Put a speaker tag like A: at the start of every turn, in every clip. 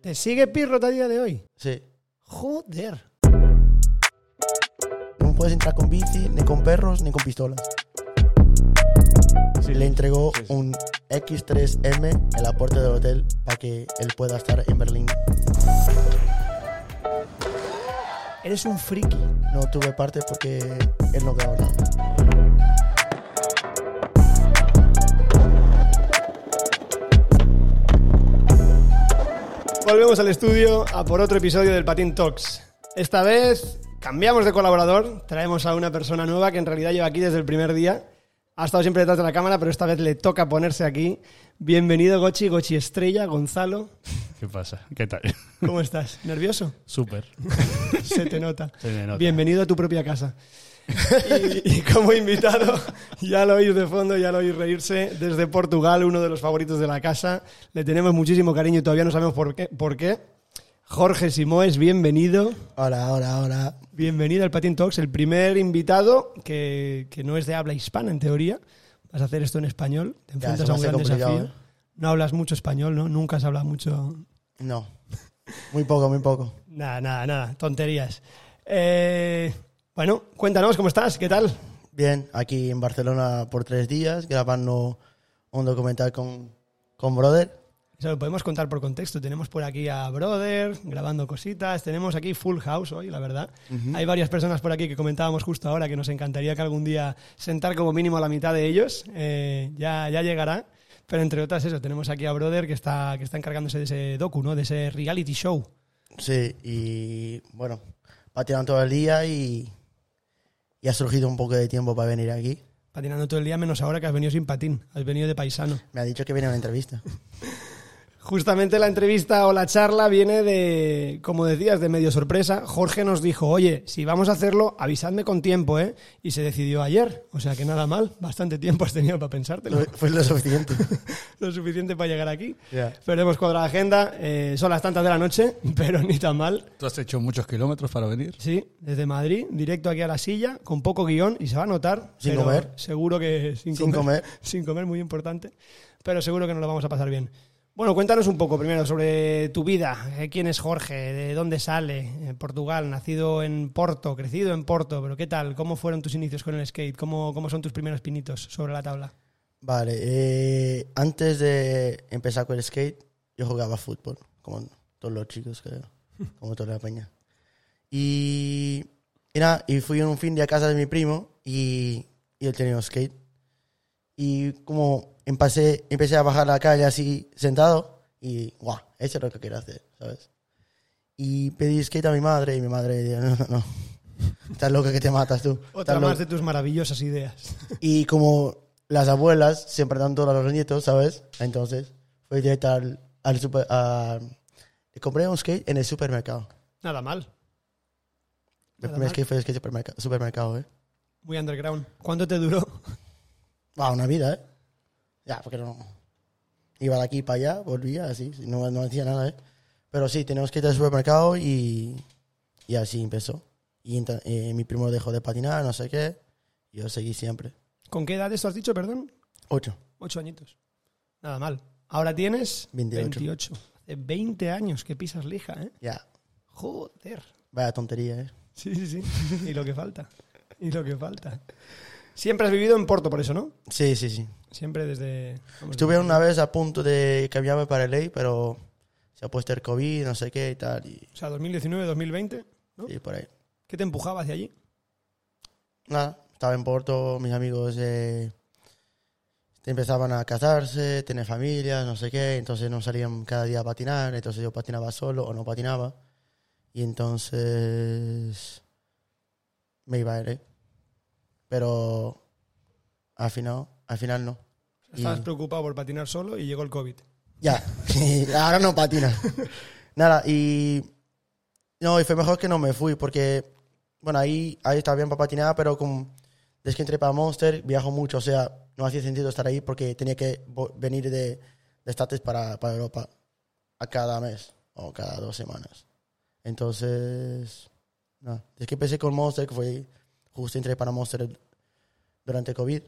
A: ¿Te sigue Pirrot a día de hoy?
B: Sí.
A: Joder.
B: No puedes entrar con bici, ni con perros, ni con pistolas.
C: Sí,
B: Le entregó
C: sí, sí.
B: un X3M en la puerta del hotel para que él pueda estar en Berlín.
A: Eres un friki.
B: No tuve parte porque él no grabó nada.
A: Volvemos al estudio a por otro episodio del Patín Talks. Esta vez cambiamos de colaborador, traemos a una persona nueva que en realidad lleva aquí desde el primer día. Ha estado siempre detrás de la cámara, pero esta vez le toca ponerse aquí. Bienvenido, Gochi, Gochi Estrella, Gonzalo.
C: ¿Qué pasa? ¿Qué tal?
A: ¿Cómo estás? ¿Nervioso?
C: Súper.
A: Se te nota.
C: Se me nota.
A: Bienvenido a tu propia casa. Y, y como invitado, ya lo oís de fondo, ya lo oís reírse, desde Portugal, uno de los favoritos de la casa. Le tenemos muchísimo cariño y todavía no sabemos por qué. Por qué. Jorge Simoes, bienvenido.
B: Ahora, ahora, ahora.
A: Bienvenido al Patin Talks, el primer invitado que, que no es de habla hispana, en teoría. Vas a hacer esto en español, te
B: Ya,
A: enfrentas a
B: eso va
A: un
B: a ser
A: gran
B: complicado, ¿eh?
A: desafío. No hablas mucho español, ¿no? Nunca has hablado mucho
B: No. Muy poco, muy poco.
A: Nada, nada, nada, tonterías. Eh, bueno, cuéntanos, ¿cómo estás? ¿Qué tal?
B: Bien, aquí en Barcelona por tres días grabando un documental con, con Brother.
A: Eso lo podemos contar por contexto. Tenemos por aquí a Brother grabando cositas. Tenemos aquí Full House hoy, la verdad. Hay varias personas por aquí que comentábamos justo ahora que nos encantaría que algún día sentar como mínimo a la mitad de ellos. Eh, ya, ya llegará. Pero entre otras, eso, tenemos aquí a Brother que está, que está encargándose de ese docu, ¿no? De ese reality show.
B: Sí, y bueno, patinando todo el día y, y ha surgido un poco de tiempo para venir aquí.
A: Patinando todo el día, menos ahora que has venido sin patín. Has venido de paisano.
B: Me ha dicho que viene a una entrevista.
A: Justamente la entrevista o la charla viene de, como decías, de medio sorpresa. Jorge nos dijo, oye, si vamos a hacerlo, avisadme con tiempo, ¿eh? Y se decidió ayer. O sea que nada mal, bastante tiempo has tenido para pensártelo.
B: Lo- Fue lo suficiente.
A: Lo suficiente para llegar aquí.
B: Ya.
A: Pero hemos cuadrado agenda. eh, son las tantas de la noche, pero ni tan mal.
C: ¿Tú has hecho muchos kilómetros para venir?
A: Sí, desde Madrid, directo aquí a la silla, con poco guión y se va a notar.
B: Sin
A: pero
B: comer.
A: Seguro que sin,
B: Sin
A: comer.
B: comer.
A: Sin comer, muy importante. Pero seguro que nos lo vamos a pasar bien. Bueno, cuéntanos un poco primero sobre tu vida. Eh, ¿Quién es Jorge? ¿De dónde sale? Eh, Portugal, nacido en Porto, crecido en Porto. ¿Pero qué tal? ¿Cómo fueron tus inicios con el skate? ¿Cómo, cómo son tus primeros pinitos sobre la tabla?
B: Vale, eh, antes de empezar con el skate, yo jugaba fútbol, como todos los chicos, creo, como toda la peña. Y, y nada, y fui un fin de a casa de mi primo y, y él tenía un skate. Y como empecé, empecé a bajar la calle así sentado y, guau, eso es lo que quiero hacer, ¿sabes? Y pedí skate a mi madre y mi madre dijo, no, no, no, estás loca que te matas tú.
A: Otra
B: estás loca".
A: más de tus maravillosas ideas.
B: Y como las abuelas siempre dan todo a los nietos, ¿sabes? Entonces fui directo al, al super. a- le compré un skate en el supermercado.
A: Nada mal.
B: El
A: Nada
B: primer
A: mal.
B: skate fue el skate supermercado, supermercado ¿eh?
A: Muy underground. ¿Cuánto te duró?
B: Wow, una vida, ¿eh? Ya, porque no. Iba de aquí para allá, volvía, así. No, no hacía nada, ¿eh? Pero sí, tenemos que ir al supermercado y. Y así empezó. Y enta- eh, mi primo dejó de patinar, no sé qué. Yo seguí siempre.
A: ¿Con qué edad esto has dicho, perdón?
B: Ocho.
A: Ocho añitos. Nada mal. Ahora tienes
B: 28.
A: 28. Hace 20 años que pisas lija, ¿eh?
B: Ya.
A: Joder.
B: Vaya tontería, ¿eh?
A: Sí, sí, sí. y lo que falta. Y lo que falta. Siempre has vivido en Porto, por eso, ¿no?
B: Sí, sí, sí.
A: Siempre desde... vamos,
B: Estuve
A: desde-
B: una vez a punto de cambiarme para ley, pero se ha puesto el COVID, no sé qué y tal, y,
A: O sea, 2019, 2020. ¿no?
B: y por ahí.
A: ¿Qué te empujaba hacia allí?
B: Nada, estaba en Porto, mis amigos eh, empezaban a casarse, tener familias, no sé qué, entonces no salían cada día a patinar, entonces yo patinaba solo o no patinaba, y entonces me iba a ir, pero al final, al final no. Y-
A: Estabas preocupado por patinar solo y llegó el COVID.
B: Ya, ahora no patina. Nada, y. No, y fue mejor que no me fui, porque. Bueno, ahí, ahí estaba bien para patinar, pero con, desde que entré para Monster viajo mucho, o sea, no hacía sentido estar ahí porque tenía que vo- venir de, de States para, para Europa a cada mes o cada dos semanas. Entonces. No, desde que empecé con Monster, que fue justo entré para Monster durante COVID,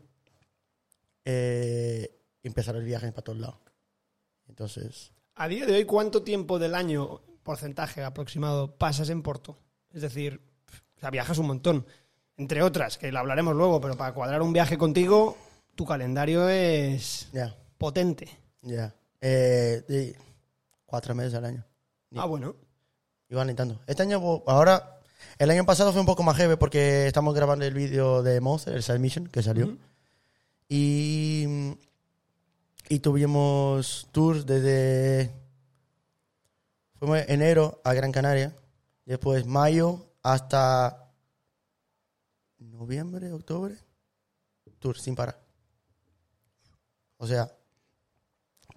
B: eh, empezaron el viaje para todos lados. Entonces.
A: A día de hoy, ¿cuánto tiempo del año, porcentaje aproximado, pasas en Porto? Es decir, o sea, viajas un montón. Entre otras, que lo hablaremos luego, pero para cuadrar un viaje contigo, tu calendario es
B: Ya,
A: potente.
B: ya. Eh, de cuatro meses al año.
A: Ah, bueno.
B: Iban intentando. Este año, bo- ahora, el año pasado fue un poco más heavy porque estamos grabando el vídeo de Monster, el Side Mission, que salió. Y. Y tuvimos tours desde. Fuimos enero a Gran Canaria. Después mayo hasta. Noviembre, octubre. Tour sin parar. O sea,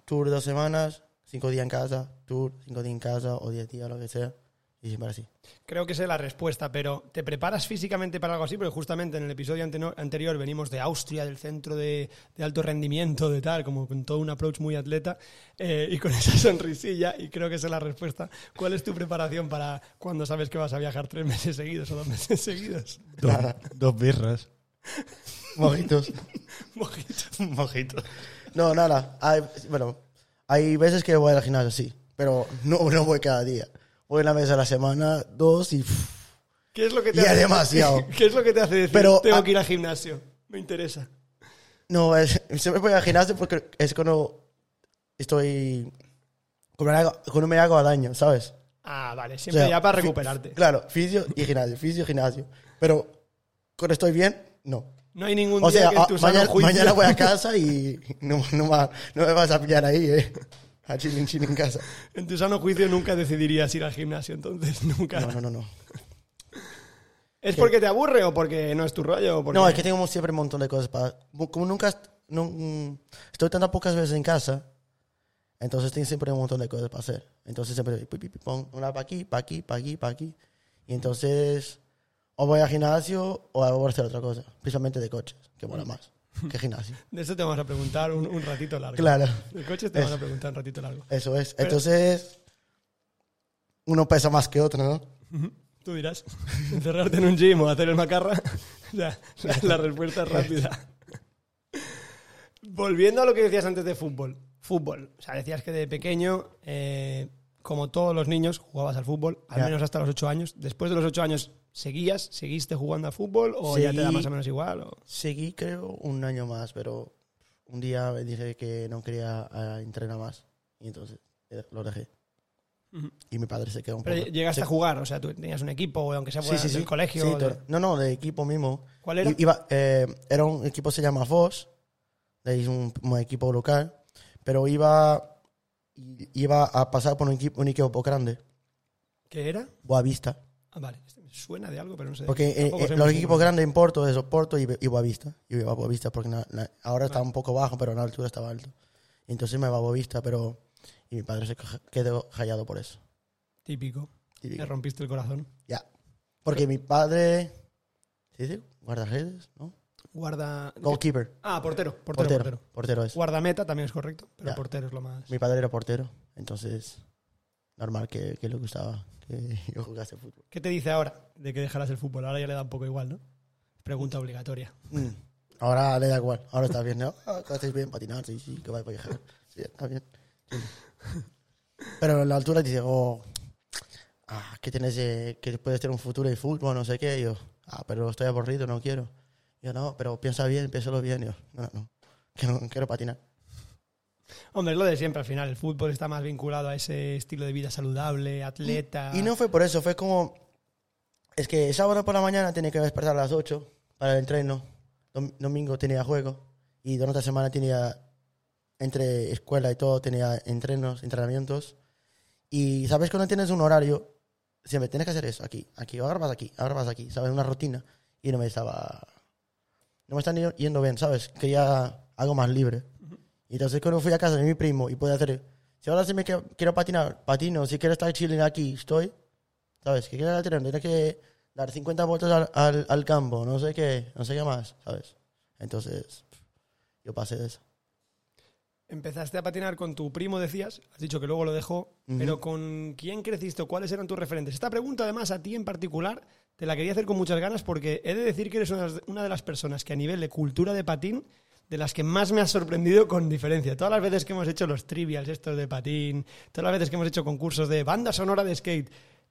B: tour dos semanas, cinco días en casa, tour, cinco días en casa o diez días, lo que sea. Y siempre así.
A: Creo que sé la respuesta, pero ¿te preparas físicamente para algo así? Porque justamente en el episodio anteno- anterior venimos de Austria, del centro de, de alto rendimiento, de tal, como con todo un approach muy atleta eh, y con esa sonrisilla, y creo que sé la respuesta. ¿Cuál es tu preparación para cuando sabes que vas a viajar tres meses seguidos o dos meses seguidos?
C: Dos, dos birras.
B: Mojitos.
A: Mojito.
C: Un mojito.
B: No, nada. Hay, bueno, hay veces que voy al gimnasio, sí. Pero no, no voy cada día. Voy una vez a la semana, dos y... pff,
A: ¿Qué es lo que te
B: Ya
A: hace,
B: demasiado.
A: ¿Qué es lo que te hace decir,
B: Pero,
A: tengo
B: ah-
A: que ir al gimnasio? Me interesa.
B: No, es, siempre voy al gimnasio porque es cuando estoy... Cuando me hago, cuando me hago al año, ¿sabes?
A: Ah, vale,
B: O
A: siempre
B: sea,
A: ya para
B: fi-
A: recuperarte.
B: Claro, fisio y gimnasio, fisio y gimnasio. Pero cuando estoy bien, no.
A: No hay ningún
B: O
A: día
B: sea,
A: que en
B: a-
A: tu sano
B: mañana,
A: juicio-
B: mañana voy a casa y no, no, ma- no me vas a pillar ahí, ¿eh? A chilling, chilling en casa.
A: En tu sano juicio nunca decidirías ir al gimnasio, entonces nunca.
B: No, no, no, no.
A: ¿Es porque te aburre o porque no es tu rollo? O porque...
B: No, es que tengo siempre un montón de cosas para... Como nunca... est- no- mm, estoy tan pocas veces en casa, entonces tengo siempre un montón de cosas para hacer. Entonces siempre pi, pi, pi, pon una para aquí, para aquí, para aquí, para aquí. Y entonces o voy al gimnasio o voy a hacer otra cosa, principalmente de coches, que mola más que gimnasio.
A: De eso te vamos a preguntar un, un ratito largo.
B: Claro,
A: De coches te
B: Es-
A: van a preguntar un ratito largo.
B: eso es.
A: Pero-
B: Entonces, uno pesa más que otro, ¿no?
A: Tú dirás, encerrarte en un gym o hacer el macarra. O sea, la, la respuesta es rápida. Volviendo a lo que decías antes de fútbol. Fútbol. O sea, decías que de pequeño, eh, como todos los niños, jugabas al fútbol, al
B: Ya.
A: menos hasta los ocho años. Después de los ocho años, ¿seguías? ¿Seguiste jugando al fútbol o ya te da
B: Seguí.
A: más o menos igual? o-
B: Seguí, creo, un año más, pero un día me dije que no quería ah, entrenar más. Y entonces eh, lo dejé.
A: Ujú.
B: Y mi padre se quedó un poco.
A: Pero llegaste a jugar, o sea, tú tenías un equipo, aunque sea fuera del colegio.
B: Sí,
A: o de-
B: to- No, no, de equipo mismo.
A: ¿Cuál era?
B: I- Iba, eh, era un equipo se llama Voss, de ahí un, un equipo local, pero iba, i- iba a pasar por un equipo, un equipo grande,
A: ¿Qué era?
B: Boavista.
A: Ah, vale. Este me Suena de algo, pero no sé.
B: Porque eh,
A: Tampoco
B: eh,
A: sé
B: los
A: mucho.
B: equipos grandes en Porto es Porto y, y Boavista. Yo iba a Boavista porque na- na- ahora está un poco bajo, pero en la altura estaba alto. Entonces me iba a Boavista, pero... Y mi padre se ca- quedó callado por eso.
A: Típico. Te
B: Y digo,
A: rompiste el corazón.
B: ya. Porque mi padre... ¿Se dice? Guardaredes, ¿no?
A: Guarda.
B: Goalkeeper.
A: Ah, portero. Portero,
B: Portero.
A: portero.
B: Portero, es.
A: Guardameta también es correcto, pero
B: Ya.
A: portero es lo más.
B: Mi padre era portero, entonces... Normal que, que le gustaba que yo jugase fútbol.
A: ¿Qué te dice ahora de que dejarás el fútbol? Ahora ya le da un poco igual, ¿no? Pregunta obligatoria.
B: Mm. Ahora le da igual. Ahora está bien, ¿no? Ah, que estáis bien patinar, sí, sí, que vais a viajar. Sí, está bien. Sí. Pero en la altura dice, oh, ah, que tienes, eh, que puedes tener un futuro de fútbol, no sé qué. Y yo, ah, pero estoy aburrido, no quiero. Yo, no, pero piensa bien, piénsalo bien. Y yo, no, no, que no quiero patinar.
A: Hombre, es lo de siempre al final. El fútbol está más vinculado a ese estilo de vida saludable, atleta.
B: Y no fue por eso, fue como. Es que sábado por la mañana tenía que despertar a las 8 para el entreno. Dom- Domingo tenía juego. Y durante la semana tenía. Entre escuela y todo, tenía entrenos, entrenamientos. Y sabes cuando tienes un horario, siempre tienes que hacer eso, aquí, aquí, ahora vas aquí, ahora vas aquí, ¿sabes? Una rutina. Y no me estaba. No me están yendo- yendo bien, ¿sabes? Quería algo más libre. Y entonces cuando fui a casa de mi primo y pude hacer, si ahora sí me quiero, quiero patinar, patino, si quiero estar chilling aquí, estoy, ¿sabes? Que quiero alternar, tienes que dar 50 vueltas al, al, al campo, no sé qué, no sé qué más, ¿sabes? Entonces, yo pasé de eso.
A: Empezaste a patinar con tu primo, decías. Has dicho que luego lo dejó.
B: Ujú.
A: Pero ¿con quién creciste o cuáles eran tus referentes? Esta pregunta, además, a ti en particular, te la quería hacer con muchas ganas porque he de decir que eres una de las- una de las personas que a nivel de cultura de patín de las que más me ha sorprendido con diferencia. Todas las veces que hemos hecho los trivials estos de patín, todas las veces que hemos hecho concursos de banda sonora de skate,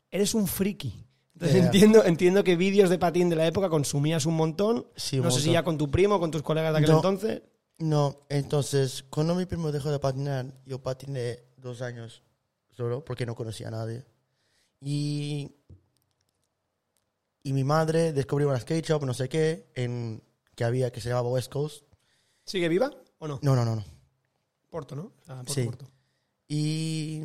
A: eres un friki. Entonces
B: Ya.
A: entiendo, entiendo que vídeos de patín de la época consumías un montón.
B: Sí,
A: no
B: un
A: sé si
B: montón.
A: ya con tu primo, con tus colegas de aquel
B: No.
A: entonces.
B: No, entonces, cuando mi primo dejó de patinar, yo patiné dos años solo porque no conocía a nadie. Y, y mi madre descubrió una skate shop, no sé qué, en, que había que se llamaba West Coast.
A: ¿Sigue viva o no?
B: No, no, no, no.
A: Porto, ¿no? Ah, Porto,
B: Sí.
A: Porto.
B: Y,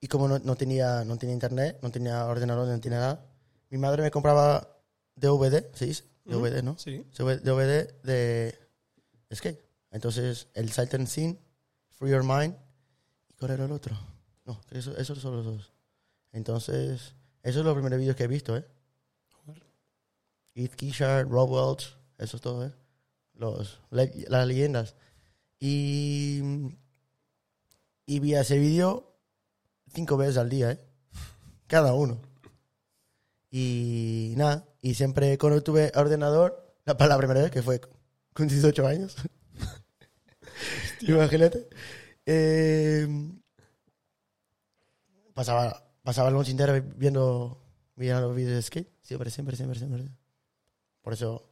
B: y como no, no tenía, no tenía internet, no tenía ordenador, no tenía nada, mi madre me compraba DVD, ¿se dice?
A: Ujú,
B: DVD, ¿no?
A: Sí.
B: sobre DVD de skate. Entonces, el Sight and Scene, Free Your Mind, y ¿cuál era el otro? No, eso- esos son los dos. Entonces, esos son los primeros vídeos que he visto, ¿eh?
A: Joder.
B: Keith Kishard, Rob Welch, eso es todo, ¿eh? Los, le- las leyendas. Y, y vi ese vídeo cinco veces al día, ¿eh? Cada uno. Y nada, y siempre cuando tuve ordenador, la, para la primera vez, que fue con 18 años, imagínate, eh, pasaba, pasaba la noche entera viendo, viendo los vídeos de skate, siempre, siempre, siempre, siempre. Por eso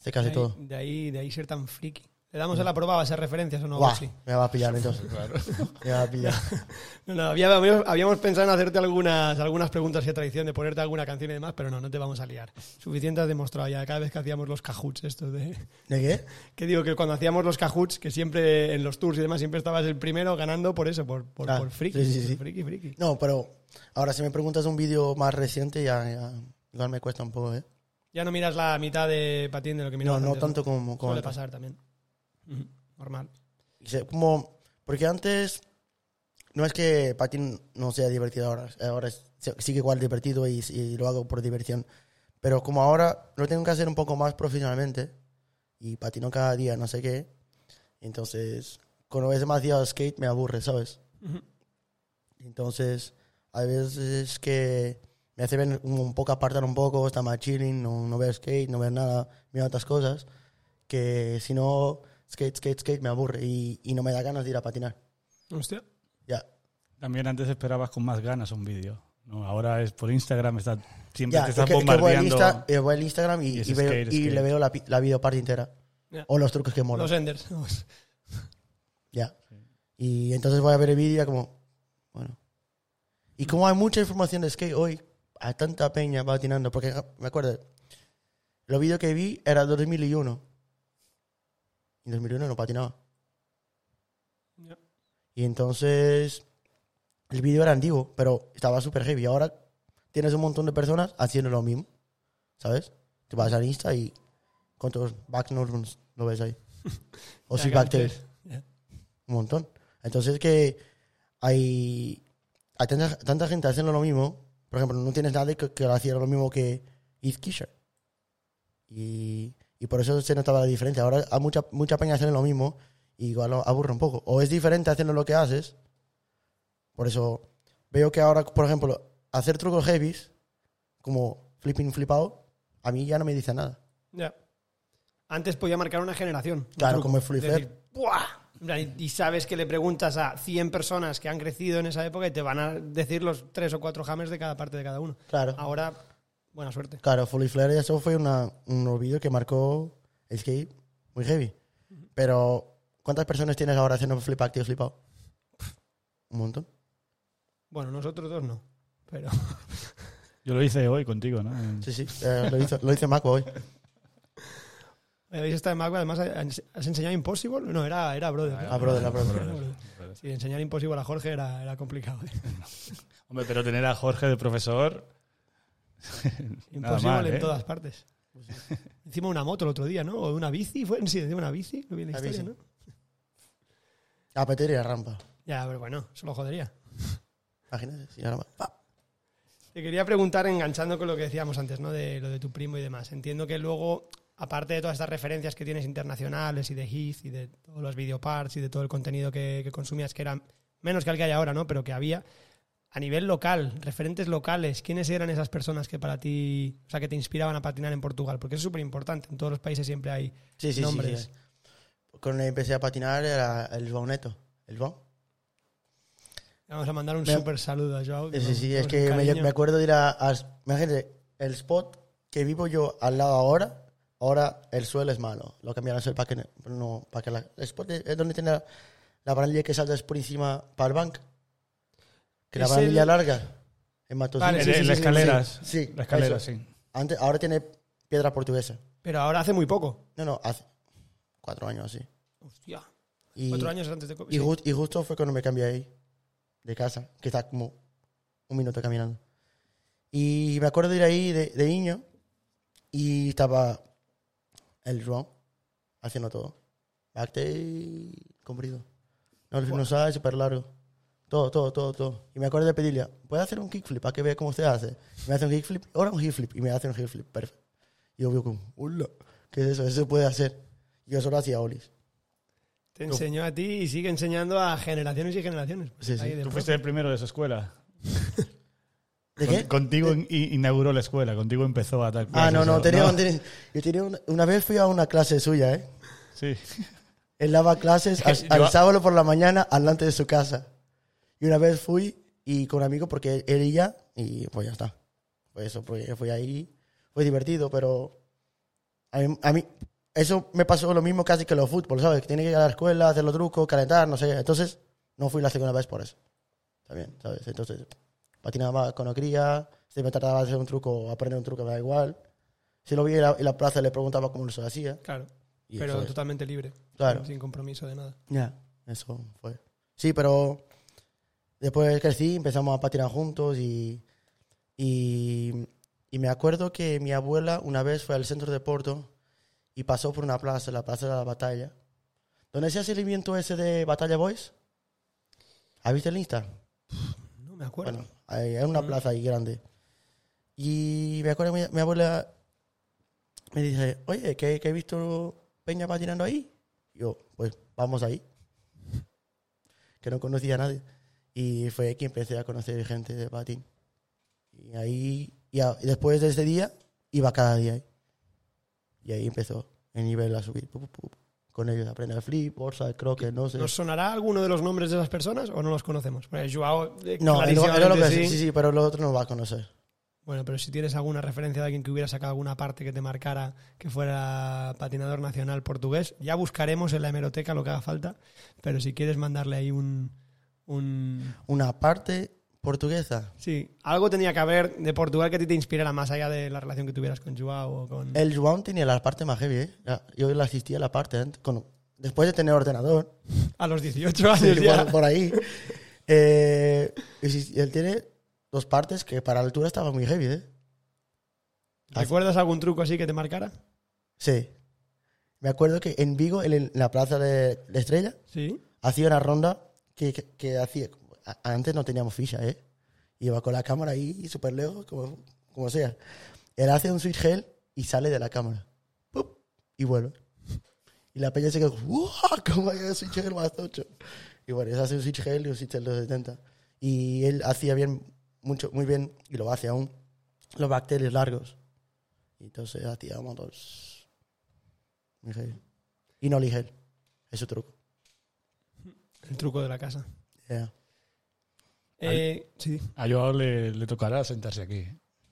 B: sé casi
A: de ahí,
B: todo. Mm.
A: De ahí, de ahí ser tan friki. ¿Le damos a la prueba a esas referencias o no?
B: Buah,
A: Sí.
B: me va a pillar entonces,
C: Claro.
B: me va a pillar.
A: No, no, había- habíamos, habíamos pensado en hacerte algunas, algunas preguntas y a tradición de ponerte alguna canción y demás, pero no, no te vamos a liar. Suficiente has demostrado ya cada vez que hacíamos los cajuts estos de...
B: ¿De qué?
A: Que digo que cuando hacíamos los cajuts, que siempre en los tours y demás siempre estabas el primero ganando por eso, por, por,
B: Ah,
A: por friki,
B: sí, sí,
A: por friki,
B: sí.
A: friki.
B: No, pero ahora si me preguntas un vídeo más reciente ya, ya igual me cuesta un poco, ¿eh?
A: Ya no miras la mitad de patín de lo que
B: No,
A: mirabas
B: no
A: antes,
B: tanto como... como
A: Suele
B: antes.
A: pasar también. Ujú, Normal.
B: O sea, como porque antes no es que patín no sea divertido ahora ahora es- sigue igual divertido y, y lo hago por diversión pero como ahora lo tengo que hacer un poco más profesionalmente y patino cada día no sé qué entonces cuando ves demasiado skate me aburre sabes
A: Ujú.
B: entonces hay veces que me hace ver un, un poco apartar un poco está más chilling no, no ver skate no ver nada mira otras cosas que si no skate, skate, skate me aburre y, y no me da ganas de ir a patinar.
A: Hostia.
B: Ya,
D: También antes esperabas con más ganas un vídeo. ¿no? Ahora es por Instagram, está, siempre
B: ya,
D: te
B: es
D: estás
B: que- es que voy, al
D: bombardeando.
B: Insta- eh, voy al Instagram y,
D: Y es
B: y veo-
D: skate,
B: y
D: skate.
B: le veo la, pi- la video parte entera.
A: Ya.
B: O los trucos que molan.
A: Los enders.
B: Ya. Y entonces voy a ver el vídeo y ya como, bueno. Y como hay mucha información de skate hoy, a tanta peña patinando, porque me acuerdo, los vídeos que vi era 2001. Y en 2001 no patinaba.
A: Ya.
B: Y entonces el vídeo era antiguo, pero estaba súper heavy. Ahora tienes un montón de personas haciendo lo mismo, ¿sabes? Te vas al Insta y cuántos back normals lo ves ahí. o si back tails un montón. Entonces que hay, hay tanta, tanta gente haciendo lo mismo. Por ejemplo, no tienes nadie que, que lo hacía lo mismo que Heath Kisher. Y, y por eso se notaba la diferencia. Ahora hay mucha, mucha peña haciendo lo mismo y igual lo aburre un poco. O es diferente haciendo lo que haces. Por eso veo que ahora, por ejemplo, hacer trucos heavies, como flipping, flip out, a mí ya no me dice nada.
A: Ya. Antes podía marcar una generación. un
B: Claro,
A: truco.
B: como el free
A: Es decir, ¡buah! En plan, Y sabes que le preguntas a 100 personas que han crecido en esa época y te van a decir los tres o cuatro hammers de cada parte de cada uno.
B: Claro.
A: Ahora, buena suerte.
B: Claro, Fully Flare, eso fue una, un olvido que marcó el skate muy heavy. Pero, ¿cuántas personas tienes ahora haciendo flip activo, flip out? Un montón.
A: Bueno, nosotros dos no. Pero
D: Yo lo hice hoy contigo, ¿no? En-
B: Sí, sí, eh, lo, hizo, lo hice Maco hoy.
A: habéis estado en Macbook, además has has enseñado Impossible. No, era, era Brother. ¿no?
B: Ah, brother, ah, brother.
D: brother.
A: Sí, enseñar Impossible a Jorge era, era complicado. ¿eh?
D: Hombre, pero tener a Jorge de profesor. nada
A: Impossible
D: mal,
A: en
D: ¿eh? Pues
A: todas partes. Encima una moto el otro día, ¿no? O de una bici, fue sí, de una bici, lo vi en la
B: La
A: historia,
B: bici.
A: ¿no?
B: A Peter y a Rampa.
A: Ya, pero bueno, eso lo jodería.
B: Imagínate, sí, nada más. Pa.
A: Te quería preguntar, enganchando con lo que decíamos antes, ¿no? De lo de tu primo y demás. Entiendo que luego, aparte de todas estas referencias que tienes internacionales y de Heath y de todos los videoparts y de todo el contenido que, que consumías, que era menos que el que hay ahora, ¿no? Pero que había, a nivel local, referentes locales, ¿quiénes eran esas personas que para ti, o sea, que te inspiraban a patinar en Portugal? Porque eso es súper importante, en todos los países siempre hay
B: Sí, sí, sí,
A: nombres.
B: sí. Cuando empecé a patinar era el João Neto. ¿El João?
A: Le Vamos a mandar un
B: Me-
A: súper saludo a Joao. que
B: Sí,
A: nos-
B: sí, es
A: nos
B: que me,
A: cariño.
B: me acuerdo de ir a, a- Imagínate, el spot que vivo yo al lado ahora, ahora el suelo es malo. Lo cambiaron el suelo para que, no, para que la, el spot es, es donde tiene la, la barandilla que saltas por encima para el bank. Que la
A: Es
B: barandilla
A: el-
B: larga. En Matosín.
A: Vale,
D: En-
A: sí,
D: en
A: sí,
D: las
A: sí,
D: escaleras.
B: sí, sí,
D: Las escaleras,
B: eso.
D: sí.
B: Antes, ahora tiene piedra portuguesa.
A: Pero ahora hace muy poco.
B: No, no, hace cuatro años así.
A: Hostia.
B: Y,
A: Cuatro años antes de... co-
B: Y,
A: Pues sí.
B: ju- y justo fue cuando me cambié ahí, de casa, que está como un minuto caminando. Y me acuerdo de ir ahí de, de niño y estaba el João haciendo todo. Acte comprido. No, no sabe, súper largo. Todo, todo, todo, todo. Y me acuerdo de pedirle, ¿puedes hacer un kickflip para que vea cómo se hace? Me hace un kickflip, ahora un kickflip, y me hace un kickflip, perfecto. Y yo veo como, hola, ¿qué es eso? Eso se puede hacer. Yo solo hacía olis.
A: Te enseñó a ti y sigue enseñando a generaciones y generaciones.
B: Sí, sí.
A: Ahí de
D: Tú
A: pro.
D: fuiste el primero de su escuela.
B: ¿De
D: Con-
B: qué?
D: Contigo in- in- inauguró la escuela, contigo empezó a dar
B: Ah,
D: clases,
B: no, no, tenía,
D: ¿no?
B: tenía- yo tenía una, una vez fui a una clase suya, ¿eh?
D: Sí.
B: Él daba clases al,
D: Yo-
B: al sábado por la mañana delante de su casa. Y una vez fui y con un amigo porque él y ya, y pues ya está. Pues eso, pues yo fui ahí, fue divertido, pero a mí, a mí- eso me pasó lo mismo casi que los fútbol, ¿sabes? Que tiene que ir a la escuela, hacer los trucos, calentar, no sé. qué. Entonces, no fui la segunda vez por eso. Está bien, ¿sabes? Entonces, patinaba más cuando quería, si me trataba de hacer un truco, aprender un truco, me da igual. Si lo vi en la, en la plaza, le preguntaba cómo lo hacía.
A: Claro,
B: y
A: pero
B: eso es.
A: totalmente libre.
B: Claro.
A: Sin compromiso de nada.
B: Ya, eso fue. Sí, pero después crecí, empezamos a patinar juntos y, y, y me acuerdo que mi abuela una vez fue al centro de Porto y pasó por una plaza, la Plaza de la Batalla, donde se hace el evento ese de Batalla Boys. ¿Has visto el Insta?
A: No me acuerdo.
B: Bueno, mm. hay, hay una plaza ahí grande. Y me acuerdo que mi, mi abuela me dice, oye, ¿qué, qué he visto Peña patinando ahí? Yo, pues vamos ahí. Que no conocía a nadie. Y fue ahí que empecé a conocer gente de patín. Y ahí, y, a- y después de ese día, iba cada día ahí. Y ahí empezó el nivel a subir. Pu, pu, pu. Con ellos aprender flip, bolsa, croquet, no sé.
A: ¿Nos sonará alguno de los nombres de esas personas o no los conocemos? Porque Joao, eh,
B: No, el- el-
A: clarísimamente
B: el-
A: sí.
B: sí, sí, sí, pero lo otro no va a conocer.
A: Bueno, pero si tienes alguna referencia de alguien que hubiera sacado alguna parte que te marcara que fuera patinador nacional portugués, ya buscaremos en la hemeroteca lo que haga falta. Pero si quieres mandarle ahí un. un
B: una parte portuguesa.
A: sí, algo tenía que haber de Portugal que a ti te inspirara más allá de la relación que tuvieras con Joao o con.
B: El João tenía la parte más heavy, ¿eh? La- Yo le asistía a la parte antes, con- después de tener ordenador,
A: A los 18 años
B: sí,
A: ya.
B: por, por ahí. Eh, y sí, él tiene dos partes que para la altura estaban muy heavy, ¿eh?
A: ¿Recuerdas algún truco así que te marcara?
B: Sí. Me acuerdo que en Vigo, en el- en la plaza de la Estrella,
A: Sí.
B: hacía una ronda que, que, que hacía. a- Antes no teníamos ficha, ¿eh? Iba con la cámara ahí, súper lejos, como, como sea. Él hace un switch gel y sale de la cámara. ¡Pup! Y vuelve. Y la peña se queda, ¡Wow! ¿Cómo hay un switch gel más tocho? Y bueno, él hace un switch gel y un switch gel de los 70. Y él hacía bien, mucho, muy bien, y lo hace aún, los bacterias largos. Y entonces hacía un montón. Muy heavy. Y no ligel. Es su truco.
A: El truco de la casa.
B: Yeah.
A: Eh, sí,
D: A Joao le, le tocará sentarse aquí.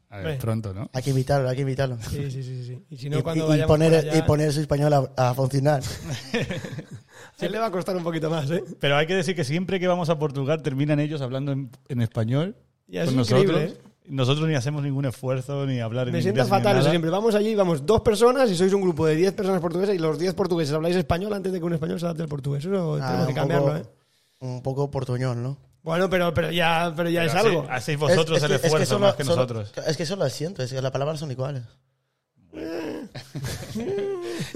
D: A ver,
A: Hombre.
D: pronto, ¿no?
B: Hay que invitarlo, hay que invitarlo.
A: sí, sí, sí, sí. Y si
B: Y,
A: no, cuando
B: y- y
A: vayamos
B: poner,
A: para allá, Pues
B: y poner su español a, a funcionar.
A: a él le va a costar un poquito más, ¿eh?
D: Pero hay que decir que siempre que vamos a Portugal terminan ellos hablando en, en español
A: Y es
D: con
A: increíble,
D: Pues nosotros.
A: ¿eh?
D: Nosotros ni hacemos ningún esfuerzo ni hablar en
A: Me
D: inglés.
A: siento
D: ni
A: fatal eso
D: nada.
A: siempre. Vamos allí, vamos dos personas y sois un grupo de 10 personas portuguesas y los 10 portugueses habláis español antes de que un español se adapte al portugués. Eso
B: Ah,
A: tenemos que
B: un
A: cambiarlo,
B: poco-
A: ¿eh?
B: Un poco portuñol, ¿no?
A: Bueno, pero, pero ya, pero ya
D: Pero
A: es
D: así-
A: algo.
D: Hacéis vosotros
B: Es- es
D: el
B: que- es que
D: esfuerzo
B: solo-
D: más que
B: solo-
D: nosotros.
B: Es que solo siento, es que las palabras son iguales.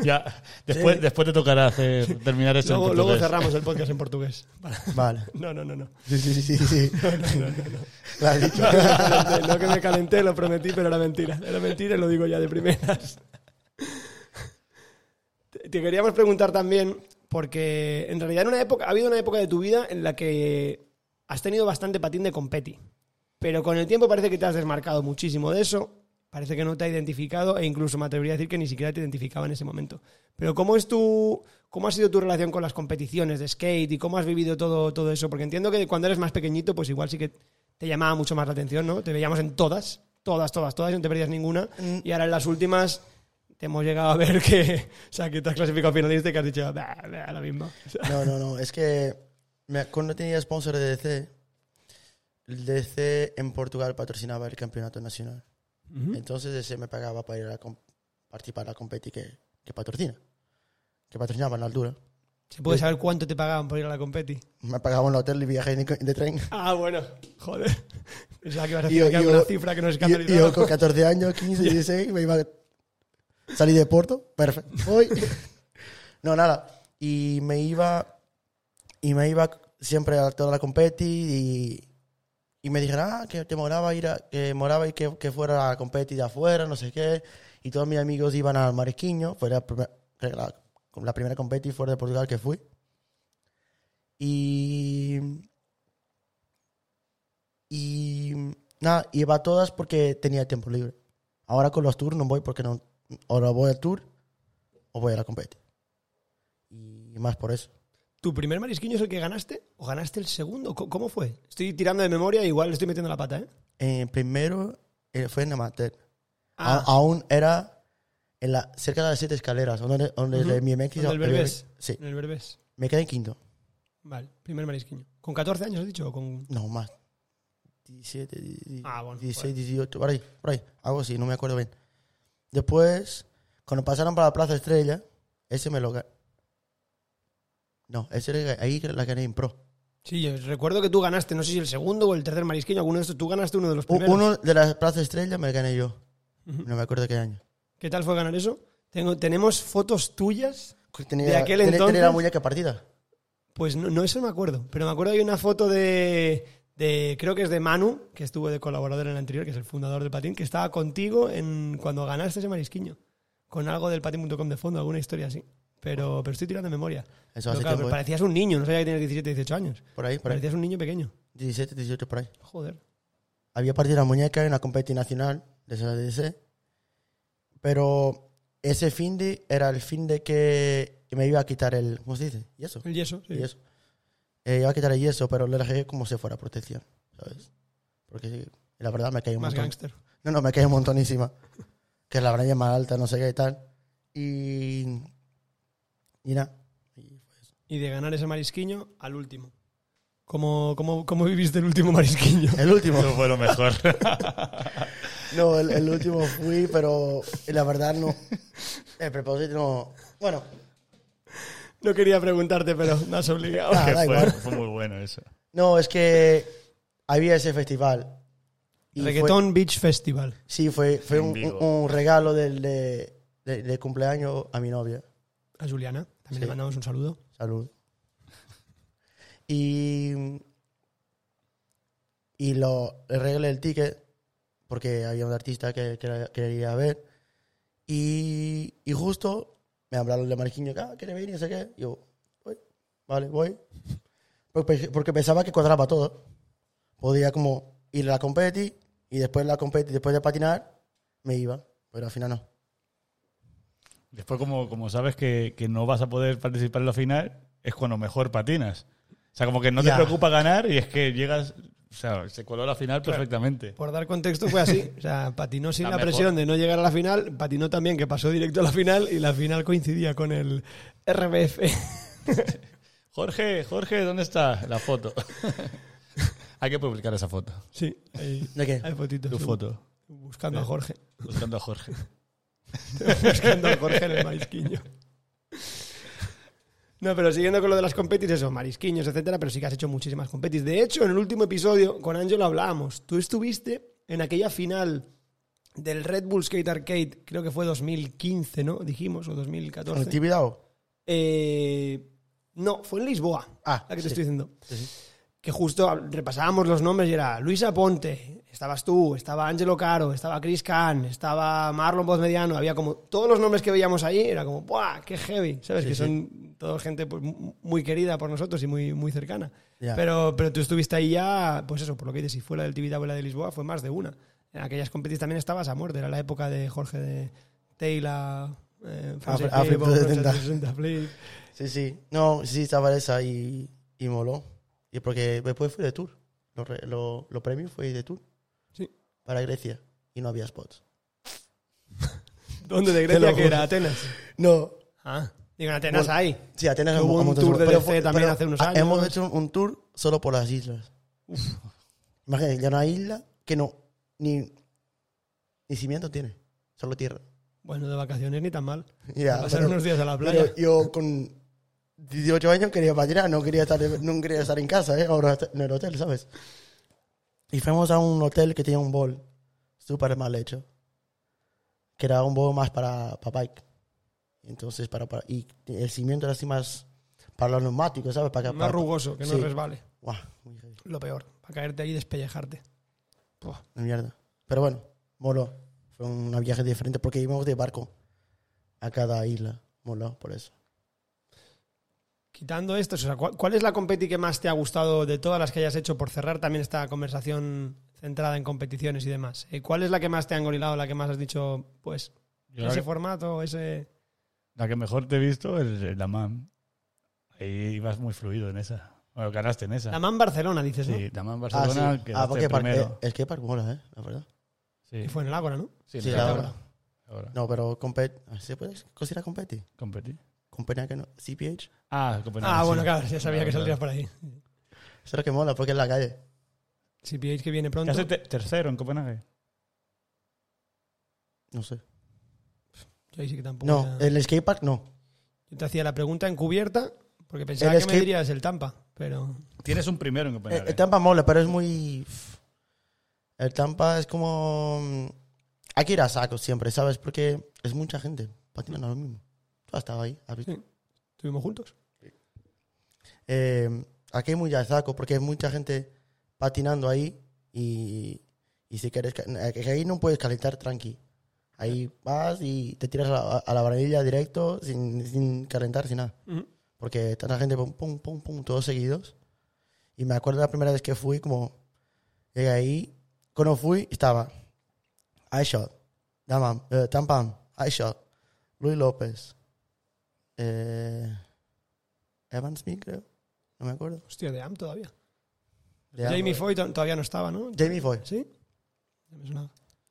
D: Ya, después, después te tocará hacer- terminar eso
A: Luego,
D: en
A: luego
D: portugués.
A: cerramos el podcast en portugués. Vale.
B: Vale.
A: No, no, no, no.
B: Sí, sí, sí, sí. sí. Lo has dicho.
A: No que me calenté, lo prometí, pero era mentira. Era mentira y lo digo ya de primeras. Te te queríamos preguntar también, porque en realidad en una época, ha habido una época de tu vida en la que has has tenido bastante patín de competi, pero con el tiempo parece que te has desmarcado muchísimo de eso, parece que no te ha identificado e incluso me atrevería a decir que ni siquiera te identificaba en ese momento. Pero ¿cómo es tu cómo ha sido tu relación con las competiciones de skate y cómo has vivido todo todo eso? Porque entiendo que cuando eres más pequeñito pues igual sí que te llamaba mucho más la atención, ¿no? Te veíamos en todas, todas, todas, todas, y no te perdías ninguna y ahora en las últimas te hemos llegado a ver que, o sea, que te has clasificado finalista y que has dicho, "Bah, bah, la misma. O sea,
B: No, no, no. Es que me- cuando tenía sponsor de DC, el DC en Portugal patrocinaba el campeonato nacional. Entonces DC me pagaba para ir a com- participar a la competi que, que patrocina. Que patrocinaba en la altura.
A: ¿Se puede saber cuánto te pagaban por ir a la competi?
B: Me pagaban el hotel y viaje en- de tren.
A: Ah, bueno, joder. Pensaba que ibas a
B: Yo-
A: decir que
B: yo-
A: alguna cifra que nos
B: Y- Y yo
A: escandalizaba.
B: con 14 años, 15, 16, me iba a salir de Porto, perfecto, voy. No, nada. Y me iba, y me iba siempre a toda la competi y, y me dijeron, ah, que te moraba ir a, que moraba y que, que fuera a la competi de afuera, no sé qué. Y todos mis amigos iban al Marisquiño, fue la, primer- la, la primera competi fuera de Portugal que fui. Y y nada, iba a todas porque tenía tiempo libre. Ahora con los tours no voy porque no. Ahora voy al tour o voy a la competi. Y más por eso.
A: ¿Tu primer marisquiño es el que ganaste o ganaste el segundo? Co- ¿Cómo fue? Estoy tirando de memoria, igual le estoy metiendo la pata, ¿eh?
B: Eh, primero eh, fue en amateur.
A: Ah.
B: A- aún era en la, cerca de las siete escaleras, donde, donde
A: Ujú.
B: el BMX.
A: Donde el Berbés.
B: Sí,
A: En el Berbés.
B: me quedé en quinto.
A: Vale, primer marisquiño. ¿Con 14 años has dicho? o con...
B: No, más. 17, di- di-
A: Ah, bueno,
B: 16,
A: bueno.
B: 18, por ahí, por ahí. Algo así, no me acuerdo bien. Después, cuando pasaron para la Plaza Estrella, ese me lo gané. No, ese era- ahí la gané en pro.
A: Sí, yo recuerdo que tú ganaste, no sé si el segundo o el tercer marisquiño, alguno de estos, tú ganaste uno de los
B: U-
A: primeros.
B: Uno de la Plaza Estrella me gané yo.
A: Ujú.
B: No me acuerdo qué año.
A: ¿Qué tal fue ganar eso? Tengo, tenemos fotos tuyas
B: Tenía,
A: ¿De aquel
B: tenía- tenía
A: entonces?
B: la muñeca partida.
A: Pues no, no, eso me acuerdo. Pero me acuerdo hay una foto de, de- Creo que es de Manu, que estuvo de colaborador en el anterior, que es el fundador del patín, que estaba contigo en, cuando ganaste ese marisquiño. Con algo del patín.com de fondo, alguna historia así. Pero, pero estoy tirando de memoria.
B: Eso
A: Pero
B: hace
A: claro,
B: tiempo,
A: pero
B: ¿eh?
A: parecías un niño, no sabía que tenías 17, 18 años.
B: Por ahí, por ahí.
A: Parecías un niño pequeño.
B: 17, 18, por ahí.
A: Joder.
B: había partido la muñeca en una competición nacional de la DC. Pero ese fin de era el fin de que me iba a quitar el. ¿Cómo se dice? Yeso.
A: El yeso. sí.
B: Yeso. Eh, iba a quitar el yeso, pero le dejé como si fuera protección, ¿sabes? Porque sí, la verdad me cayó un
A: Más
B: montón.
A: gángster.
B: No, no, me cayó un montón encima. Que la verdad es más alta, no sé qué y tal. Y. Y nada. Y fue eso.
A: Y de ganar ese marisquiño al último. ¿Cómo, cómo, cómo viviste el último marisquiño?
B: El último.
C: Eso fue lo mejor.
B: No, el, el último fui, pero la verdad no. El propósito no. Bueno,
A: No quería preguntarte, pero me has obligado.
B: Ah,
C: Que
B: da
C: fue,
B: igual.
C: fue muy bueno eso.
B: no, es que había ese festival. Y fue-
A: Reggaeton Beach Festival.
B: sí, fue, fue
C: En
B: un,
C: Vigo.
B: un- un regalo del, de, de- de cumpleaños a mi novia.
A: A Juliana, también le
B: Sí.
A: mandamos un saludo.
B: Salud. Y. Y lo le regalé el ticket, porque había un artista que, que la quería ver. Y, y justo me hablaron de Marquinhos, ah, ¿quiere venir? No sé qué. Y yo, voy, vale, voy. Porque, pe- porque pensaba que cuadraba todo. Podía como ir a la competi y después la competi, después de patinar, me iba. Pero al final no.
D: Después, como, como sabes que, que no vas a poder participar en la final, es cuando mejor patinas. O sea, como que no
B: Ya.
D: te preocupa ganar y es que llegas. O sea, se coló la final perfectamente.
A: Por dar contexto fue así. O sea, patinó sin
C: La
A: la,
C: mejor.
A: presión de no llegar a la final, patinó también que pasó directo a la final y la final coincidía con el RBF.
D: Jorge, Jorge, ¿dónde está la foto? Hay que publicar esa foto.
A: Sí, ahí,
B: ¿De qué?
A: hay fotitos.
D: Tu
A: Sí.
D: foto.
A: Buscando a Jorge.
D: Buscando a Jorge.
A: Buscando a Jorge en el marisquiño. No, pero siguiendo con lo de las competis, eso, marisquiños, etcétera, pero sí que has hecho muchísimas competis. De hecho, en el último episodio con Ángelo hablábamos. Tú estuviste en aquella final del Red Bull Skate Arcade, creo que fue 2015, ¿no? Dijimos, o 2014.
B: ¿Actividad o?
A: Eh, no, fue en Lisboa.
B: Ah,
A: la que te
B: sí.
A: estoy diciendo.
B: Sí, sí.
A: Que justo hab- repasábamos los nombres y era Luis Aponte, estabas tú, estaba Angelo Caro, estaba Chris Kahn, estaba Marlon Bozmediano, había como todos los nombres que veíamos ahí, era como, ¡buah! ¡Qué heavy! ¿Sabes?
B: Sí,
A: que
B: sí.
A: son todo gente pues, mu- muy querida por nosotros y muy, muy cercana.
B: Ya.
A: Pero, pero tú estuviste ahí ya, pues eso, por lo que dices, si fue la del Tibidabo y la de Lisboa, fue más de una. En aquellas competis también estabas a muerte, era la época de Jorge de Taylor, eh, Francis
B: Afri-
A: Gable,
B: Afri-
A: Francis 360 Flip.
B: Sí, sí. No, sí, estaba esa y, y moló. Y porque después fue de tour. Los re- lo- los premios fue de tour.
A: Sí.
B: Para Grecia. Y no había spots.
A: ¿Dónde de
B: Te
A: Grecia
B: lo
A: que era Atenas?
B: No.
A: Ah, digo, en Atenas
B: Bueno,
A: hay.
B: Sí, Atenas
A: Hubo
B: hemos-
A: un
B: hemos
A: tour
B: hecho-
A: de DC también hace unos
B: ah, Hemos
A: años.
B: hecho un tour solo por las islas. Imagínate, ya una isla que no. Ni, ni cimiento tiene. Solo tierra.
A: Bueno, de vacaciones ni tan mal.
B: Ya,
A: Pasar
B: pero-
A: unos días a la playa.
B: Pero yo con 18 años quería para allá, no quería estar, no quería estar en casa, ¿eh? ahora en el hotel, ¿sabes? Y fuimos a un hotel que tenía un bowl súper mal hecho, que era un bowl más para, para bike. Entonces, para, para- y el cimiento era así más para los neumáticos, ¿sabes? Para,
A: más
B: para-
A: rugoso, que no
B: sí.
A: resbale.
B: Guau, muy heavy,
A: Lo peor, para caerte ahí y despellejarte.
B: una mierda. Pero bueno, moló. Fue un viaje diferente porque íbamos de barco a cada isla. Moló, por eso.
A: Quitando esto, o sea, ¿cuál, cuál es la competi que más te ha gustado de todas las que hayas hecho por cerrar también esta conversación centrada en competiciones y demás? Eh, ¿Cuál es la que más te ha engorilado, la que más has dicho, pues,
D: Yo
A: ese
D: la, que,
A: formato, ese...
D: la que mejor te he visto es la MAM. Ahí ibas muy fluido en esa. Bueno, ganaste en esa.
A: La MAN Barcelona, dices, ¿no?
D: sí, la MAM Barcelona,
B: ah, sí.
D: quedaste
B: ah, porque par-
D: primero.
B: eh, es que parkour mola, ¿eh? La verdad.
A: Que
D: Sí,
A: fue en el Ágora, ¿no?
D: sí,
B: Sí,
D: la
B: la
D: Ágora.
B: verdad.
D: Ahora.
B: No, pero compet ¿se puede considerar competi?
D: Competí.
B: Copenhague no, CPH.
D: Ah, Copenhague,
A: ah,
D: sí.
A: bueno, claro, ya sabía
D: Claro,
A: que saldrías
D: claro.
A: por ahí.
B: Eso es lo que mola, porque es la calle.
A: Si pilláis que viene pronto,
D: Quedaste te- tercero en Copenhague.
B: No sé.
A: yo ahí sí que tampoco...
B: No,
A: ya-
B: el skatepark no.
A: Yo te hacía la pregunta encubierta porque pensaba que
B: El
A: me
B: escape-
A: dirías el Tampa, pero...
D: Tienes un primero en
B: El,
D: Copenhague.
B: el Eh, Tampa mola, pero es muy... El Tampa es como... mm, Hay que ir a saco siempre, ¿sabes? Porque es mucha gente patinando lo mismo. Tú has estado ahí, has visto.
A: Sí. Estuvimos juntos.
B: Eh, aquí hay muy a saco porque hay mucha gente patinando ahí y, y si quieres... ca- eh, que Ahí no puedes calentar tranqui. Ahí vas y te tiras a la, a la barandilla directo sin, sin calentar, sin nada. porque tanta gente, pum, pum, pum, pum, todos seguidos. Y me acuerdo la primera vez que fui, como llegué ahí, cuando fui estaba iShot, Damam, eh, Tampam, iShot, Luis López, eh, Evan Smith, creo, no me acuerdo.
A: Hostia, de AM todavía.
B: De
A: Jamie
B: algo.
A: Foy to- todavía no estaba, ¿no?
B: Jamie Foy,
A: ¿Sí? No me sonaba.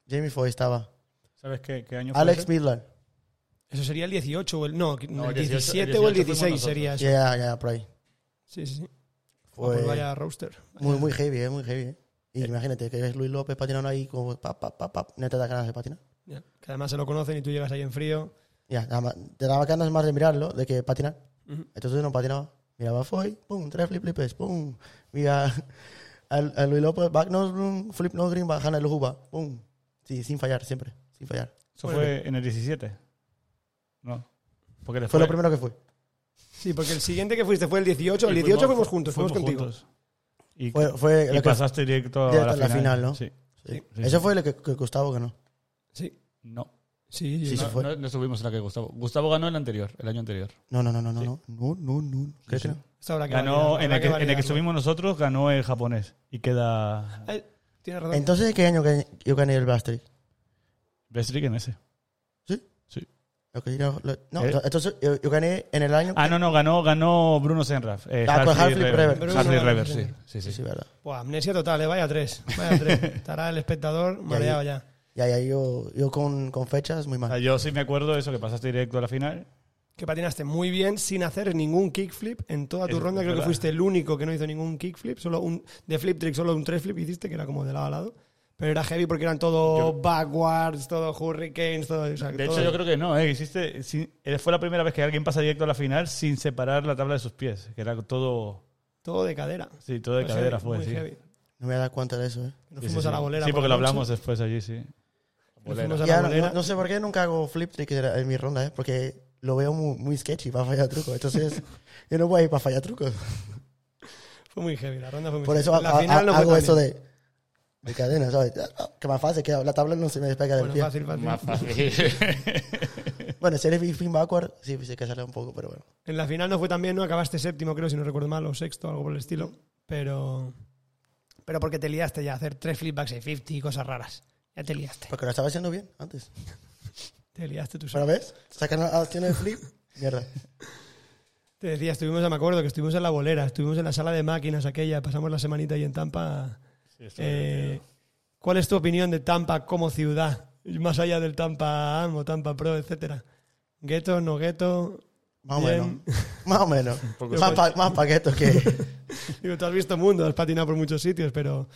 B: Jamie Foy estaba.
D: ¿Sabes qué, qué año fue
B: Alex
A: ¿eh?
D: ese?
B: Midler,
A: Eso sería el 18 o el... No,
D: No,
A: el
D: el 18,
A: 17
D: el
A: o el
D: 18 fuimos
A: 16
D: nosotros.
A: sería
B: ya,
A: eso.
B: ya, ya, por ahí.
A: Sí, sí, sí.
B: Fue
A: Pues vaya roster.
B: muy, muy heavy, eh, muy heavy. eh. Y imagínate que ves Luis López patinando ahí, como pa, pa, pa, pa, neta da ganas de patinar.
A: Ya, Que además se lo conocen y tú llegas ahí en frío.
B: Ya, nada más- te daba ganas más de mirarlo, de que patinar.
A: Ujú.
B: Entonces no patinaba. Miraba Foy, pum, tres flip flipes, pum. Mira a, a Luis López, back nose, boom, flip nose green, bajana el juba, pum. Sí, sin fallar, siempre, sin fallar.
D: Eso
A: Bueno.
D: fue en el 17. No. Porque
B: Fue
D: después
B: lo primero que fue.
A: Sí, porque el siguiente que fuiste fue el 18. El
D: y
A: 18 fuimos juntos, fuimos, contigo.
D: juntos. Y,
B: Fue, fue
D: y
B: lo que-
D: pasaste directo a
B: directo
D: la
B: a la
D: final.
B: final, ¿no?
D: Sí.
B: sí.
D: sí,
B: Eso
D: sí.
B: fue lo que, que Gustavo ganó.
A: Sí,
D: No.
A: sí.
B: Sí,
A: yo-
B: sí.
D: no,
B: fue.
D: no- no estuvimos en la que Gustavo. Gustavo ganó el anterior, el año anterior.
B: No, no, no, no, no, no, no, no, no. ¿Crees
D: sí.
B: que no?
A: Esto habrá que
D: Ganó
A: validar,
D: en
A: habrá
D: el que, en el que
A: validarlo.
D: estuvimos nosotros, ganó el japonés. Y queda
A: Eh, Tienes razón.
B: Entonces, ¿qué año gané- yo gané el Bastry?
D: Bestrik en ese.
B: Lo que yo- lo- no,
D: ¿Eh?
B: entonces yo, yo gané en el año.
D: Ah, no, no, ganó, ganó Bruno Senraf. Eh,
B: Ah, con
D: Hartley
B: Hartley
D: Rever.
B: Rever.
D: Hartley
A: Bruno
D: Rever,
A: Senraf.
D: sí.
B: Sí,
D: Sí, sí.
B: sí, verdad.
A: Buah, amnesia total, eh, vaya tres. Vaya tres. Estará el espectador mareado ya.
B: Ya, ya, yo, yo con, con fechas muy
D: O
B: mal.
D: sea, yo sí me acuerdo eso, que pasaste directo a la final.
A: que patinaste muy bien sin hacer ningún kickflip en toda tu
D: Es
A: ronda. Creo que
D: verdad.
A: fuiste el único que no hizo ningún kickflip, solo un de flip trick, solo un tres flip hiciste que era como de lado a lado. Pero era heavy porque eran todo
D: Yo-
A: backwards, todo hurricanes, todo. o sea,
D: De
A: todo-
D: hecho, yo creo que no, ¿eh? Hiciste, sin- eh, fue la primera vez que alguien pasa directo a la final sin separar la tabla de sus pies. Que era todo,
A: todo de cadera.
D: sí, todo de
A: Muy
D: cadera
A: heavy,
D: fue,
A: muy
D: sí.
A: heavy.
B: No me he dado cuenta de eso, ¿eh?
A: Nos
D: Sí, sí,
A: fuimos
D: sí.
A: a la bolera.
D: Sí,
A: por
D: porque lo
A: la noche,
D: hablamos después allí, sí.
A: nos
D: Bolera.
A: fuimos a la
B: Ya, no,
A: bolera.
B: no- no sé por qué nunca hago flip trick en mi ronda, ¿eh? porque lo veo muy, muy sketchy para fallar trucos. Entonces, yo no voy a ir para fallar trucos.
A: Fue muy heavy, la ronda fue muy
B: Por eso
A: heavy. La
B: ha- ha-
A: final no fue
B: hago
A: tan
B: eso
A: bien.
B: de. de cadena, ¿sabes? Ah, Que más fácil, que la tabla no se me despega del
A: Bueno,
B: pie.
A: fácil, fácil.
D: Más fácil.
B: Bueno, ser el fin backward, sí, sí que sale un poco, pero bueno.
A: En la final no fue tan bien, no acabaste séptimo, creo, si no recuerdo mal, o sexto, algo por el estilo. Pero. Pero porque te liaste ya, a hacer tres flipbacks de 50 y cosas raras. Ya te liaste.
B: Porque lo estaba haciendo bien antes.
A: Te liaste tú solo.
B: Pero ves, sacan haciendo el flip, mierda.
A: Te decía, estuvimos, ya me acuerdo, que estuvimos en la bolera, estuvimos en la sala de máquinas aquella, pasamos la semanita ahí en Tampa.
D: Sí, esto
A: Eh, ¿Cuál es tu opinión de Tampa como ciudad? Más allá del Tampa Am o Tampa Pro, etcétera. ¿Gueto, no gueto?
B: Más o menos.
A: Bien.
B: Más o menos.
D: poco
B: Más, pa- más paquetos que.
A: Digo, tú has visto mundo, has patinado por muchos sitios, pero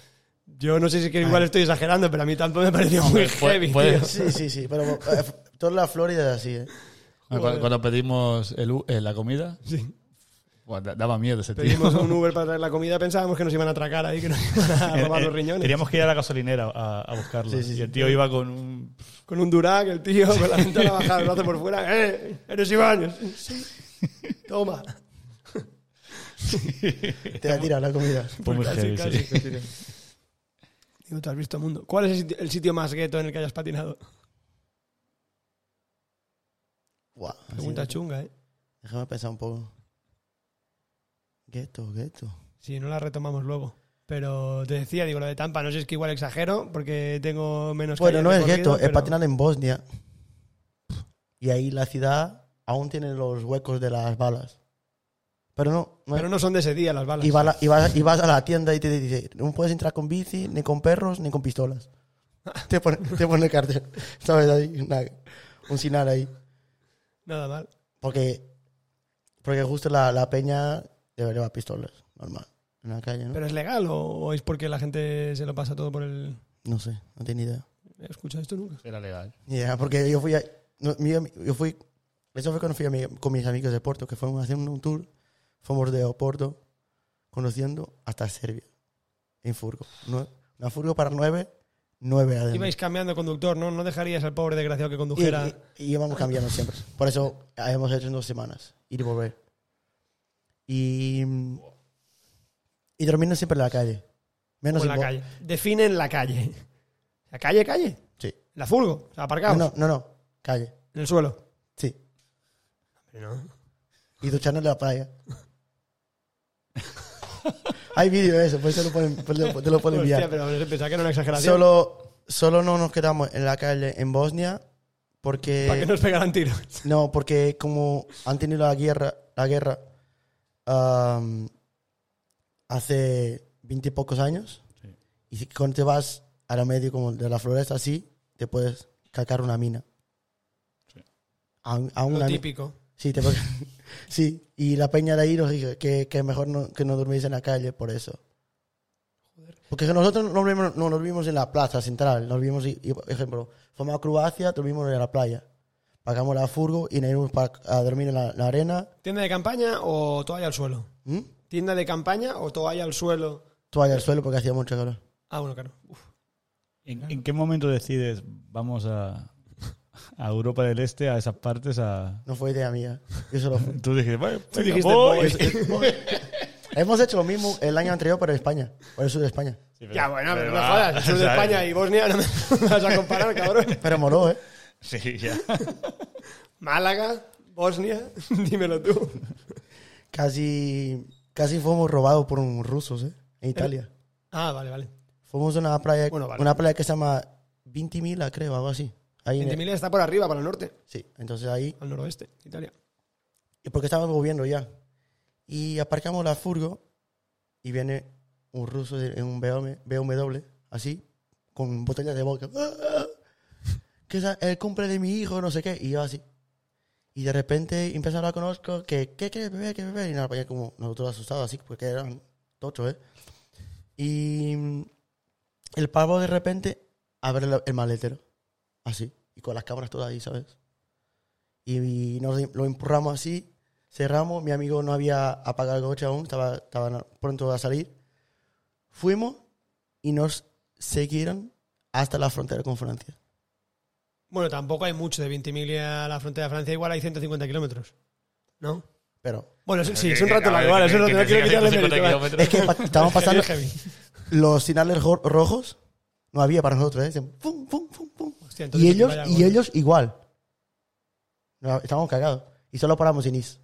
A: yo no sé si que igual estoy exagerando, pero a mí Tampa me pareció muy
E: puede-
A: heavy,
E: puede-
A: tío.
B: Sí, sí, sí. Pero eh, f- toda la Florida es así, ¿eh?
D: Ah, cu-
A: Joder.
D: Cuando, pedimos el u- eh, la comida,
A: Sí.
D: buah, da- daba miedo ese tío.
A: Pedimos un Uber para traer la comida, pensábamos que nos iban a atracar ahí, que nos iban a robar los riñones.
D: Teníamos que ir a la gasolinera a, a buscarlo.
B: Sí, sí, sí.
D: Y el tío iba con un.
A: Con un Durac, el tío, con la ventana bajada, el brazo por fuera. ¡Eh! ¡Eres Iván! Toma.
B: Te va a tirar la comida.
D: Fue muy
A: Casi,
D: heavy,
A: casi.
D: Pues sí.
A: Digo, tú has visto mundo. ¿Cuál es el sitio- el sitio más gueto en el que hayas patinado?
B: Guau.
A: Pregunta
B: así-
A: chunga, ¿eh?
B: Déjame pensar un poco. Gueto, gueto.
A: Sí, no la retomamos luego. Pero te decía, digo, lo de Tampa, no sé, es que igual exagero porque tengo menos...
B: Bueno,
A: calles
B: no es
A: recorrido,
B: gueto, es
A: pero-
B: patinar en Bosnia. Y ahí la ciudad aún tiene los huecos de las balas. Pero no, no es-
A: Pero no son de ese día las balas.
B: y, va la- y vas, y vas a la tienda y te dice, no puedes entrar con bici, ni con perros, ni con pistolas. Te pone, te pone el cartel, ¿sabes? Ahí, una- un sinal ahí.
A: Nada mal.
B: Porque, porque justo la, la peña debe llevar pistolas, normal, en la calle, ¿no?
A: ¿Pero es legal o, o es porque la gente se lo pasa todo por el...
B: no sé, no tengo ni idea.
A: He escuchado esto nunca.
D: Era legal.
B: Ya, porque yo fui a, no, mi ami- yo fui, eso fue cuando fui a mi- con mis amigos de Porto, que fuimos a hacer un, un tour, fuimos de Oporto, conociendo hasta Serbia, en furgo. Nue- una furgo para nueve, nueve adentro.
A: Ibais cambiando conductor, ¿no? No dejarías al pobre desgraciado que
B: Y,
A: condujera...
B: y- y íbamos cambiando siempre. Por eso hemos hecho en dos semanas, ir y volver. Y, y durmiendo siempre en la calle. Menos
A: o en la
B: Bo-
A: calle. Definen la calle. ¿La calle, calle?
B: Sí.
A: ¿La furgo? O sea,
B: No,
A: aparcados.
B: no, no, no, calle.
A: En el suelo.
B: Sí.
A: No.
B: Y ducharnos en la playa. Hay vídeo de eso, por eso lo pueden, te lo pueden
A: Hostia,
B: enviar.
A: pero pensaba que era una exageración.
B: Solo, solo no nos quedamos en la calle en Bosnia
A: ¿Para qué
B: porque...
A: nos pegaran tiros?
B: No, porque como han tenido la guerra, la guerra am, hace 20 y pocos años,
D: Sí.
B: y si- cuando te vas a la medio como de la floresta así, te puedes cacar una mina.
D: Sí.
B: A, un- a
A: Lo
B: una, mi-
A: típico.
B: Sí, te pasa- sí, y la peña de ahí nos dijo que, que mejor no, que no dormís en la calle por eso. Porque nosotros no dormimos, no dormimos en la plaza central, nos vimos, y, y, por ejemplo, fuimos a Croacia, dormimos en la playa. Pagamos la furgo y nos íbamos pa- a dormir en la, la arena.
A: ¿Tienda de campaña o toalla al suelo?
B: ¿Mm?
A: ¿Tienda de campaña o toalla al suelo?
B: Toalla al suelo porque hacía mucho calor.
A: Ah, bueno, claro. Uf.
D: ¿En, en qué momento decides vamos a, a Europa del Este, a esas partes? A...
B: No fue idea mía. Yo solo fui.
D: Tú dijiste, bueno, venga,
A: dijiste,
D: voy.
A: voy.
B: Hemos hecho lo mismo el año anterior, pero en España, por el sur de España.
D: Sí, pero-
A: Ya, bueno, pero no
D: va,
A: jodas. El sur de
D: ¿sabes?
A: España y Bosnia no me vas a comparar, cabrón.
B: Pero moró, ¿eh?
D: Sí, ya.
A: Málaga, Bosnia, dímelo tú.
B: Casi, casi fuimos robados por un rusos, ¿eh? En Italia.
A: Ah, vale, vale.
B: Fuimos a una playa,
A: Bueno, vale.
B: una playa que se llama Vintimila, creo, algo así. Ahí en-
A: 20.000 está por arriba, para el norte,
B: sí, entonces ahí,
A: al noroeste, Italia.
B: y porque estábamos volviendo ya. Y aparcamos la furgo y viene un ruso de- en un BMW, BMW, así, con botellas de vodka. ¡Ah, ah! Que es el cumple de mi hijo, no sé qué, y yo así. Y de repente empezó a hablar con Oscar, que, ¿qué quieres beber? ¿Qué beber? Y nada, pues ya como nosotros asustados, así, porque eran tochos, ¿eh? Y mm, el pavo de repente abre la- el maletero, así, y con las cámaras todas ahí, ¿sabes? Y, nos em, lo empurramos así, cerramos, mi amigo no había apagado el coche aún, estaba, estaba pronto a salir. Fuimos y nos siguieron hasta la frontera con Francia.
A: Bueno, tampoco hay mucho de 20.000 a la frontera de Francia, igual hay 150 kilómetros. ¿No?
B: Pero
A: Bueno, sí, sí,
E: Que-
A: es un
E: que-
A: rato
E: a ver,
A: largo, vale, es
E: que-
A: un rato
E: que
A: no
E: te
A: quiero
E: sigas
A: quitarle mérito.
E: 150
A: vale.
E: kilómetros.
B: es que pa- estábamos pasando
A: Es heavy.
B: los sinales ro- rojos No había para nosotros, ¿eh? Decían, pum, pum, pum, pum.
A: Hostia,
B: Y
A: entonces
B: ellos,
A: vaya
B: y
A: gol.
B: ellos igual. No, estábamos cagados. Y solo paramos en Is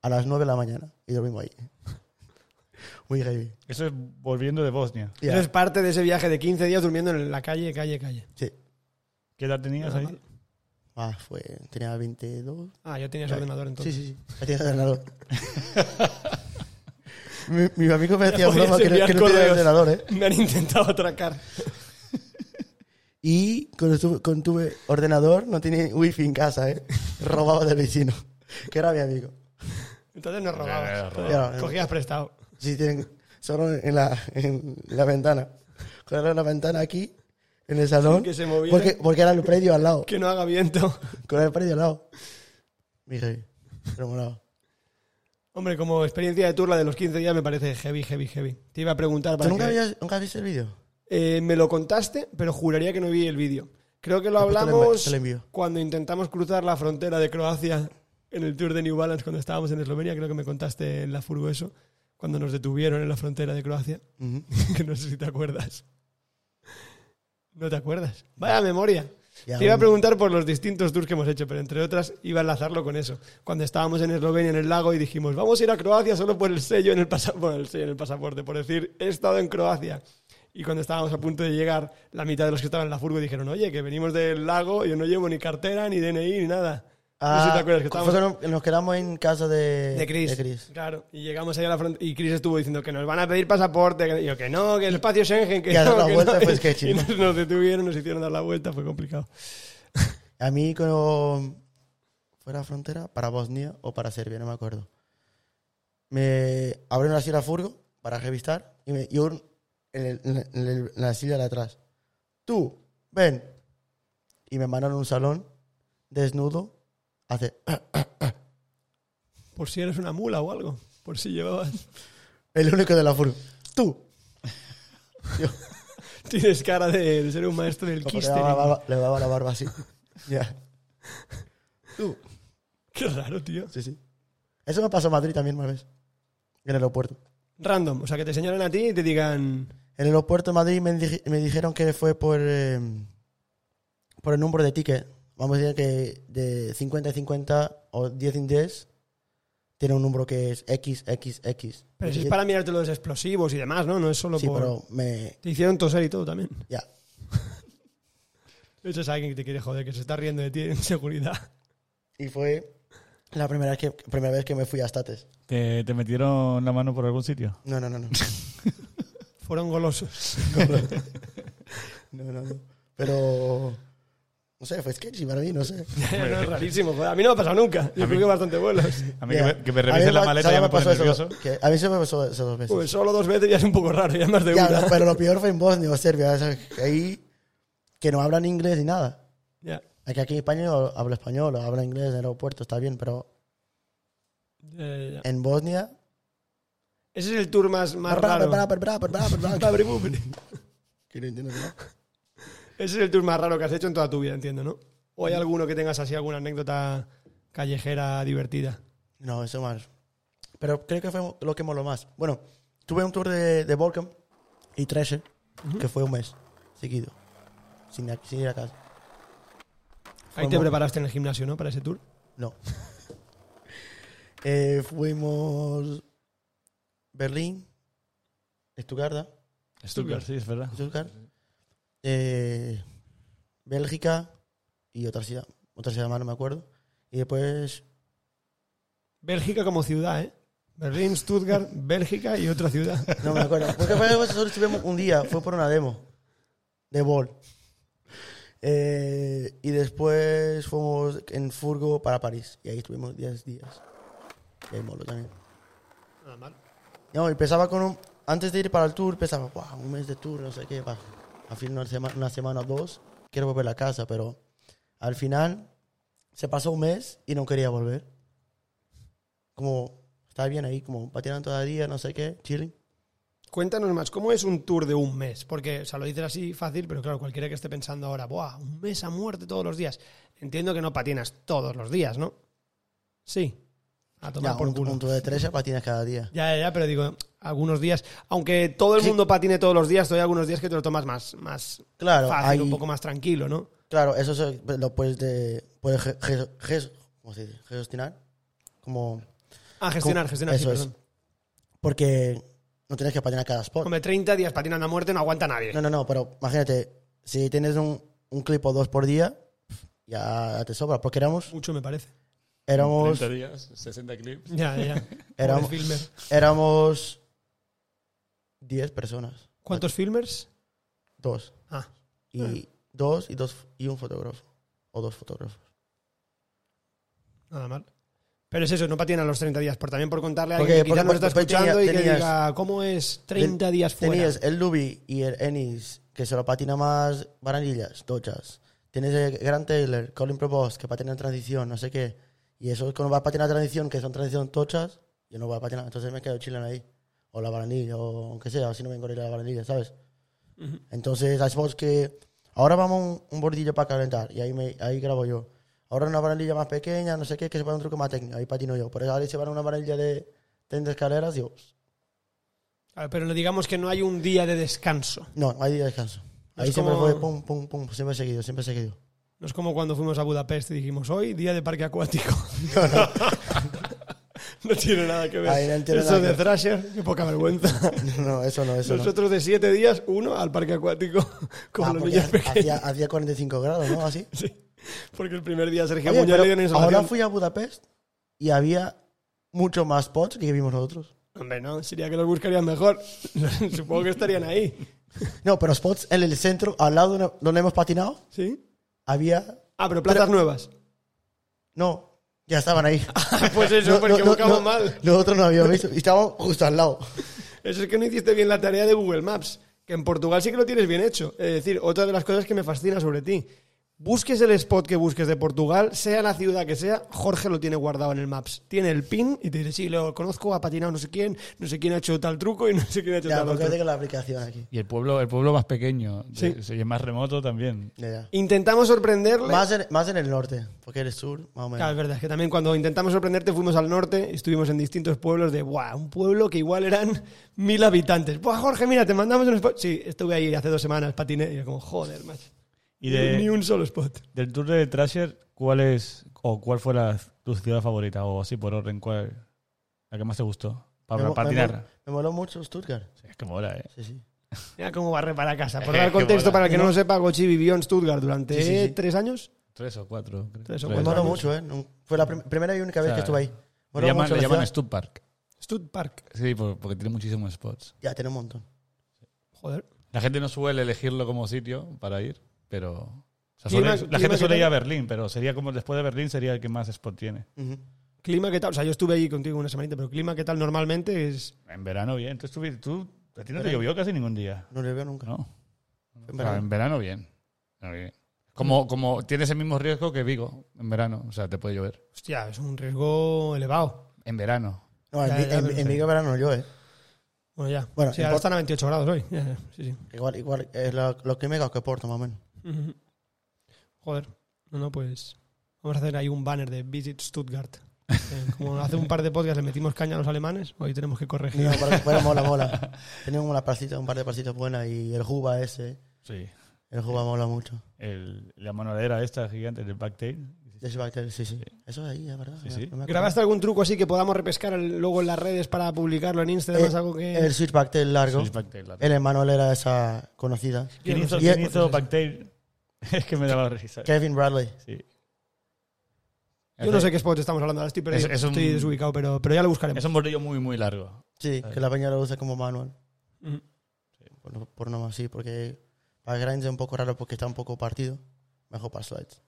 B: a las 9 de la mañana y dormimos ahí. Muy heavy.
D: Eso es volviendo de Bosnia.
B: Ya.
A: Eso es parte de ese viaje de 15 días durmiendo en la calle, calle, calle.
B: Sí.
D: ¿Qué edad tenías ahí?
B: Ah, fue, tenía 22.
A: Ah, ya tenías
B: Ya.
A: ordenador entonces.
B: Sí, sí, sí. Ya tenía ordenador. mi, mi amigo me decía
A: Ya podías
B: broma que, no-
A: enviar
B: que no tenía
A: correos.
B: ordenador, ¿eh?
A: Me han intentado atracar.
B: Y cuando estuve- cuando tuve ordenador no tenía wifi en casa, ¿eh? Robaba del vecino, que era mi amigo.
A: Entonces no
D: Ya,
A: robabas.
D: ya,
A: Entonces
B: robaba.
A: Cogías prestado.
B: Sí, tienen solo en la, en la ventana. Claro, la ventana aquí, en el salón.
A: Que se moviera.
B: Porque, porque era el predio al lado.
A: Que no haga viento.
B: Con el predio al lado. Dije, pero molaba.
A: Hombre, como experiencia de turla de los 15 días me parece heavy, heavy, heavy. Te iba a preguntar
B: ¿Tú
A: para
B: nunca,
A: que-
B: habías, nunca has visto el vídeo?
A: Eh, me lo contaste, pero juraría que no vi el vídeo. Creo que lo
B: Después pues te lo envi-
A: hablamos
B: te lo envío.
A: cuando intentamos cruzar la frontera de Croacia en el Tour de New Balance cuando estábamos en Eslovenia. Creo que me contaste en la furgo eso, cuando nos detuvieron en la frontera de Croacia.
B: Ujú.
A: que no sé si te acuerdas. ¿No te acuerdas? Vaya memoria.
B: Ya,
A: Te iba a
B: hombre.
A: preguntar por los distintos tours que hemos hecho, pero entre otras iba a enlazarlo con eso. Cuando estábamos en Eslovenia en el lago y dijimos, vamos a ir a Croacia solo por el sello en el, pasa- bueno, el sello en el pasaporte, por decir, he estado en Croacia. Y cuando estábamos a punto de llegar, la mitad de los que estaban en la furgo dijeron, oye, que venimos del lago, yo no llevo ni cartera, ni DNI, ni nada. no sé si te acuerdas que estábamos
B: Ah, fue cuando nos quedamos en casa de,
A: de Chris. Claro, y llegamos allá a la frontera y Chris estuvo diciendo que nos van a pedir pasaporte, que, y yo, que no, que el espacio Schengen, que
B: Que a
A: no,
B: dar la
A: que
B: vuelta
A: no.
B: fue sketchy,
A: Y
B: ¿no?
A: nos, nos detuvieron, nos hicieron dar la vuelta, fue complicado.
B: A mí cuando fuera a la frontera, para Bosnia o para Serbia, no me acuerdo. Me abrieron así la furgo para revistar y me yo en, el- en el- en el- en la silla de atrás. Tú, ven. Y me mandaron a un salón desnudo. Hace,
A: Por si eres una mula o algo, por si llevabas.
B: el único de la furgo. Tú. Yo,
A: Tienes cara de, de ser un maestro del
B: como le daba la
A: kister.
B: barba, le daba la barba así. Ya. Tú.
A: Qué raro, tío.
B: Sí, sí. Eso me pasó en Madrid también una vez. En el aeropuerto.
A: Random, o sea, que te señalen a ti y te digan.
B: En el aeropuerto de Madrid me, dij- me dijeron que fue por, eh, por el número de ticket. Vamos a decir que de 50 a 50 o 10 en 10 tiene un número que es XXX.
A: Pero si es
B: Y-
A: para mirarte los explosivos y demás, ¿no? No es solo
B: Sí,
A: por.
B: pero me...
A: Te hicieron toser y todo también.
B: Ya.
A: Eso es alguien que te quiere joder, que se está riendo de ti en seguridad.
B: Y fue la primera vez que, primera vez que me fui a States.
D: ¿Te, te metieron la mano por algún sitio?
B: No, no, no, no.
A: Fueron golosos.
B: No, no, no. Pero... No sé, fue sketchy para mí, no sé.
A: No, es rarísimo, joder. A mí no me ha pasado nunca. Yo creo que bastante vuelos.
D: A mí
B: Ya.
D: que me, que me
B: A mí
D: revisen la
B: pa-
D: maleta
B: ¿sabes
D: ya
B: qué
D: me pone
B: pasó eso?
D: nervioso.
B: Que a mí se me pasó eso dos veces.
A: Pues solo dos veces ya es un poco raro, ya es más de
B: Ya,
A: una.
B: no, pues. pero lo peor fue en Bosnia o Serbia. o sea, que ahí que no hablan inglés ni nada.
A: Ya,
B: Aquí, aquí en España habla español, habla inglés en el aeropuerto, está bien, pero
A: ya, ya, ya.
B: en Bosnia...
A: Ese es el tour más, más Ah, raro.
B: Que no entiendo nada.
A: Ese es el tour más raro que has hecho en toda tu vida, entiendo, ¿no? ¿O hay alguno que tengas así alguna anécdota callejera divertida?
B: No, eso más. Pero creo que fue lo que moló más. Bueno, tuve un tour de, de Volcom y 13, que fue un mes seguido, sin, sin ir a casa.
A: Ahí te preparaste en el gimnasio, ¿no? Para ese tour.
B: No. Eh, fuimos Berlín, Estugarda,
D: Stuttgart, sí, es verdad.
B: Stuttgart, eh, Bélgica y otra ciudad, otra ciudad más, no me acuerdo. Y después,
A: Bélgica como ciudad, ¿eh? Berlín, Stuttgart, Bélgica y otra ciudad.
B: no me acuerdo, porque fue- solo estuvimos un día, fue por una demo de ball. Eh, y después fuimos en furgo para París y ahí estuvimos 10 días. Y ahí molo también.
A: Nada mal.
B: No, empezaba con un... Antes de ir para el tour, pensaba, wow, un mes de tour, no sé qué, va. Al final una semana, una semana o dos, quiero volver a casa, pero al final se pasó un mes y no quería volver. Como, estaba bien ahí, como pateando todavía, no sé qué, chilling.
A: Cuéntanos más, ¿cómo es un tour de un mes? Porque, o sea, lo dices así fácil, pero claro, cualquiera que esté pensando ahora, ¡buah! Un mes a muerte todos los días. Entiendo que no patinas todos los días, ¿no? Sí. a tomar
B: Ya,
A: por
B: un,
A: culo.
B: un tour de 13 patines cada día.
A: Ya, ya, ya, pero digo, algunos días, aunque todo el
B: Sí.
A: mundo patine todos los días, todavía hay algunos días que te lo tomas más, más
B: Claro,
A: fácil,
B: hay-
A: un poco más tranquilo, ¿no?
B: Claro, eso se- lo puedes, de, puedes ge- ge- ge- ¿cómo se dice? gestionar. Como,
A: Ah, gestionar, gestionar, sí,
B: Eso es.
A: perdón.
B: porque no tienes que patinar cada spot.
A: Hombre, 30 días patinando a muerte no aguanta nadie.
B: No, no, no, pero imagínate, si tienes un, un clip o dos por día, ya te sobra. Porque éramos,
A: Mucho me parece.
B: éramos,
E: 30 días, 60 clips.
A: Ya, ya, ya.
B: Era-
A: Pobre Filmer.
B: éramos 10 personas.
A: ¿Cuántos filmers?
B: Dos.
A: Ah,
B: Y dos y dos y un fotógrafo. O dos fotógrafos.
A: nada mal. Pero es eso, no patinan los 30 días, por también por contarle a
B: Porque-
A: alguien que quizás
B: porque-
A: nos está
B: porque
A: escuchando
B: tenía-
A: y que
B: tenías-
A: diga, ¿cómo es 30 días fuera?
B: Tenías el Luby y el Ennis, que se lo patina más Varanillas, Dochas. Tienes el Grant Taylor, Colin Provost, que patina en transición, no sé qué. Y eso cuando va a patinar transición, que son transición tochas, yo no voy a patinar. Entonces me quedo chilen ahí. O la varanilla, o aunque sea, si no vengo a ir a la varanilla, ¿sabes? Entonces, hay spots que. Ahora vamos a un, un bordillo para calentar, y ahí, me, ahí grabo yo. Ahora una varanilla más pequeña, no sé qué, que se va a un truco más técnico, ahí patino yo. Pero ahora se va a una varanilla de 30 escaleras, digo,
A: A ver, Pero no digamos que no hay un día de descanso.
B: No, no hay día de descanso.
A: Es
B: Ahí siempre
A: como-
B: fue pum, pum, pum, siempre seguido, siempre seguido.
A: No es como cuando fuimos a Budapest y dijimos, hoy día de parque acuático. No, tiene nada que ver.
B: Ahí no tiene
A: Eso
B: nada que
A: de
B: ver.
A: Thrasher, qué poca vergüenza.
B: No, no, eso no, eso
A: Nosotros de siete días, uno al parque acuático
B: no.
A: con
B: Ah,
A: los
B: porque
A: niños pequeños.
B: hacía, hacía 45 grados, ¿no? Así.
A: Porque el primer día Sergio
B: Oye,
A: Muñoz
B: pero
A: le dio una
B: ahora
A: insolación.
B: fui a Budapest y había mucho más spots que vimos nosotros.
A: Hombre, no, sería que los buscarían mejor. Supongo que estarían ahí.
B: No, pero spots en el centro, al lado donde- donde hemos patinado,
A: ¿Sí?
B: había...
A: Ah, pero plantas nuevas.
B: No, ya estaban ahí.
A: Pues eso,
B: No,
A: porque
B: no, no,
A: buscamos
B: no,
A: mal.
B: Nosotros no habíamos visto y estábamos justo al lado.
A: Eso es que no hiciste bien la tarea de Google Maps. Que en Portugal sí que lo tienes bien hecho. Es decir, otra de las cosas que me fascina sobre ti. Busques el spot que busques de Portugal, sea la ciudad que sea, Jorge lo tiene guardado en el Maps. Tiene el pin y te dice, sí, lo conozco, ha patinado no sé quién, no sé quién ha hecho tal truco y no sé quién ha hecho
B: Ya,
A: tal
B: porque
A: otro.
B: tengo la aplicación aquí.
D: Y el pueblo, el pueblo más pequeño
A: Sí.
D: de- y el más remoto también.
B: Ya, ya.
A: Intentamos sorprenderle.
B: Más, en, más en el norte, porque el sur, más o menos.
A: Claro, es verdad, es que también cuando intentamos sorprenderte fuimos al norte y estuvimos en distintos pueblos de, ¡buah! Un pueblo que igual eran mil habitantes. ¡Buah, Jorge, mira, te mandamos un spot! Sí, estuve ahí hace dos semanas, patiné y yo como, joder, macho.
D: Y de-
A: Ni un solo spot.
D: Del Tour de Trasher, ¿cuál es o cuál fue la, tu ciudad favorita? O así por orden, ¿cuál? La que más te gustó. Para
B: Me mo-
D: patinar.
B: Me, mo- me moló mucho Stuttgart.
D: Sí, es que mola, ¿eh?
B: Sí, sí.
A: Mira cómo barre para casa. Por
E: Eh,
A: dar
E: qué
A: contexto,
E: bola.
A: para el que no lo sepa, Gochi vivió en Stuttgart durante
B: Sí, sí, sí.
A: tres años.
D: Tres o cuatro. creo.
A: Tres o
B: Me
A: Pues
B: moló
A: vamos.
B: mucho, ¿eh? Nun- Fue la prim- primera y única vez
D: O sea,
B: que estuve ahí.
D: Le
B: Moló
D: llaman,
B: mucho la
D: le llaman
B: ciudad.
D: Stutt Park.
A: Stutt Park.
D: Sí, por- porque tiene muchísimos spots.
B: Ya, tiene un montón.
A: Joder.
D: La gente no suele elegirlo como sitio para ir, pero... o sea,
A: Clima-
D: suele- la
A: clima
D: gente
A: que
D: suele ir a
A: tenga.
D: Berlín, pero sería como después de Berlín sería el que más spot tiene.
B: Ujú.
A: Clima, ¿qué tal? O sea, yo estuve ahí contigo una semanita, pero clima, ¿qué tal normalmente? Es...
D: En verano bien. Entonces tú, tú a ti no te llovió casi ningún día.
B: No le veo nunca.
D: No.
B: En
D: O sea,
B: verano.
D: en verano bien. Verano bien. Como, como tienes el mismo riesgo que Vigo en verano, o sea, te puede llover.
A: Hostia, es un riesgo elevado.
D: En verano.
B: No, en,
A: Ya,
B: mi-
A: ya,
B: en-
A: pero
B: en
A: sí.
B: mi verano yo, ¿eh?
A: Bueno, ya.
B: Bueno,
A: Sí,
B: en
A: ahora
B: Por-
A: están a 28 grados hoy. Ya, ya, Sí, sí.
B: Igual, igual, es lo, lo que me cago que Porto, más o menos.
A: Ujú. Joder, no, no, pues vamos a hacer ahí un banner de Visit Stuttgart. Eh, Como hace un par de podcasts le metimos caña a los alemanes, hoy tenemos que corregir.
B: No, pero, pero mola, mola. Teníamos una placita, un par de placitas buenas y el Juba ese. ¿eh?
D: Sí.
B: El Juba mola mucho.
D: El- la monedera esta gigante del backtail.
B: Ese bacteria, sí, sí. Eso es ahí, es verdad.
D: Sí,
B: no- no
D: sí.
B: me acuerdo.
A: ¿Grabaste algún truco así que podamos repescar el- luego en las redes para publicarlo en Instagram?
B: Eh,
A: Es algo que...
B: El switch backtail largo.
D: Sí, backtail, la-
B: El Emanuel era esa conocida.
D: ¿Quién
A: Yo no
D: hizo,
A: sé.
B: Y-
D: quién hizo backtail? Es que me daba risa.
B: Kevin Bradley.
D: Sí.
A: Yo no sé qué spot estamos hablando, ahora estoy perdido,
D: Es- es un-
A: estoy desubicado, pero, pero ya lo buscaremos.
D: Es un bordillo muy, muy largo.
B: Sí,
D: Ah.
B: que la peña lo usa como manual.
A: Ujú.
B: Por, no- por nomás así, porque para grinds es un poco raro porque está un poco partido. Mejor para slides.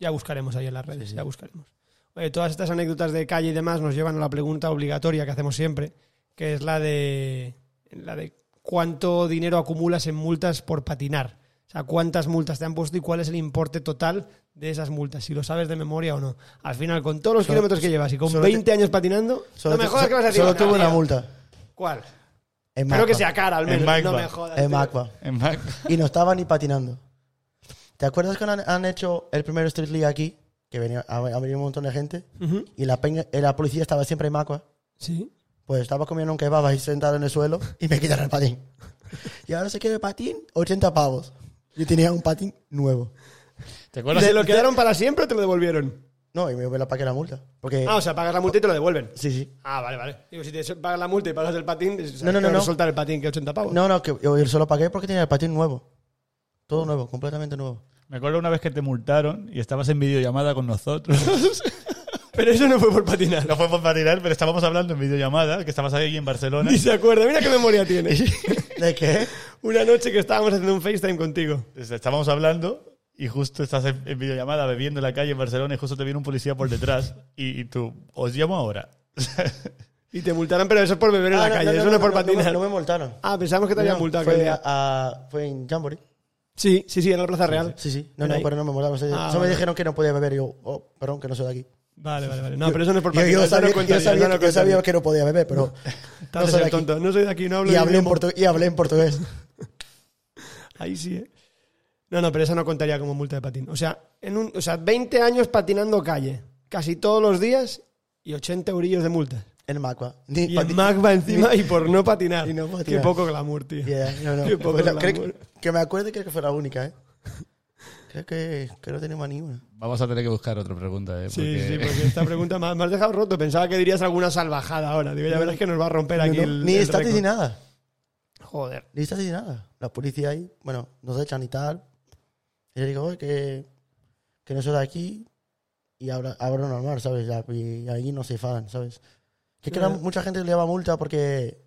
A: Ya buscaremos ahí en las redes,
B: Sí, sí.
A: ya buscaremos. Oye, todas estas anécdotas de calle y demás nos llevan a la pregunta obligatoria que hacemos siempre, que es la de la de cuánto dinero acumulas en multas por patinar. O sea, cuántas multas te han puesto y cuál es el importe total de esas multas, si lo sabes de memoria o no. Al final, con todos los
B: Solo-
A: kilómetros que llevas y con
B: solo
A: 20 años patinando,
B: Solo
A: no me
B: tu-
A: jodas que vas a decir.
B: Solo
A: "Hostia,
B: tuve una
A: tío".
B: multa.
A: ¿Cuál?
B: En
A: Espero que
B: Macba.
A: sea cara, al
D: En
A: menos. no
D: Macba.
A: me jodas.
B: En
A: tío.
B: Macba.
D: En back.
B: Y no estaba ni patinando. ¿Te acuerdas cuando han, han hecho el primer Street League aquí? que venía, ha, ha venido un montón de gente,
A: Ujú.
B: y la, peña- eh, la policía estaba siempre en Macua.
A: Sí.
B: Pues estaba comiendo un kebab ahí sentado en el suelo y me quitaron el patín. Y ahora se quiere patín, 80 pavos. Yo tenía un patín nuevo.
A: ¿Y
D: ¿Te acuerdas?
A: ¿Te lo quedaron para siempre o te lo devolvieron?
B: No, y me, me la pagué la multa. Porque,
A: Ah, o sea, pagas la multa y te lo devuelven.
B: sí, sí.
A: Ah, vale, vale. Digo, si te pagas la multa y pagas el patín,
B: No, no, no, no.
A: soltar el patín que 80 pavos.
B: No, no, que yo solo pagué porque tenía el patín nuevo. Todo nuevo, completamente nuevo.
D: Me acuerdo una vez que te multaron y estabas en videollamada con nosotros.
A: Pero eso no fue por patinar.
D: No fue por patinar, pero estábamos hablando en videollamada, que estabas ahí en Barcelona.
A: Ni se acuerda. Mira qué memoria tiene.
B: ¿De qué?
A: Una noche que estábamos haciendo un FaceTime contigo.
D: Estábamos hablando y justo estás en, en videollamada bebiendo en la calle en Barcelona y justo te viene un policía por detrás y, y tú, os llamo ahora.
A: Y te multaron, pero eso es por beber en la calle. eso no es por
B: me-
A: patinar.
B: Ah, No, me multaron.
A: Ah, pensamos que te habían
B: No,
A: multado aquel
B: fue,
A: día.
B: a- a- fue en Jamboree.
A: Sí, sí, sí, en la Plaza Real.
B: Sí, sí. No,
A: Era
B: no,
A: ahí.
B: pero no me multaron. O sea,
A: Ah,
B: solo
A: vale.
B: me dijeron que no podía beber. Y yo, oh, perdón, que no soy de aquí.
A: Vale, vale, vale. No, pero eso no es por
B: Yo,
A: patinar.
B: yo
A: eso
B: sabía,
A: no cuenta,
B: yo sabía
A: eso no
B: que, yo
A: cuenta.
B: sabía que no podía beber, pero.
A: Tal de
B: soy
A: ser
B: de aquí.
A: tonto. No soy de aquí, no hablo
B: Y
A: ni
B: hablé, en
A: idioma.
B: portu- y hablé en portugués.
A: Ahí sí, ¿eh? No, no, pero esa no contaría como multa de patín. O sea, en un, o sea, 20 años patinando calle, casi todos los días y 80 eurillos de multa.
B: En Macua. Ni-
A: Y
B: pati-
A: el Mac va encima y por no patinar.
B: Y no patinar.
A: Qué poco glamour, tío.
B: Yeah, no, no.
A: Qué poco
B: Pues la-
A: glamour.
B: creo que, que me acuerde, creo que fue la única, ¿eh? Creo que, que no tenemos ninguna.
E: Vamos a tener que buscar otra pregunta, ¿eh?
A: Sí, sí, porque esta pregunta me, me has dejado roto. Pensaba que dirías alguna salvajada ahora. Digo, ya verás que nos va a romper aquí
B: No, no,
A: el.
B: ni
A: el
B: está
A: récord.
B: ni nada.
A: Joder.
B: Ni está ni nada. La policía ahí, bueno, nos echan y tal. Y yo digo, "Oye, que, que no soy de aquí. Y ahora, ahora normal, ¿sabes? Ya- Y ahí no se enfadan, ¿sabes? Que creo
A: Claro.
B: mucha gente le lleva multa porque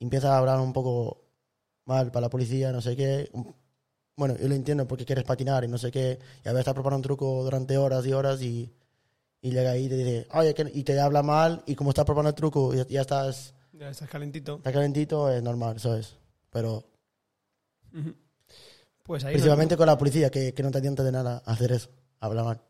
B: empieza a hablar un poco mal para la policía, no sé qué. Bueno, yo lo entiendo porque quieres patinar y no sé qué. Y a veces está preparando un truco durante horas y horas y, y llega ahí y te dice, oye, que- y te habla mal. Y como estás preparando el truco, ya, ya estás,
A: Ya estás calentito.
B: está calentito, es normal, ¿sabes? Pero
A: Pues ahí.
B: Principalmente con la policía, que, que no te adianta de nada hacer eso. Hablaban.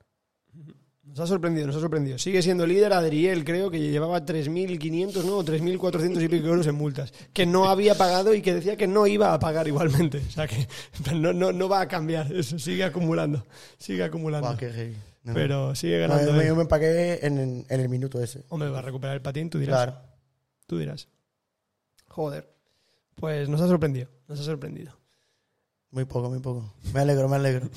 A: Nos ha sorprendido, nos ha sorprendido. Sigue siendo líder Adriel, creo que llevaba 3.500, no, 3.400 y pico euros en multas, que no había pagado y que decía que no iba a pagar igualmente. O sea que en plan, no, no, no va a cambiar, eso sigue acumulando, sigue acumulando.
B: Guau, qué heavy. No, no.
A: Pero sigue
B: No,
A: ganando.
B: yo, Pues, me,
A: él.
B: yo me empaqué en, en el minuto ese.
A: Hombre, va a recuperar el patín, tú dirás.
B: Claro.
A: Tú dirás. Joder. Pues nos ha sorprendido, nos ha sorprendido.
B: Muy poco, muy poco. Me alegro, me alegro.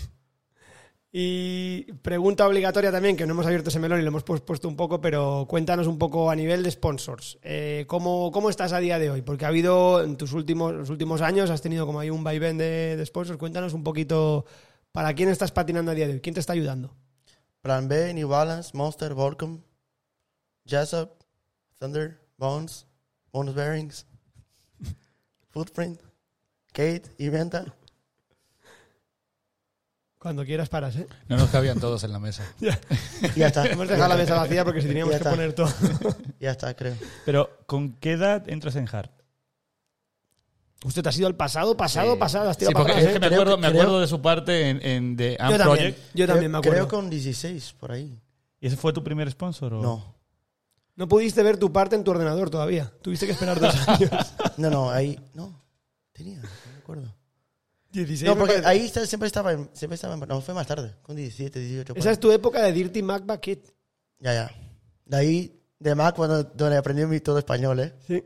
A: Y pregunta obligatoria también, que no hemos abierto ese melón y lo hemos pues- puesto un poco, pero cuéntanos un poco a nivel de sponsors. Eh, ¿cómo, ¿Cómo estás a día de hoy? Porque ha habido en tus últimos, los últimos años, has tenido como ahí un vaivén de, de sponsors. Cuéntanos un poquito para quién estás patinando a día de hoy, quién te está ayudando.
B: Plan B, New Balance, Monster, Volcom, Jessup, Thunder, Bones, Bonus Bearings, Footprint, Kate y Venta.
A: Cuando quieras paras, ¿eh?
E: No nos cabían todos en la mesa.
B: Y ya está.
A: Hemos dejado la mesa vacía porque si teníamos
B: Ya
A: que
B: está.
A: poner todo.
B: Ya está, creo.
D: Pero, ¿con qué edad entras en Hard?
A: Usted te ha sido al pasado, pasado, pasado. Has tirado
E: Sí, porque
A: para atrás,
E: es que
A: ¿eh?
E: me
B: Creo
E: acuerdo,
B: que-
E: me
B: creo-
E: acuerdo de su parte en, en The Amp
A: Yo también, ¿eh?
E: Project.
A: yo también me
B: Creo-
A: acuerdo.
B: Creo con 16, por ahí.
D: ¿Y ese fue tu primer sponsor? o-
B: No.
A: No pudiste ver tu parte en tu ordenador todavía. Tuviste que esperar dos años.
B: No, no, ahí. No. Tenía, no me acuerdo.
A: 16
B: No,
A: me
B: porque
A: parece.
B: ahí está- siempre estaba en, siempre estaba en- no, fue más tarde, con 17, 18. por
A: Esa
B: ahí.
A: es tu época de Dirty Mac Bucket.
B: Ya, ya. De ahí, de Mac, cuando, donde aprendí mi todo español, ¿eh?
A: Sí.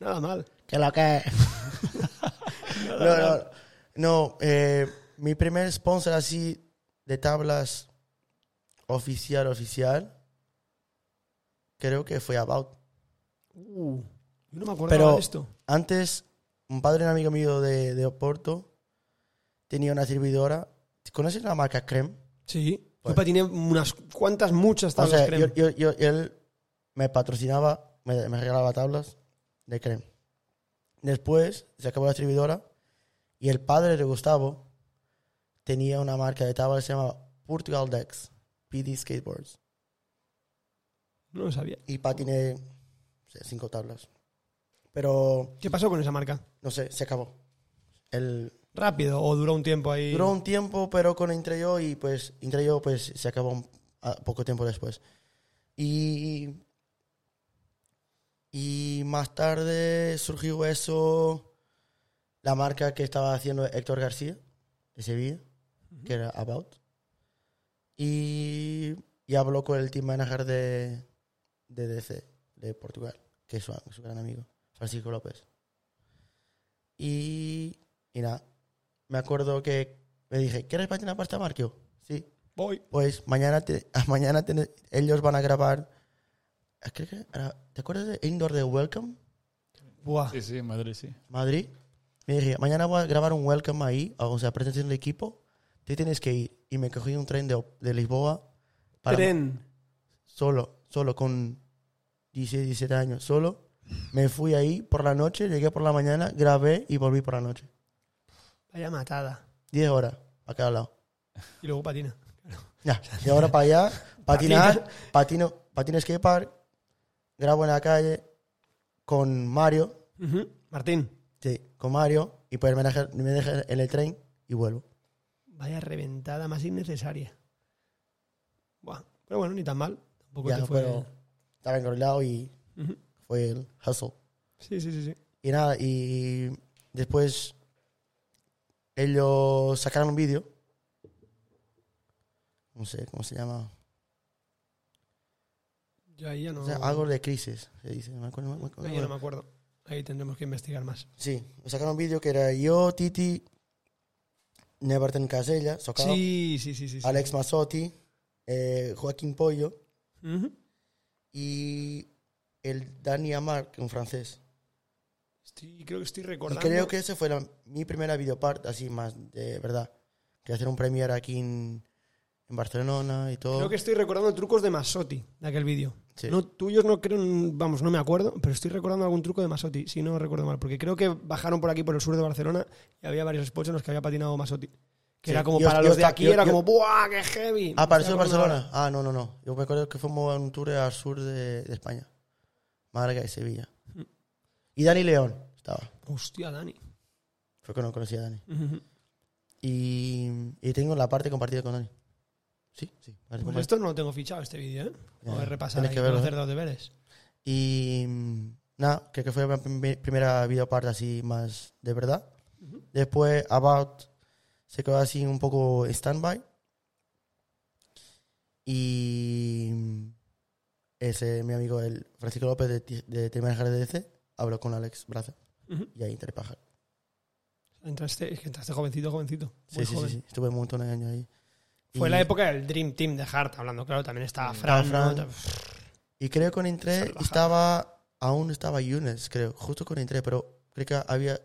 A: Nada mal.
B: Que lo que... no, no, no. eh, mi primer sponsor así de tablas oficial, oficial, creo que fue About.
A: Uh, yo no me acordaba
B: Pero
A: de esto.
B: antes, un padre de un amigo mío de, de Oporto tenía una servidora. ¿Conoces la marca Creme?
A: Sí.
B: Pues-
A: Yo patiné unas cuantas, muchas
B: O
A: tablas
B: sea,
A: crema.
B: yo, yo- yo- él me patrocinaba, me, me regalaba tablas de creme. Después se acabó la distribuidora y el padre de Gustavo tenía una marca de tablas que se llamaba Portugal Dex, PD Skateboards.
A: No lo sabía.
B: Y patiné o sea, cinco tablas. Pero,
A: ¿Qué pasó con esa marca?
B: no sé, se acabó. El,
A: ¿Rápido o duró un tiempo ahí?
B: Duró un tiempo, pero con Entreyo y pues Entreyo pues se acabó un- a- poco tiempo después. Y, y más tarde surgió eso, la marca que estaba haciendo Héctor García de Sevilla, que era About. Y, y habló con el team manager de, de DC, de Portugal, que es su, su gran amigo, Francisco López. Y, y nada, me acuerdo que me dije, ¿quieres patinar para esta Marquio? Sí.
A: Voy.
B: Pues mañana, te- mañana tiene- ellos van a grabar. eh, creo que era- ¿Te acuerdas de Indoor de Welcome?
A: Buah.
E: Sí, sí, en Madrid, sí.
B: Madrid. Me dije, mañana voy a grabar un welcome ahí, o sea, presentación de equipo. Tú tienes que ir. Y me cogí un tren de, de Lisboa. para-
A: Tren.
B: Solo, solo, con 16, 17 años, solo. Me fui ahí por la noche, llegué por la mañana, grabé y volví por la noche.
A: Vaya matada.
B: 10 horas, para cada lado.
A: Y luego patina.
B: Ya, de ahora para allá, patinar, patino, patino skatepark, grabo en la calle con Mario,
A: Ujú. Martín.
B: sí, con Mario, y pues me deja, me deja en el tren y vuelvo.
A: Vaya reventada más innecesaria. Buah. Pero bueno, ni tan mal. Tampoco
B: Ya,
A: te fue.
B: pero estaba encarrilado y
A: Ujú.
B: fue el hustle.
A: Sí, sí, sí, sí.
B: Y nada, y después ellos sacaron un vídeo. No sé cómo se llama.
A: Yo ahí ya no,
B: O sea, algo de crisis, se dice. No me acuerdo, no me acuerdo.
A: ahí ya no me acuerdo. Ahí tendremos que investigar más.
B: Sí, sacaron un vídeo que era yo, Titi, Neverton Casella, Socao,
A: Sí, sí, sí, sí. sí.
B: Alex Mazzotti, eh, Joaquín Pollo
A: Ujú.
B: y el Dani Amar, un francés.
A: Estoy- creo que estoy
B: Y
A: recordando.
B: creo que esa fue la- mi primera videopart, así más de verdad. Que hacer un premier aquí en, en Barcelona y todo.
A: Creo que estoy recordando trucos de Masotti de aquel vídeo.
B: Sí.
A: No, tuyos no creo, vamos, no me acuerdo, pero estoy recordando algún truco de Masotti, si no recuerdo mal, porque creo que bajaron por aquí, por el sur de Barcelona, y había varios spots en los que había patinado Masotti. Que
B: Sí.
A: era como
B: Yo-
A: para
B: yo
A: los de
B: esta-
A: aquí,
B: yo-
A: era
B: yo-
A: como, ¡buah, qué heavy!
B: Ah, apareció en
A: Me estoy acordando
B: Barcelona. Ah, no, no, no. Yo me acuerdo que fuimos a un tour al sur de, de España. Málaga y Sevilla.
A: Mm.
B: Y Dani León estaba.
A: ahora. Hostia, Dani.
B: Fue que no conocía a Dani.
A: Ujú.
B: Y, y tengo la parte compartida con Dani. Sí, sí. parte
A: Pues
B: compartida.
A: esto no lo tengo fichado, este vídeo, ¿eh?
B: Ya,
A: Voy a repasar
B: tienes
A: ahí,
B: que verlo,
A: hacer
B: ¿eh?
A: los deberes.
B: Y mm, nada, creo que fue la prim- primera videoparte así más de verdad. Después About se quedó así un poco stand-by. Y mm, ese mi amigo el Francisco López de, Ti- de Team Manager de DC habló con Alex Braza
A: Ujú.
B: y ahí tres pájaros.
A: Entraste, es que entraste jovencito, jovencito.
B: Sí,
A: Muy
B: sí, sí,
A: joven.
B: sí, estuve un montón de años ahí.
A: Fue
B: Y- Mm.
A: la época del Dream Team de Hart, hablando, claro, también estaba
B: Estaba
A: Fran. ¿no?
B: Fran. Y creo que cuando entré
A: Salvajada.
B: estaba, aún estaba Younes, creo, justo cuando entré, pero creo que había,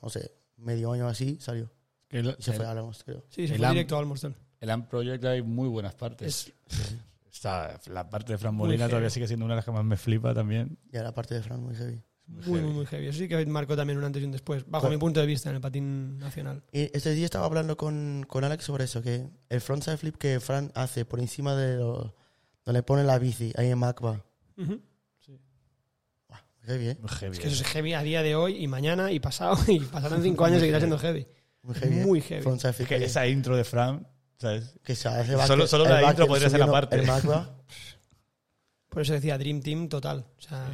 B: no sé, medio año así salió.
E: Que el,
B: Y se fue
E: el-
B: a Alamos, creo.
A: Sí, se
E: El
A: fue
E: Am-
A: directo al Monster.
E: el Amp Project hay muy buenas partes.
A: Es-
D: Está, la parte de Fran
A: Muy
D: Molina todavía
A: heavy.
D: sigue siendo una de las que más me flipa también.
B: Y era parte de Fran, muy heavy.
A: Muy, muy, muy heavy. Pues Eso sí que marcó también un antes y un después, bajo
B: Claro.
A: mi punto de vista, en el patín nacional.
B: Y este día estaba hablando con, con Alex sobre eso, que el frontside flip que Fran hace por encima de lo, donde pone la bici, ahí en Macba. Heavy, ¿eh?
D: Muy heavy.
A: Es que eso es heavy a día de hoy y mañana y pasado y pasarán cinco años seguirá siendo heavy.
B: Muy heavy. ¿eh?
A: Muy heavy.
B: Frontside
D: Es
B: flip.
D: que
B: ahí.
D: esa intro de Fran, ¿sabes?
B: Que se hace
D: Solo- solo
B: el
D: la intro
B: backflip
D: podría ser la
B: subiendo
D: parte.
B: El Macba.
A: Por eso decía Dream Team total. O sea,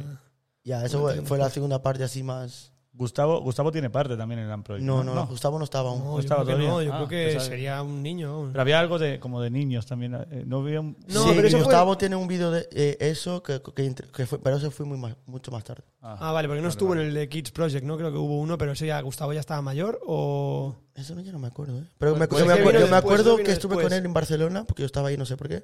B: Ya, eso fue, fue la segunda parte así más.
D: Gustavo, Gustavo tiene parte también en el Amp Project.
B: No, no, no, Gustavo no estaba aún.
A: no, yo
D: estaba
A: creo que,
D: todavía.
A: no, yo
D: Ah,
A: creo que
D: pensaba que-
A: sería un niño.
D: Pero había algo de como de niños también. eh, No había un-
A: No,
B: sí,
A: pero eso fue-
B: Gustavo tiene un vídeo de eh, eso, que, que, entre- que fue, pero eso fue muy más- mucho más tarde.
A: Ah, vale, porque no estuvo en el de Kids Project, ¿no? Creo que hubo uno, pero ese ya Gustavo ya estaba mayor o...
B: Eso no, yo no me acuerdo, ¿eh? Pero me,
A: Pues
B: yo me
A: es que
B: acuerdo,
A: vino
B: yo me
A: después,
B: acuerdo
A: ¿no? Vino
B: que estuve con
A: después.
B: él en Barcelona, porque yo estaba ahí, no sé por qué.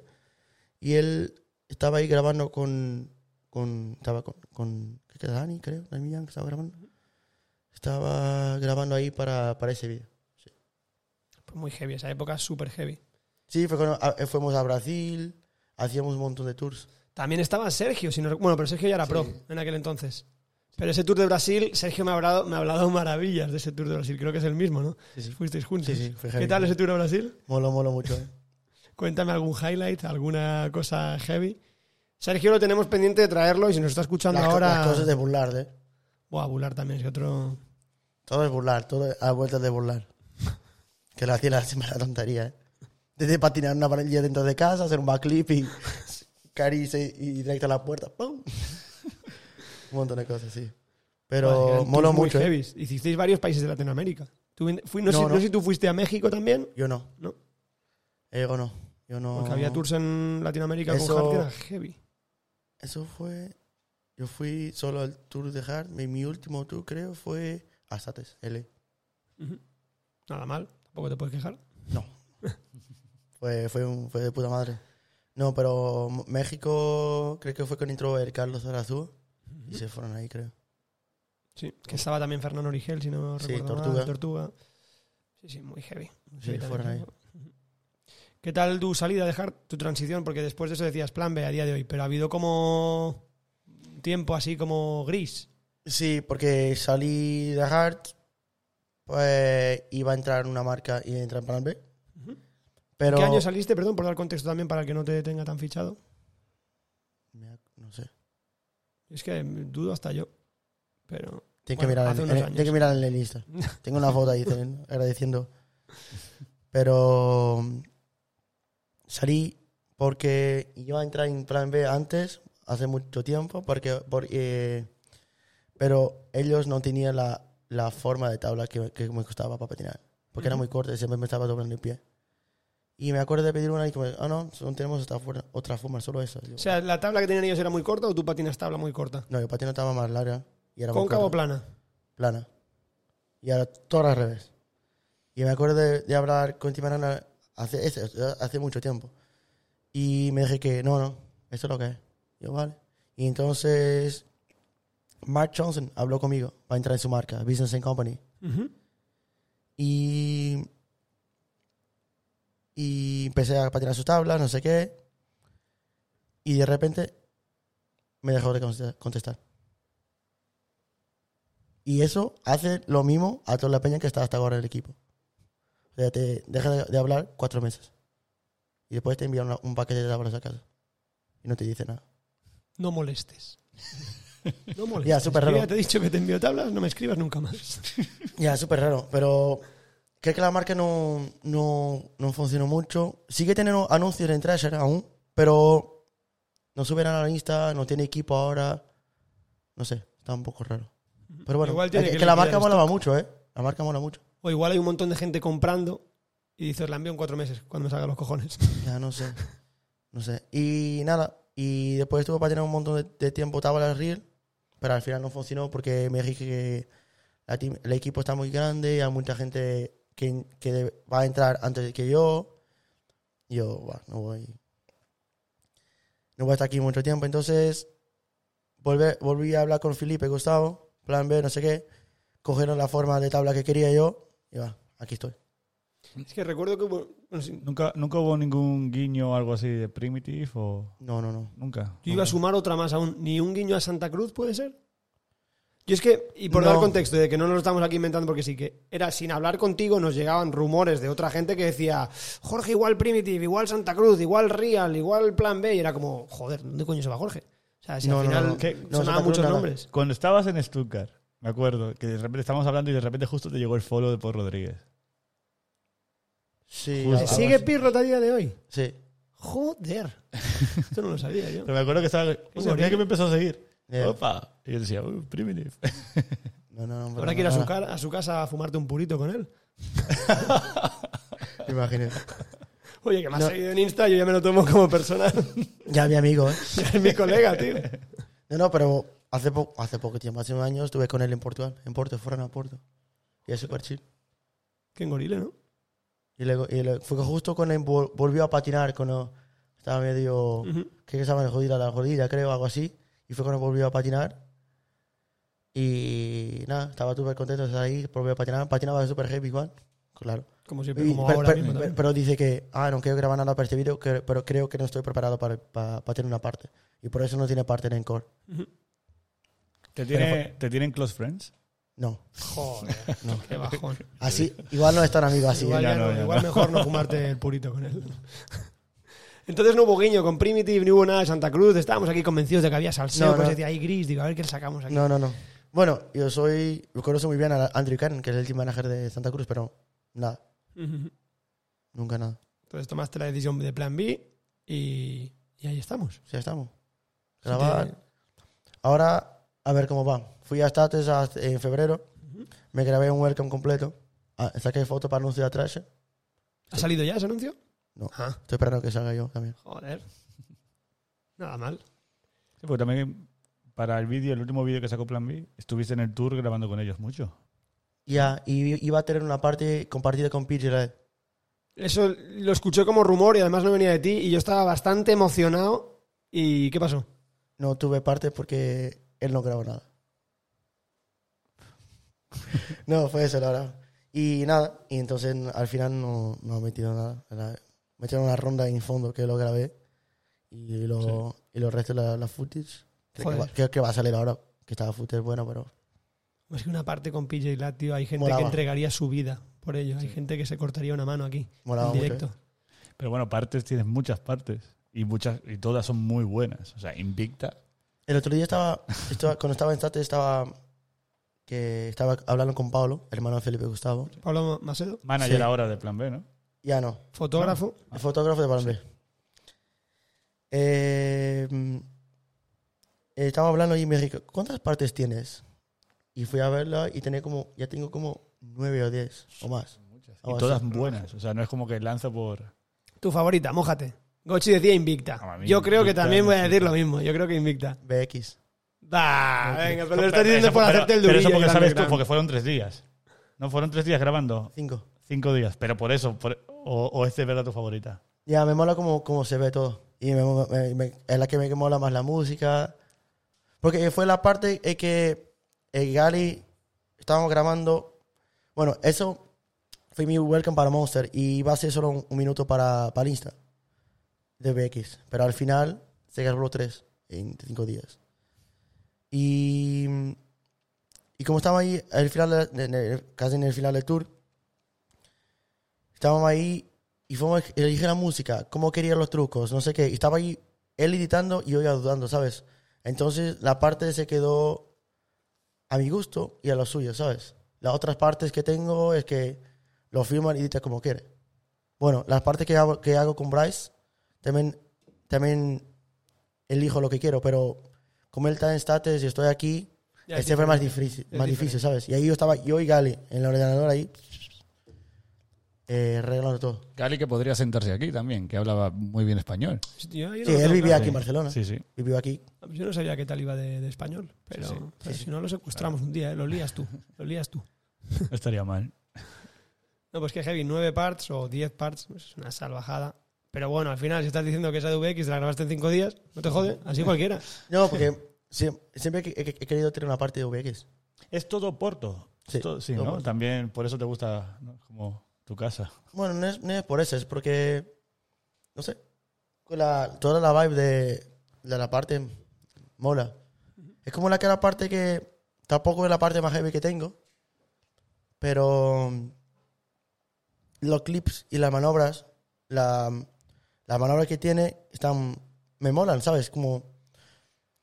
B: Y él estaba ahí grabando con. con estaba con. con ¿Qué que Dani, creo? Dani Millán, que estaba grabando. Estaba grabando ahí para, para ese vídeo.
A: Pues muy heavy, esa época es súper heavy.
B: Sí, fue cuando a- fuimos a Brasil, hacíamos un montón de tours.
A: También estaba Sergio, si no- bueno, pero Sergio ya era pro en aquel entonces. Pero ese tour de Brasil, Sergio me ha hablado, me ha hablado maravillas de ese tour de Brasil, creo que es el mismo, ¿no? Fuisteis juntos.
B: Sí, sí, fue
A: ¿Qué
B: heavy.
A: tal ese tour de Brasil?
B: Molo, molo mucho, ¿eh?
A: Cuéntame algún highlight, alguna cosa heavy. Sergio lo tenemos pendiente de traerlo y si nos está escuchando
B: Las, co-
A: ahora...
B: las cosas de burlar, ¿eh?
A: Buah, Bular también es que otro...
B: Todo es burlar, todo es a vueltas de burlar. que la hacía la semana tontería, ¿eh? Desde patinar una varilla dentro de casa, hacer un backflip y carice y directo a la puerta. ¡Pum! un montón de cosas, sí.
A: Buah,
B: Pero
A: eran
B: molo
A: tours muy
B: mucho. ¿eh?
A: heavies. Hicisteis varios países de Latinoamérica. Tú vin- fui- no,
B: No,
A: sé, no
B: no.
A: sé si tú fuiste a México también.
B: Yo no.
A: No.
B: Eh, o no. Yo no.
A: Porque había tours en Latinoamérica con
B: Eso-
A: hard que era heavy.
B: Eso fue. Yo fui solo al tour de Hard. Mi, mi último tour, creo, fue Asates, L.
A: Nada mal, tampoco te puedes quejar.
B: Fue, fue, un- fue de puta madre. No, pero M- México, creo que fue con intro el Carlos Arazú. Y se fueron ahí, creo.
A: Sí, que estaba también Fernando Origel, si no
B: Sí,
A: recuerdo mal,
B: Tortuga.
A: Tortuga. Sí, sí, muy heavy. Muy
B: Sí,
A: heavy
B: fueron
A: también. ¿Qué tal tu salida de Hart, tu transición? Porque después de eso decías plan B a día de hoy, pero ha habido como un tiempo así como gris.
B: Sí, porque salí de Hard, pues iba a entrar en una marca y entra en plan B.
A: Ujú.
B: Pero.
A: ¿Qué año saliste? Perdón por dar contexto también para el que no te tenga tan fichado.
B: Me ac- No sé.
A: Es que dudo hasta yo, pero
B: Tienes
A: Bueno,
B: que,
A: hace
B: mirar
A: unos
B: en-
A: años.
B: tienes que mirar en el Insta. Tengo una foto ahí ten- agradeciendo. Pero mm, salí porque iba a entrar en plan B antes, hace mucho tiempo, porque, porque, pero ellos no tenían la, la forma de tabla que, que me gustaba para patinar. Porque era muy corta y siempre me estaba doblando el pie. Y me acuerdo de pedir una y como, ah, no, no tenemos esta forma- otra forma, solo eso. Yo,
A: O sea, ¿la tabla que tenían ellos era muy corta o tú patinas tabla muy corta?
B: no, yo patino estaba más larga. Y era muy
A: ¿Cóncavo o
B: corta
A: plana?
B: plana. Y ahora todo al revés. Y me acuerdo de, de hablar con Timarana hace, ese- hace mucho tiempo. Y me dije que no, no, eso es lo que es. Yo, vale. Y entonces, Mark Johnson habló conmigo para entrar en su marca, Business and Company. Y, y empecé a patinar sus tablas, no sé qué. Y de repente me dejó de conte- contestar. Y eso hace lo mismo a toda la peña que está hasta ahora en el equipo. O sea, te deja de, de hablar cuatro meses. Y después te envían una- un paquete de tablas a casa. Y no te dice nada.
A: No molestes. No molestes.
B: Ya, súper
A: Yo
B: raro.
A: ya te he dicho que te envío tablas, no me escribas nunca más.
B: Ya, es súper raro, pero creo que la marca no, no, no funcionó mucho. Sigue teniendo anuncios en Thrasher aún, pero no suben a la lista, no tiene equipo ahora. No sé, está un poco raro. Pero bueno,
A: Igual tiene
B: es
A: que
B: que, la
A: liquidar
B: marca
A: el
B: molaba mucho, ¿eh? La marca mola mucho.
A: O igual hay un montón de gente comprando y dices, la envío en cuatro meses, cuando me salga los cojones.
B: Ya, no sé. No sé. Y nada, y después estuve para tener un montón de, de tiempo tabla de reel, pero al final no funcionó porque me dije que la team- el equipo está muy grande y hay mucha gente que, que de- va a entrar antes que yo. Y Yo, "Buah, no voy. No voy a estar aquí mucho tiempo. Entonces, volvé- volví a hablar con Felipe Gustavo, plan B, no sé qué. Cogieron la forma de tabla que quería yo y va, aquí estoy.
A: Es que recuerdo que hubo- bueno, sí,
D: ¿Nunca, ¿Nunca hubo ningún guiño o algo así de Primitive o...?
B: No, no, no.
D: Nunca.
A: yo iba a sumar otra más aún. Ni un guiño a Santa Cruz, ¿puede ser? Yo es que, y por
B: No.
A: dar contexto, de que no nos lo estamos aquí inventando porque sí, que era sin hablar contigo nos llegaban rumores de otra gente que decía, Jorge igual Primitive, igual Santa Cruz, igual Real, igual Plan B, y era como, joder, ¿dónde coño se va Jorge? O sea, si
B: No,
A: al
B: no,
A: final
B: no.
A: que
B: No, Santa
A: sonaban
B: Cruz
A: muchos
B: nada.
A: nombres.
D: Cuando estabas en Stuttgart, me acuerdo, que de repente estábamos hablando y de repente justo te llegó el follow de Paul Rodríguez.
B: Sí,
D: Justo.
B: algo así.
A: Pues ¿Sigue Pirro a día de hoy?
B: Sí.
A: Joder. Esto no lo sabía yo.
D: Pero me acuerdo que estaba... O sea, mira que me empezó a seguir.
B: Yeah.
D: ¡Opa! Y yo decía, "Uy, Primitive.
B: No, no, no.
A: Habrá
B: pero
A: que ir a
B: no,
A: su,
B: no.
A: cara- a su casa a fumarte un purito con él.
B: Te imaginé.
A: Oye, que me has
B: No.
A: seguido en Insta, yo ya me lo tomo como personal.
B: Ya mi amigo, ¿eh?
A: Ya es mi colega, tío.
B: No, no, pero hace, po- hace poco tiempo, hace un año estuve con él en Portugal, en Porto, fueron a Porto. Y es súper chill.
A: Qué engorible, ¿no?
B: Y luego, y luego- fue justo cuando él vol- volvió a patinar, cuando estaba medio.
A: Ujú.
B: que estaba jodida la rodilla, creo, algo así. Y fue cuando volvió a patinar. Y nada, estaba súper contento de estar ahí, volvió a patinar. Patinaba súper heavy igual, claro.
A: Como siempre,
B: Y-
A: como
B: pero,
A: ahora
B: pero-
A: mismo
B: pero-
A: también.
B: pero dice que, ah, no quiero grabar nada para este video, que- pero creo que no estoy preparado para, para, para tener una parte. Y por eso no tiene parte en Encore.
D: ¿Te, tiene, ¿Te tienen close friends?
B: No.
A: Joder, qué bajón.
B: Así, igual no es tan amigo así.
A: igual
B: ¿eh?
A: ya
D: no,
A: no,
D: ya
A: igual
D: no.
A: mejor no fumarte el purito con él. Entonces no hubo guiño con Primitive, ni hubo nada de Santa Cruz. Estábamos aquí convencidos de que había salseo,
B: No,
A: pero
B: no.
A: se decía, hay gris, digo, a ver qué le sacamos aquí.
B: No, no, no. Bueno, yo soy. Lo conozco muy bien a Andrew Cannon, que es el team manager de Santa Cruz, pero nada,
A: Ujú.
B: nunca nada.
A: Entonces tomaste la decisión de plan B y, y ahí estamos.
B: Ya estamos. Grabar. Ahora, a ver cómo va. Fui a Status a- en febrero, me grabé un welcome completo, ah, saqué fotos para anunciar a Trash.
A: ¿Ha salido ya ese anuncio?
B: No.
A: Ah,
B: Estoy esperando que salga yo también.
A: joder. Nada mal.
D: Sí, porque también para el vídeo, el último vídeo que sacó Plan B, estuviste en el tour grabando con ellos mucho.
B: Ya, y iba a tener una parte compartida con PJ Red.
A: Eso lo escuché como rumor y además no venía de ti y yo estaba bastante emocionado. ¿Y qué pasó?
B: No tuve parte porque él no grabó nada. no, fue eso, la verdad. Y nada, y entonces al final no, no ha metido nada. Era- Metieron una ronda en fondo que lo grabé y lo, y lo resto la, la footage. Creo que,
A: Joder.
B: va, creo que va a salir ahora, que estaba footage buena, pero
A: Es que una parte con PJ Lat, tío, hay gente
B: Molaba.
A: que entregaría su vida por ello. Hay gente que se cortaría una mano aquí,
B: molaba
A: en
B: mucho.
A: directo.
B: ¿eh?
D: Pero bueno, partes tienes muchas partes. Y muchas, y todas son muy buenas. O sea, Invicta.
B: El otro día estaba, estaba- cuando estaba en State, estaba, que estaba hablando con Pablo, hermano de Felipe Gustavo.
A: Pablo Macedo,
D: Manager
B: Sí.
D: ahora de Plan B, ¿no?
B: Ya no,
A: fotógrafo.
B: El fotógrafo de Palombe. Eh, mm, eh, estaba hablando y me dijo, ¿cuántas partes tienes? Y fui a verla y tenía como, ya tengo como nueve o diez o más.
D: Y
B: Algo
D: todas
B: así.
D: buenas. O sea, no es como que lanza por.
A: Tu favorita, mójate. Gochi decía
D: Ah, a
A: invicta.
D: mí
A: Yo creo que
D: Invicta
A: también voy a
D: no sé.
A: decir lo mismo. Yo creo que invicta.
B: BX.
A: Bah, venga, pero lo
D: Pero-
A: estás diciendo
D: pero-
A: por
D: pero-
A: hacerte el
D: Pero
A: durillo.
D: eso porque
A: y
D: sabes
A: Instagram.
D: tú, porque fueron tres días. No fueron tres días grabando,
B: Cinco.
D: cinco días. Pero por eso, por- o, o este es verdad tu favorita.
B: Ya, me mola como, como se ve todo. Y me, mo- me- me- es la que me mola más la música. Porque fue la parte en que el Gali estábamos grabando. Bueno, eso fue mi welcome para Monster. Y iba a ser solo un, un minuto para, para Insta de BX. Pero al final se grabó tres en cinco días. Y, y como estaba ahí, al final, de- de- de- casi en el final del tour, estábamos ahí y fuimos, y le dije la música, cómo quería los trucos, no sé qué. Y estaba ahí él editando y yo ayudando, ¿sabes? Entonces la parte se quedó a mi gusto y a lo suyo, ¿sabes? Las otras partes que tengo es que lo firman y edita como quiere. Bueno, las partes que hago, que hago con Bryce, también, también elijo lo que quiero, pero como él está en status y estoy aquí,
A: Ya,
B: es
A: sí,
B: siempre
A: pero-
B: Este más difícil,
A: Es
B: más difícil, ¿sabes? Y ahí yo estaba, yo y Gali, en el ordenador ahí, eh, arreglando todo.
E: Cali que podría sentarse aquí también, que hablaba muy bien español.
A: Hostia, yo no
B: Sí,
A: lo
B: él
A: tengo
B: vivía
A: claro.
B: aquí en Barcelona.
D: Sí, sí.
B: Vivió aquí.
A: Yo no sabía qué tal iba de, de español, pero,
D: sí.
A: pero si no lo secuestramos un día, ¿eh? lo lías tú, lo lías tú.
D: No estaría mal.
A: No, pues que heavy, nueve parts o diez parts, es una salvajada. Pero bueno, al final, si estás diciendo que esa de VX la grabaste en cinco días, no te jode, así cualquiera.
B: No, porque siem- siempre he, he- he querido tener una parte de VX.
D: Es todo Porto. Es
B: Sí,
D: todo- sí,
B: todo
D: ¿no?
B: Porto.
D: También por eso te gusta ¿no? como tu casa.
B: Bueno, no es, no es por eso, es porque. No sé. con la- toda la vibe de, de la parte mola. Es como la que la parte que. Tampoco es la parte más heavy que tengo. Pero. mm, Los clips y las maniobras. La, las maniobras que tiene están. Me molan, ¿sabes? Como.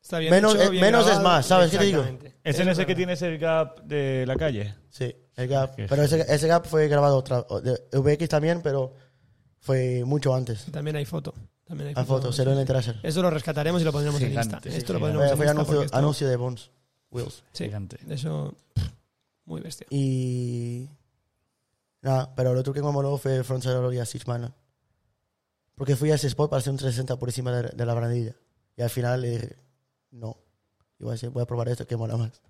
A: Está bien
B: Menos-
A: hecho,
B: eh,
A: bien
B: menos es
A: grabado.
B: más, ¿sabes qué te digo?
A: Exactamente.
D: Es
A: Eso
D: en ese que
A: verdad.
D: tienes el gap de la calle.
B: Sí, el gap.
D: Qué
B: Pero ese, ese gap fue grabado otra. o de VX también, pero fue mucho antes.
A: También hay foto. También hay
B: A
A: foto.
B: foto, se lo en el trasero.
A: Eso lo rescataremos y lo pondremos en
D: Gigante,
A: Insta.
D: sí,
A: Esto lo
D: gigante.
A: pondremos
B: Fue,
A: en
B: fue
A: Insta.
B: anuncio,
A: porque esto-
B: anuncio de Bones. Wills.
A: sí,
D: Gigante.
A: eso. Muy bestia.
B: Y. Nada, pero lo otro que me moló fue Frontside y a Six Man. Porque fui a ese spot para hacer un 360 por encima de, de la barandilla. Y al final le dije, no. Y voy a, decir, voy a probar esto que mola más.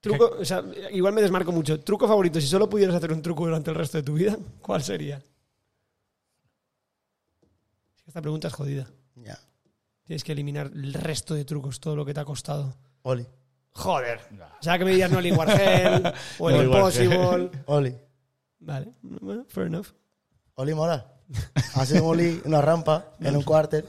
A: Truco, o sea, igual me desmarco mucho. Truco favorito, si solo pudieras hacer un truco durante el resto de tu vida, ¿cuál sería? Es que Esta pregunta es jodida.
B: Ya.
A: Tienes que eliminar el resto de trucos, todo lo que te ha costado.
B: Oli.
A: Joder. O sea, que me dirías no el Wargel o el
D: No Iguar Gel.
A: Impossible.
B: Oli.
A: Vale, bueno, fair enough.
B: Oli mola. Hacer un Oli, una rampa, en un cuarter,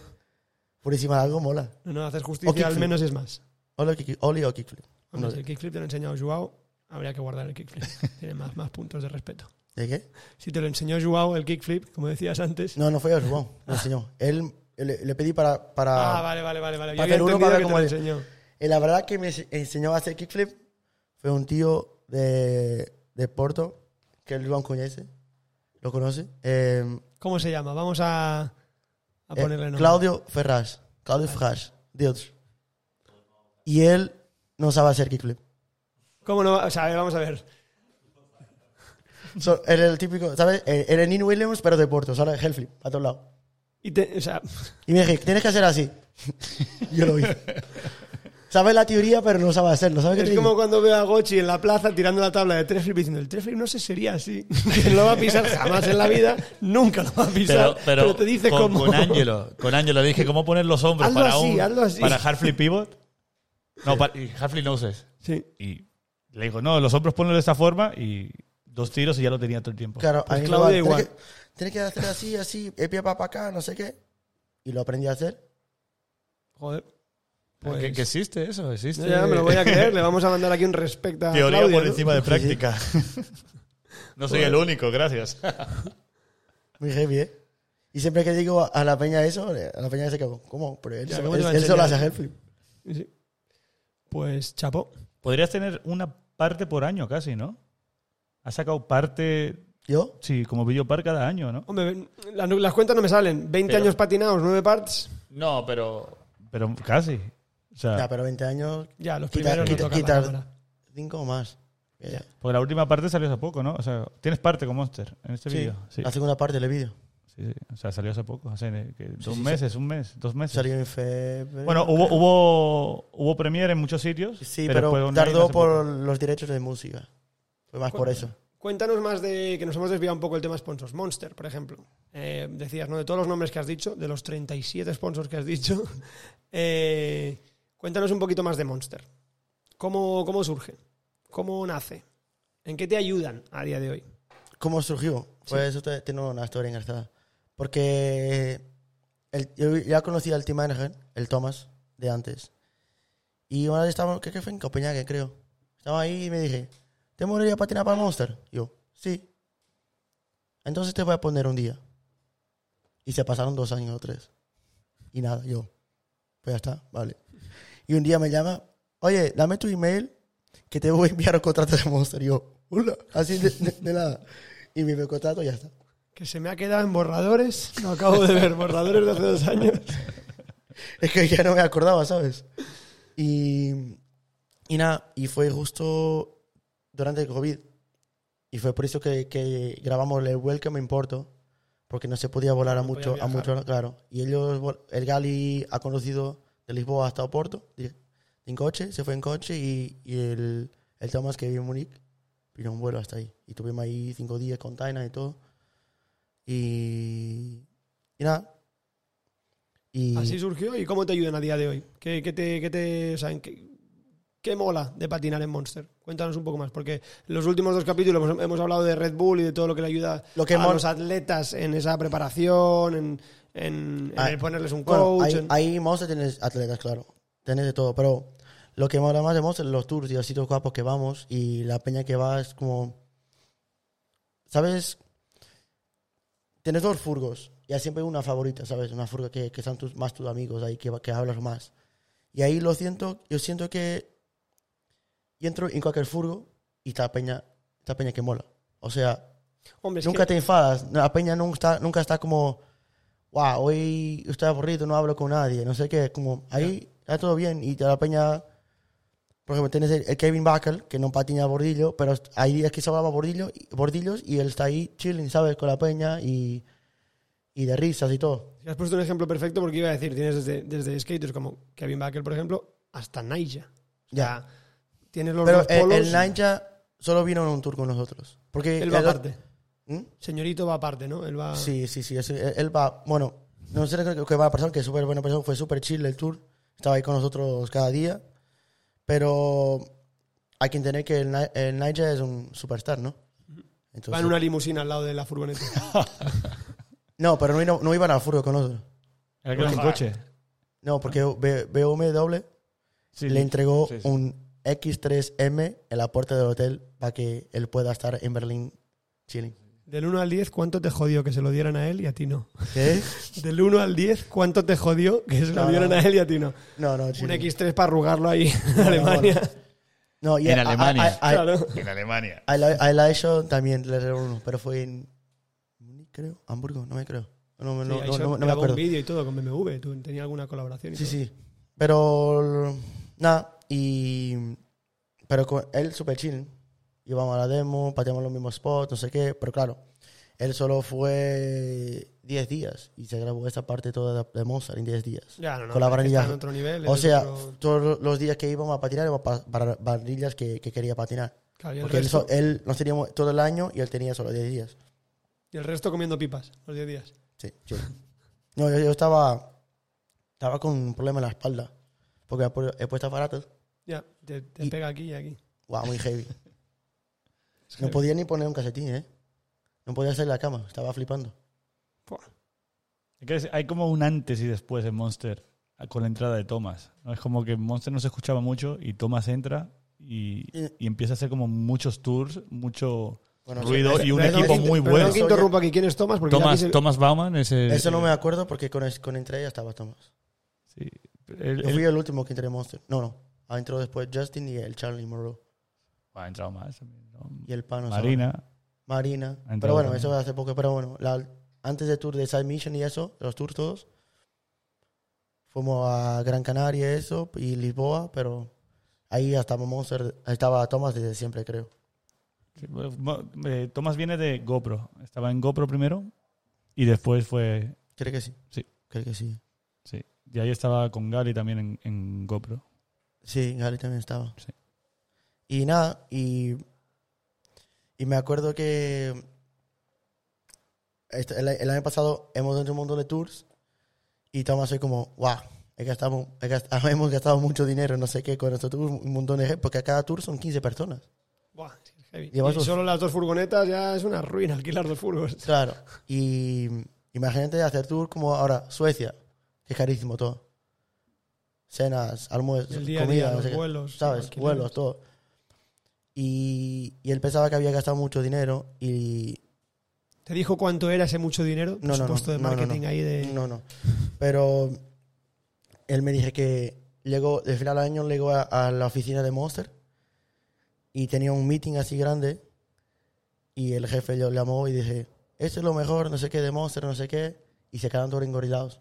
B: por encima de algo mola.
A: No, no, haces
B: O
A: justicia,
B: kickflip.
A: al menos es más.
B: Oli o kick- Oli o kickflip.
A: Hombre,
B: No.
A: si el kickflip te lo ha enseñado Joao, habría que guardar el kickflip. Tiene más, más puntos de respeto.
B: ¿De qué?
A: Si te lo enseñó Joao, el kickflip, como decías antes.
B: No, no fue yo, Rubón. Me enseñó. Él le, le pedí para. para
A: Ah, vale, vale, vale. vale. Yo
B: Para
A: había
B: hacer uno,
A: entendido
B: para
A: que te
B: como
A: lo
B: el-
A: enseñó.
B: Y la verdad que me ens- enseñó a hacer kickflip fue un tío de, de Porto, que el Rubón conoce. ¿Lo conoce? Eh,
A: ¿Cómo se llama? Vamos a, a
B: eh,
A: ponerle nombre.
B: Claudio Ferraz. Claudio Ferraz. Dios. Y él no sabe hacer kickflip.
A: ¿Cómo no? va- O sea, a ver, vamos a ver.
B: So, era el típico, ¿sabes? Eh, Era Nin Williams, pero de Portos, ahora de Hellflip, a todos lados.
A: Y te- o sea,
B: Y me dije, tienes que hacer así. Yo lo hice. Sabes la teoría, pero no sabe hacerlo. ¿Sabes qué te
A: es
B: digo?
A: como cuando veo a Gochi en la plaza tirando la tabla de tres flip y diciendo, el tres flip no se sería así. Que no lo va a pisar jamás en la vida, nunca lo va a pisar.
F: Pero,
A: Pero,
F: pero,
A: te dice
F: con,
A: cómo.
F: con Ángelo, con Ángelo dije cómo poner los hombros
A: Hazlo
F: para
A: así,
F: un
A: hazlo así.
F: para hard flip pivot. No, para, y hard flip noses.
A: Sí.
D: Y le digo, no, los hombros ponlo de esta forma y dos tiros y ya lo tenía todo el tiempo.
B: Claro,
A: Pues
B: a mí me
A: Claudia
B: va,
A: igual.
B: Tienes que, tienes que hacer así, así, eh, pie para acá, no sé qué. Y lo aprendí a hacer.
A: Joder.
F: Pues,
A: Pues-
F: ¿Que, que existe eso, existe.
A: Ya me lo voy a creer, le vamos a mandar aquí un respecto a
F: Teoría
A: Claudia,
F: por
A: ¿no?
F: encima de práctica. No soy el
A: Pues-
F: único, gracias.
B: Muy heavy, ¿eh? Y siempre que digo a- a la peña eso, eh, a la peña se quedó, ¿cómo? Pero él,
A: Ya,
B: se-
A: ¿cómo te
B: él-
A: va a
B: él solo
A: enseñar?
B: hace Hellflip.
A: Sí, sí. Pues chapo.
D: Podrías tener una parte por año casi, ¿no? Has sacado parte,
B: ¿Yo?
D: sí, como video par cada año, ¿no?
A: Hombre, ven, las, nu- las cuentas no me salen. 20
F: Pero-
A: años patinados, 9 parts.
F: No, pero
D: Pero casi. O
A: Ah.
D: sea,
B: Ya, pero 20 años,
A: Ya, los
B: Quita-
A: primeros
B: quita-
A: no tocan la
B: quitar-
A: cámara.
B: 5 o más. Eh,
D: porque la última parte salió hace poco, ¿no? O sea, tienes parte con Monster en este
B: sí,
D: vídeo. Sí,
B: la segunda parte del vídeo.
D: sí, sí. O sea, salió hace poco. Hace eh, que dos
B: sí,
D: meses, un mes, dos meses.
B: Salió en febrero.
D: Bueno, hubo, hubo, hubo premiere en muchos sitios.
B: sí,
D: fue
B: pero
D: online
B: tardó
D: hace poco.
B: por los derechos de música. Fue más por eso.
A: Cuéntanos más de que nos hemos desviado un poco el tema sponsors. Monster, por ejemplo. Eh, decías, ¿no? De todos los nombres que has dicho, de los 37 sponsors que has dicho, eh, cuéntanos un poquito más de Monster. ¿Cómo, ¿Cómo surge? ¿Cómo nace? ¿En qué te ayudan a día de hoy?
B: ¿Cómo surgió? Pues eso te- tiene una historia engraçada. Porque el- yo ya conocía al team manager, el Thomas, de antes. Y una vez estábamos, creo que fue en Copenhague, creo. Estaba ahí y me dije, ¿te moriría patinar para Monster? Yo, sí. Entonces te voy a poner un día. Y se pasaron dos años o tres. Y nada, yo, pues ya está, vale. Y un día me llama, oye, dame tu email que te voy a enviar un contrato de Monster. Y yo, hola, así de, de- de nada. Y me envió el contrato y ya está.
A: Que se me ha quedado en borradores, lo acabo de ver, borradores de hace dos años.
B: Es que ya no me acordaba, ¿sabes? Y, y nada, y fue justo durante el COVID. Y fue por eso que, que grabamos el Welcome Importo, porque no se podía volar a
A: No podía
B: mucho, a
A: viajar.
B: mucho, claro. Y ellos, vol- el Gali ha conocido de Lisboa hasta Oporto, di- en coche, se fue en coche y, y el, el Thomas que vive en Múnich vino un vuelo hasta ahí. Y tuvimos ahí cinco días con Taina y todo. Y, y nada. Y,
A: Así surgió y cómo te ayudan a día de hoy. ¿Qué, qué te, qué te- o sea, en qué- qué mola de patinar en Monster? Cuéntanos un poco más, porque en los últimos dos capítulos hemos, hemos hablado de Red Bull y de todo lo que le ayuda
B: Lo que
A: a
B: mola-
A: los atletas en esa preparación, en, en- en
B: Ah,
A: el ponerles un coach.
B: Bueno, ahí,
A: en-
B: ahí en Monster tienes atletas, claro. Tienes de todo, pero lo que mola más de Monster los tours y los sitios guapos que vamos y la peña que va es como... ¿Sabes? Tienes dos furgos. Ya siempre hay una favorita, ¿sabes? Una furga que, que son tus, más tus amigos ahí, que, que hablas más. Y ahí lo siento, yo siento que yo entro en cualquier furgo y esta peña, esta peña que mola. O sea,
A: Hombre, es
B: nunca
A: que-
B: te enfadas. La peña nunca está, nunca está como, wow, hoy estoy aburrido, no hablo con nadie, no sé qué. Como ahí está todo bien y la peña, por ejemplo, tienes el, el Kevin Buckle, que no patina bordillo, pero hay días que se hablaba bordillo, bordillos y él está ahí chilling, ¿sabes? Con la peña y, y de risas y todo.
A: has puesto un ejemplo perfecto porque iba a decir, tienes desde, desde skaters como Kevin Baker, por ejemplo, hasta Naija. O sea, tienes los
B: Pero
A: dos
B: el,
A: polos,
B: el Ninja solo vino en un tour con nosotros. Porque
A: él va
B: el-
A: aparte.
B: ¿Mm?
A: Señorito va aparte, ¿no? Él va...
B: Sí, sí, sí. ese- él va, bueno, no sé creo que va a persona, que es súper buena persona, fue súper chill el tour. Estaba ahí con nosotros cada día. Pero hay que entender que el, Ni- el Niger es un superstar, ¿no? Entonces-
A: va en una limusina al lado de la furgoneta.
B: No, pero no, vino- no iban al furgo con nosotros.
D: Era que era un coche.
B: No, porque B- BMW
D: Sí,
B: le entregó
E: Sí, sí.
B: un X3M en la puerta del hotel para que él pueda estar en Berlín chilling.
A: Del 1 al 10, ¿cuánto te jodió que se lo dieran a él y a ti no?
B: ¿Qué?
A: Del 1 al 10, ¿cuánto te jodió que se lo
B: No,
A: dieran
B: no.
A: a él y a ti no?
B: No, no,
A: Un
B: chilling.
A: X3 para arrugarlo ahí en Alemania.
B: No, y
E: En
B: a- a-
E: Alemania.
B: a- a-
A: Claro.
F: En Alemania.
B: A la, a la Aisho también le regaló uno, pero fue en. Múnich, creo. Hamburgo, no me creo. No, no, no,
A: Sí,
B: no,
A: Aisha
B: no me
A: grabó
B: acuerdo.
A: un vídeo y todo con BMW. Tú tenía alguna colaboración. y
B: Sí,
A: todo.
B: sí. Pero. Nada, y. Pero con él, super chill. íbamos a la demo, pateamos los mismos spots, no sé qué, pero claro, él solo fue 10 días y se grabó esa parte toda de- de Mozart en 10 días.
A: Ya, no, no,
B: con la
A: es que
B: barandilla.
A: está en otro nivel,
B: o
A: es
B: sea,
A: otro-
B: todos los días que íbamos a patinar, íbamos para barrillas que, que quería patinar.
A: Claro, y, el
B: Porque él,
A: resto,
B: so- él nos teníamos todo el año y él tenía solo 10 días.
A: y el resto comiendo pipas los 10 días.
B: Sí, sí. No, yo, yo estaba, estaba con un problema en la espalda. Porque he pu- he puesto aparatos.
A: Ya, te, te
B: Y-
A: pega aquí y aquí.
B: Guau, muy heavy.
A: Es
B: No
A: que-
B: podía ni poner un casetín, ¿eh? No podía hacer la cama, estaba flipando.
A: Buah.
D: Es que Hay como un antes y después en Monster con la entrada de Thomas. ¿no? Es como que Monster no se escuchaba mucho y Thomas entra y,
B: Eh.
D: y empieza a hacer como muchos tours, mucho
B: Bueno,
D: ruido
B: sí,
D: y un
A: Perdón,
D: equipo
A: que-
D: muy
A: perdón
D: bueno.
A: que interrumpa aquí. ¿Quién es Thomas? Porque
E: Thomas,
A: aquí se-
E: Thomas Bauman es el-
B: Eso no me acuerdo porque con, es- con entre ellas estaba Thomas.
D: Sí. Él-
B: Yo
D: él-
B: fui el último que entré en Monster. No, no. Ah, entró después Justin y el Charlie Monroe.
D: Bueno, ha entrado más. también, ¿no?
B: Y el Pano. ¿sabes?
D: Marina.
B: Marina.
D: Ha entrado
B: Pero bueno,
D: también.
B: eso hace poco. Pero bueno, la- antes del tour de Side Mission y eso, los tours todos, fuimos a Gran Canaria y eso, y Lisboa, pero ahí ya estaba Monster, estaba Thomas desde siempre, creo.
D: Sí, bueno, mo- eh, Thomas viene de GoPro. Estaba en GoPro primero y después fue.
B: Creo que sí.
D: Sí.
B: Creo que sí.
D: Sí. Y ahí estaba con Gary también en, en
B: Ah,
D: GoPro.
B: Sí, Gali también estaba.
D: Sí.
B: Y nada, y, y me acuerdo que este- el, el año pasado hemos hecho un montón de tours y estamos así como, wow, he gastado- he gastado- hemos gastado mucho dinero, no sé qué, con estos tours, un montón de gente, porque a cada tour son 15 personas.
A: Buah, es que es heavy.
B: Llevas
A: Y
B: dos-
A: solo las dos furgonetas ya es una ruina alquilar dos furgos.
B: Claro. Y imagínate hacer tour como ahora, Suecia, que es carísimo todo. Cenas, almuerzos,
A: El día a
B: comida,
A: día,
B: no
A: los
B: sé qué.
A: vuelos,
B: ¿sabes?
A: alquileres.
B: Vuelos, todo. Y, y él pensaba que había gastado mucho dinero y...
A: ¿Te dijo cuánto era ese mucho dinero?
B: No, no, no,
A: supuesto de
B: no, no,
A: marketing
B: no.
A: ahí de...
B: No, no. Pero él me dije que llegó, al final del año llegó a, a la oficina de Monster y tenía un meeting así grande y el jefe le llamó y dije, esto es lo mejor, no sé qué, de Monster, no sé qué, y se quedaron todos engorilados.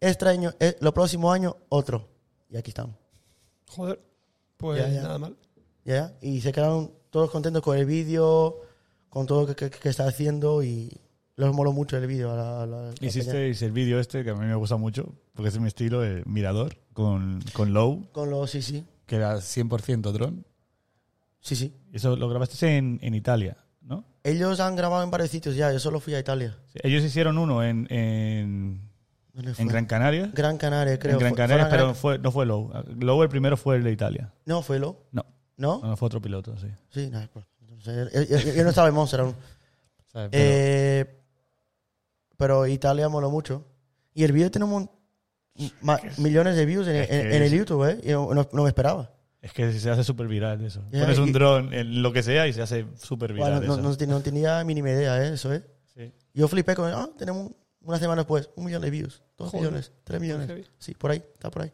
B: Este año, eh, lo próximo año, otro. Y aquí estamos.
A: Joder, pues
B: Ya, ya.
A: nada mal.
B: ¿Ya? Y se quedaron todos contentos con el vídeo, con todo lo que, que- que está haciendo y les moló mucho el vídeo. a la- a la- a la peña.
D: Hicisteis el vídeo este que a mí me gusta mucho porque es mi estilo de mirador con, con Low,
B: Con los, sí, sí,
E: que era 100% dron.
B: sí, sí.
D: Eso lo grabasteis en, en Italia, ¿no?
B: Ellos han grabado en varios sitios ya, yo solo fui a Italia.
D: Sí, Ellos hicieron uno en, en,
B: ¿Dónde
D: en
B: Pues fue?
D: Gran Canaria.
B: Gran Canaria, creo.
D: en Gran
B: Fue- fue
D: Canaria,
B: a
D: pero
B: Gran-
D: fue, no fue Low. Low el primero fue el de Italia.
B: No, fue lo.
D: No,
B: ¿No?
D: no fue otro piloto, sí.
B: Sí, nada. pues, entonces, yo, yo- yo no estaba en Monster aún.
E: ¿sabes? Pero
B: Eh, pero Italia moló mucho. Y el vídeo tiene un mon- ma- millones de views en,
D: es que
B: en- en el
D: es-
B: YouTube, ¿eh? Yo no, no me esperaba.
D: Es que se hace súper viral eso.
B: Ya,
D: Pones
B: y-
D: un dron en lo que sea y se hace súper viral
B: Bueno, no,
D: eso.
B: no tenía- no tenía mínima idea, ¿eh? Eso, ¿eh?
D: Sí.
B: Yo flipé con, ah, tenemos un- una semana después, un millón de views, dos
A: Joder.
B: millones, tres
A: heavy.
B: millones. Sí, por ahí, está por ahí.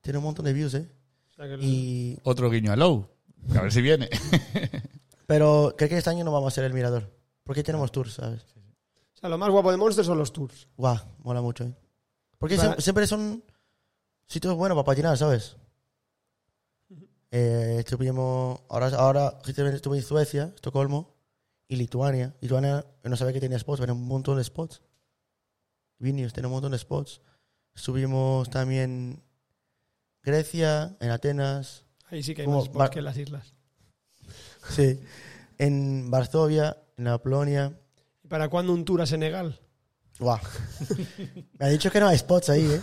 B: Tiene un montón de views, ¿eh?
A: O sea que el-
B: Y,
E: Otro guiño a Low. A ver si viene.
B: pero creo que este año no vamos a hacer el mirador. Porque tenemos tours, ¿sabes?
A: o sea, lo más guapo de Monster son los tours.
B: Guau, mola mucho, ¿eh? Porque
A: Vale.
B: sie- siempre son sitios buenos para patinar, ¿sabes? Eh, estuvimos, ahora, ahora recientemente estuve en Suecia, Estocolmo y Lituania. Lituania yo no sabía que tenía spots, pero tenía un montón de spots. Vilnius tiene un montón de spots. Estuvimos también Grecia, en Atenas,
A: Ahí sí que hay
B: Como
A: más spots
B: Bar-
A: que en las islas.
B: Sí. En Varsovia, en la Polonia.
A: ¿Y para cuándo un tour a Senegal?
B: Guau. Me ha dicho que no hay spots ahí, ¿eh?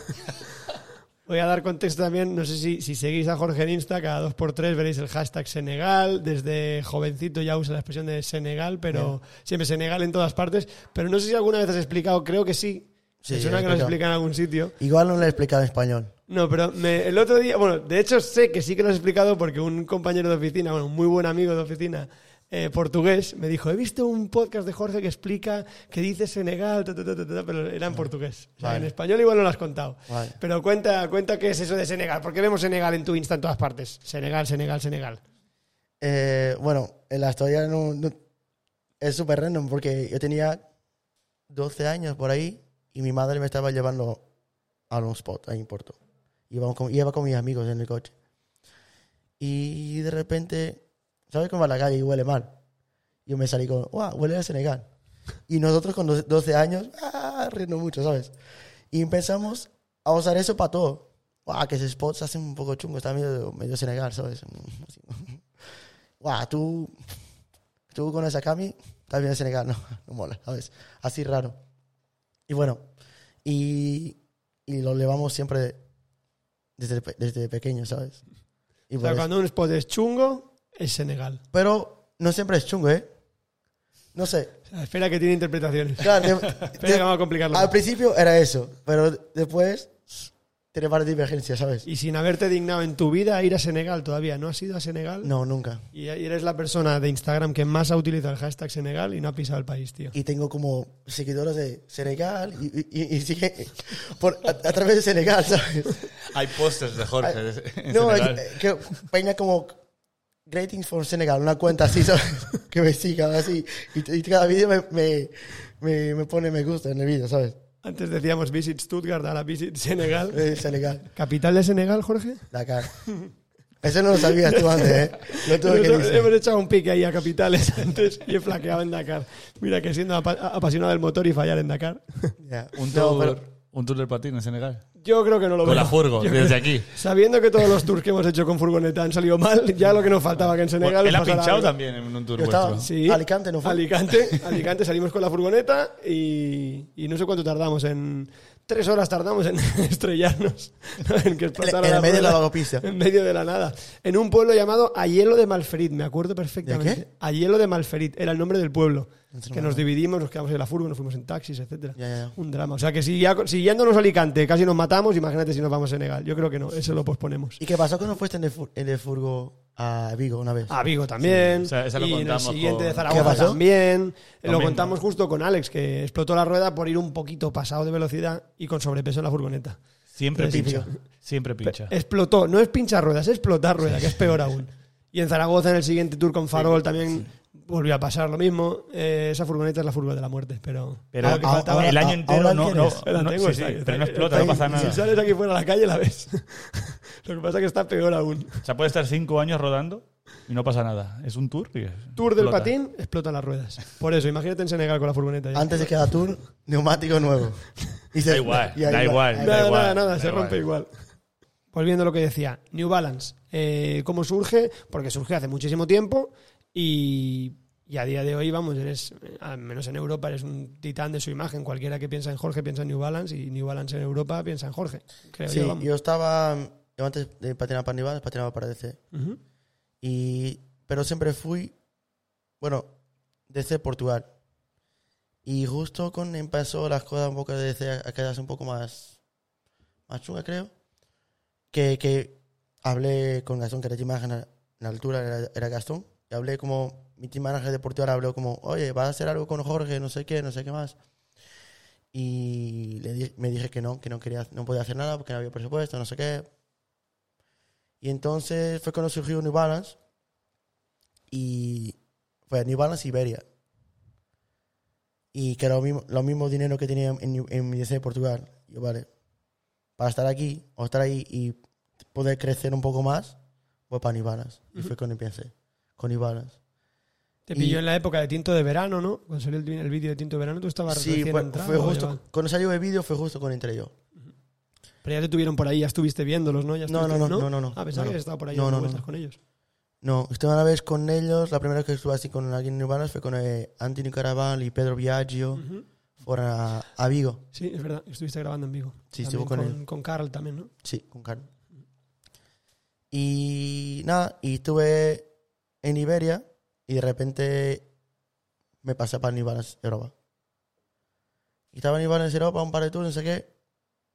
A: Voy a dar contexto también, no sé si, si seguís a Jorge en Insta, cada dos por tres veréis el hashtag Senegal, desde jovencito ya usa la expresión de Senegal, pero siempre Senegal en todas partes, pero no sé si alguna vez has explicado, creo que sí,
B: Sí,
A: me suena
B: he
A: que lo has
B: explicado.
A: explicado en algún sitio.
B: Igual no lo he explicado en español.
A: No, pero me- el otro día, bueno, de hecho sé que sí que lo has explicado porque un compañero de oficina, bueno, un muy buen amigo de oficina eh, portugués, me dijo, he visto un podcast de Jorge que explica que dice Senegal, ta, ta, ta, ta, ta", pero era en portugués. O sea,
B: Vale.
A: en español igual no lo has contado.
B: Vale.
A: Pero cuenta, cuenta qué es eso de Senegal, porque vemos Senegal en tu Insta en todas partes. Senegal, Senegal, Senegal.
B: Eh, bueno, en la historia no, no- es súper random porque yo tenía 12 años por ahí y mi madre me estaba llevando a un spot ahí en Porto. Íbamos con- Iba con, mis amigos en el coche. Y de repente ¿sabes cómo va la calle y huele mal? Yo me salí con, ¡guau! Huele a Senegal. Y nosotros con 12 12 años, ¡ah! Riendo mucho, ¿sabes? Y empezamos a usar eso para todo. ¡guau! Que ese spot se hace un poco chungo, está medio, medio Senegal, ¿sabes? Así. ¡guau! Tú, tú con esa cami, estás bien Senegal, no, no mola, ¿sabes? Así raro. Y bueno, y, y lo llevamos siempre desde, pe- desde pequeño, ¿sabes? Y
A: O
B: por
A: sea,
B: eso-
A: cuando un spot es chungo, es Senegal.
B: pero no siempre es chungo, ¿eh? No sé.
A: O sea, espera que tiene interpretaciones.
B: Claro, de-
A: Espera
B: de-
A: que vamos a complicarlo.
B: al principio era eso, pero después tiene varias divergencias, ¿sabes?
A: Y sin haberte dignado en tu vida a ir a Senegal todavía. ¿No has ido a Senegal?
B: No, nunca.
A: Y y eres la persona de Instagram que más ha utilizado el hashtag Senegal y no ha pisado el país, tío.
B: Y tengo como seguidores de Senegal y, y- y- y sigue por, a, a través de Senegal, ¿sabes?
F: Hay pósters de Jorge en
B: No,
F: Senegal.
B: es que peña como Greetings from Senegal, una cuenta así, ¿sabes? Que me siga así. Y, y cada vídeo me, me, me- me pone me gusta en el vídeo, ¿sabes?
A: Antes decíamos Visit Stuttgart, ahora Visit Senegal.
B: De Senegal.
A: ¿Capital de Senegal, Jorge?
B: Dakar. Eso no lo sabías tú antes, ¿eh? Lo tuve que
A: Hemos,
B: decir.
A: hemos echado un pique ahí a capitales antes y he flaqueado en Dakar. Mira que siendo apa- apasionado del motor y fallar en Dakar.
B: Ya.
D: Un
B: No,
D: tour,
B: pero-
D: un tour del patín en Senegal.
A: Yo creo que no lo
F: Con
A: veo.
F: la furgo,
A: Yo
F: desde
A: creo-
F: aquí.
A: Sabiendo que todos los tours que hemos hecho con furgoneta han salido mal, ya lo que nos faltaba que en Senegal.
F: Él ha
A: pasara
F: pinchado
A: algo.
F: también en un tour
B: Yo estaba-
F: vuestro.
A: Sí.
B: Alicante, ¿no fue?
A: Alicante, Alicante salimos con la furgoneta y, y no sé cuánto tardamos en. Tres horas tardamos en estrellarnos, en que explotara
B: en
A: la
B: el medio de la
A: rueda.
B: autopista.
A: En medio de la nada. En un pueblo llamado Ayelo de Malferit, me acuerdo perfectamente.
B: ¿De qué?
A: Ayelo de Malferit, era el nombre del pueblo.
B: No sé
A: que
B: nada.
A: nos dividimos, nos quedamos en la furgo, nos fuimos en taxis, etcétera.
B: Ya, ya, ya.
A: Un drama. O sea que si ya, si yéndonos a Alicante casi nos matamos, imagínate si nos vamos a Senegal. Yo creo que no, eso lo posponemos.
B: ¿Y qué pasó cuando fuiste en el, fur- en el furgo a Vigo una vez?
A: A Vigo también.
F: o sea, esa lo
A: y en el
F: contamos
A: siguiente
F: con-
A: de
B: ¿Qué
A: Zaragoza
B: pasó?
A: también. Lo,
F: Lo mismo.
A: contamos justo con Alex, que explotó la rueda por ir un poquito pasado de velocidad y con sobrepeso en la furgoneta.
D: Siempre
A: Pero sí,
D: pincha. Siempre pincha.
A: Explotó. No es pinchar ruedas, es explotar rueda, que es peor aún. Y en Zaragoza, en el siguiente tour con Farol, también volvió a pasar lo mismo. Eh, esa furgoneta es la furgoneta de la muerte, pero...
D: Pero
A: Claro que
B: ahora-
A: faltaba-
D: el año
B: ahora
D: entero no, no,
B: tienes.
A: La
D: no-
A: tengo,
D: sí,
A: está-
D: sí,
A: está-
D: pero no
A: está-
D: explota, no pasa nada.
A: Si sales aquí fuera a la calle la ves. lo que pasa es que está peor aún.
D: O sea, puede estar cinco años rodando y no pasa nada. Es un tour. y
A: Tour del
D: explota.
A: patín, explotan las ruedas. Por eso, imagínate en Senegal con la furgoneta. ya.
B: Antes de cada tour, neumático nuevo. Y se-
F: Da igual,
B: y ahí
F: da
B: va-
F: igual.
B: ahí va.
A: Nada,
F: igual,
A: nada, nada,
F: da
A: se rompe igual. Volviendo a lo que decía, New Balance, eh, ¿cómo surge? Porque surge hace muchísimo tiempo y, y a día de hoy, vamos, eres, eh, al menos en Europa, eres un titán de su imagen. Cualquiera que piensa en Jorge piensa en New Balance y New Balance en Europa piensa en Jorge. Creo
B: Sí,
A: yo, vamos.
B: yo estaba. Yo antes de patinar para New Balance, patinaba para DC.
A: Ujú.
B: Y, pero siempre fui. Bueno, DC Portugal. Y justo cuando empezó las cosas un poco de DC a a quedarse un poco más. Más chunga, creo. Que, que hablé con Gastón, que era team manager en altura, era, era Gastón. Y hablé como. Mi team manager de Portugal habló como: Oye, vas a hacer algo con Jorge, no sé qué, no sé qué más. Y le di- me dije que no, que no quería, no podía hacer nada porque no había presupuesto, no sé qué. Y entonces fue cuando surgió New Balance y fue New Balance Iberia. Y que era lo mismo, lo mismo dinero que tenía en, New- en mi DC de Portugal. Yo, vale, para estar aquí o estar ahí y poder crecer un poco más, voy para New Balance. Y fue cuando empecé, con New Balance.
A: Te
B: y-
A: pilló en la época de tinto de verano, ¿no? Cuando salió el, el vídeo de tinto de verano, tú estabas
B: Sí,
A: recién
B: fue,
A: entrado,
B: fue justo,
A: Iván.
B: cuando salió el vídeo fue justo cuando entré yo.
A: Pero ya te tuvieron por ahí, ya estuviste viéndolos, ¿no? Ya
B: No,
A: estuviste-
B: no, no, no, no, no.
A: Ah, pensaba
B: No,
A: que
B: no.
A: habías estado por ahí
B: No,
A: dando
B: no,
A: vueltas
B: no.
A: con ellos.
B: No, estuve una vez con ellos. La primera vez que estuve así con alguien en Urbanos fue con eh, Anthony Caraval y Pedro Viaggio.
A: Ujú.
B: Fueron a, a Vigo.
A: Sí, es verdad, estuviste grabando en Vigo.
B: Sí,
A: También
B: estuvo con
A: con, con Carl también, ¿no?
B: Sí, con Carlos. Y nada, y estuve en Iberia y de repente me pasé para New Balance Europa. Y estaba en New Balance Europa un par de tours, no sé qué.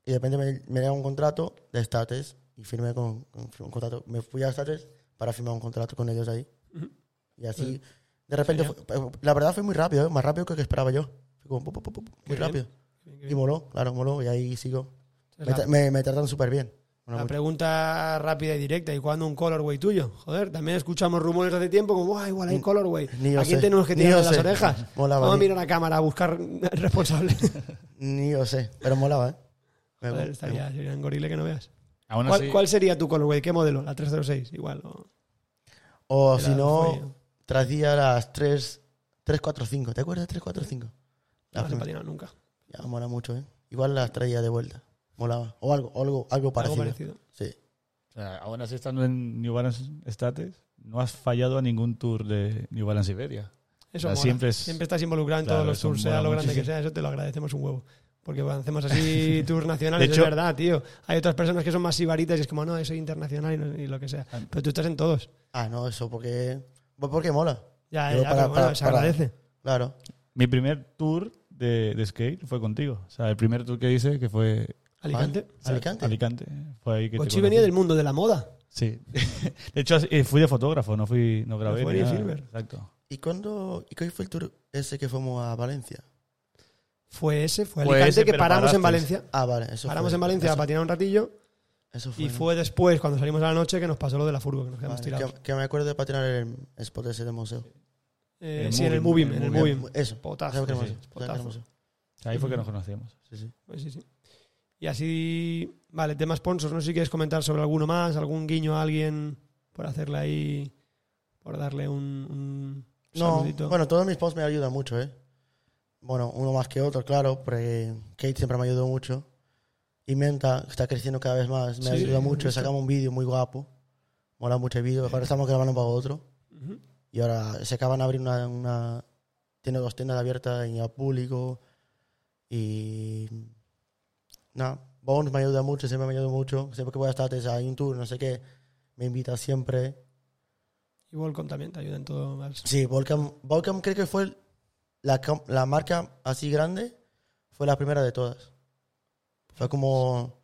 B: Y de repente me, me dieron un contrato de States y firmé con, con- un contrato. Me fui a States para firmar un contrato con ellos ahí.
A: Ujú. Eh,
B: Y así, de repente,
A: genial.
B: fue- la verdad fue muy rápido, ¿eh? más rápido que lo que esperaba yo. Fue como, pu, pu, pu, pu, muy
A: Qué bien.
B: rápido. Y moló, claro, moló. Y ahí sigo. Me,
A: La,
B: tra- me, me trataron súper bien. Bueno,
A: la
B: mucho.
A: pregunta rápida y directa, ¿y cuándo un colorway tuyo? Joder, también escuchamos rumores hace tiempo como, ¡guau, igual hay
B: Ni-
A: colorway!
B: ni yo
A: ¿A quién
B: sé.
A: tenemos que
B: Ni
A: tirar de
B: yo
A: las
B: sé.
A: orejas?
B: Molaba,
A: Vamos a
B: ni-
A: mirar a cámara a buscar responsables.
B: Ni lo sé, pero molaba, ¿eh? Me-
A: Joder,
B: me-
A: estaría, sería un gorile que no veas.
E: Aún
A: ¿Cuál,
E: así,
A: cuál sería tu colorway? ¿Qué modelo? ¿La 306? Igual. o-
B: O
A: Era
B: si
A: euforia.
B: no, tras día a las 3, 3, 4, 5. ¿Te acuerdas de 3, 4, 5? La
A: No se
B: primera.
A: patina nunca.
B: Ya, mola mucho, ¿eh? Igual las traía de vuelta. Molaba. O algo, o algo, algo parecido.
A: Algo parecido.
B: Sí.
D: O sea, aún así estando en New Balance States, no has fallado a ningún tour de New Balance Iberia.
A: Eso
D: O sea,
A: mola.
D: siempre es-
A: estás involucrado en
D: Claro,
A: todos los
D: eso
A: tours, sea
D: mola
A: lo grande que
D: muchísimo.
A: sea, eso te lo agradecemos un huevo. Porque cuando hacemos así tours nacionales,
D: De hecho-
A: es verdad, tío. Hay otras personas que son más sibaritas y es como, no, soy internacional y, no- y lo que sea. Pero tú estás en todos.
B: Ah, no, eso porque. pues porque mola.
A: Ya,
B: Yo
A: ya,
B: para-
A: pero bueno,
B: para-
A: se
B: para-
A: agradece.
B: Claro.
D: Mi primer tour de, de skate fue contigo. O sea, el primer tour que hice que fue
A: Alicante.
B: Ah, Alicante.
D: Alicante. Fue ahí que te
A: Cochi
D: conocí.
A: venía del mundo de la moda.
D: Sí. De hecho, así- eh, fui de fotógrafo, no fui, no grabé.
A: fue
D: ni
A: Eddie
D: nada.
A: Silver.
D: Exacto.
B: ¿Y cuándo y cuál fue el tour ese que fuimos a Valencia?
A: Fue ese, fue
F: Fue
A: Alicante
F: ese,
A: que
F: pero
A: paramos en
F: paraste.
A: Valencia.
B: Ah, vale, eso
A: paramos
B: fue-
A: en Valencia a
B: eso-
A: patinar un ratillo
B: eso fue,
A: y
B: ¿no?
A: fue después, cuando salimos a la noche, que nos pasó lo de la furgo, que nos quedamos
B: Vale,
A: tirados.
B: que, que me acuerdo de patinar el spot ese del museo.
A: Eh,
D: El
A: sí, en el
D: moving,
A: Movim, en el
D: el
A: Movim.
B: Eso.
A: Potazo,
B: ¿sabes qué
A: sí,
B: museo?
A: sí,
B: ¿Sabes qué
A: potazo.
B: museo?
D: O sea, Ahí fue que nos conocimos.
B: Sí, sí.
A: Pues sí, sí. Y así, vale, tema sponsors, no sé si quieres comentar sobre alguno más, algún guiño a alguien por hacerle ahí, por darle un, un
B: No,
A: saludito.
B: bueno, todos mis posts me ayudan mucho, ¿eh? Bueno, uno más que otro, claro, porque Kate siempre me ayudó mucho. Y Menta está creciendo cada vez más, me
A: Sí,
B: ayuda
A: he
B: mucho.
A: visto.
B: Sacamos un vídeo muy guapo, mola mucho el vídeo. Ahora estamos grabando para otro.
A: Ujú.
B: Y ahora se acaban de abrir una, una tiene dos tiendas abiertas en el público. Y nada, Bones me ayuda mucho, siempre me ayuda mucho. Siempre que voy a estar, te dice, hay un tour, no sé qué, me invita siempre.
A: Y Volcom también te ayuda en todo más.
B: Sí, Volcam, Volcam creo que fue el- la, com- la marca así grande, fue la primera de todas. Fue como...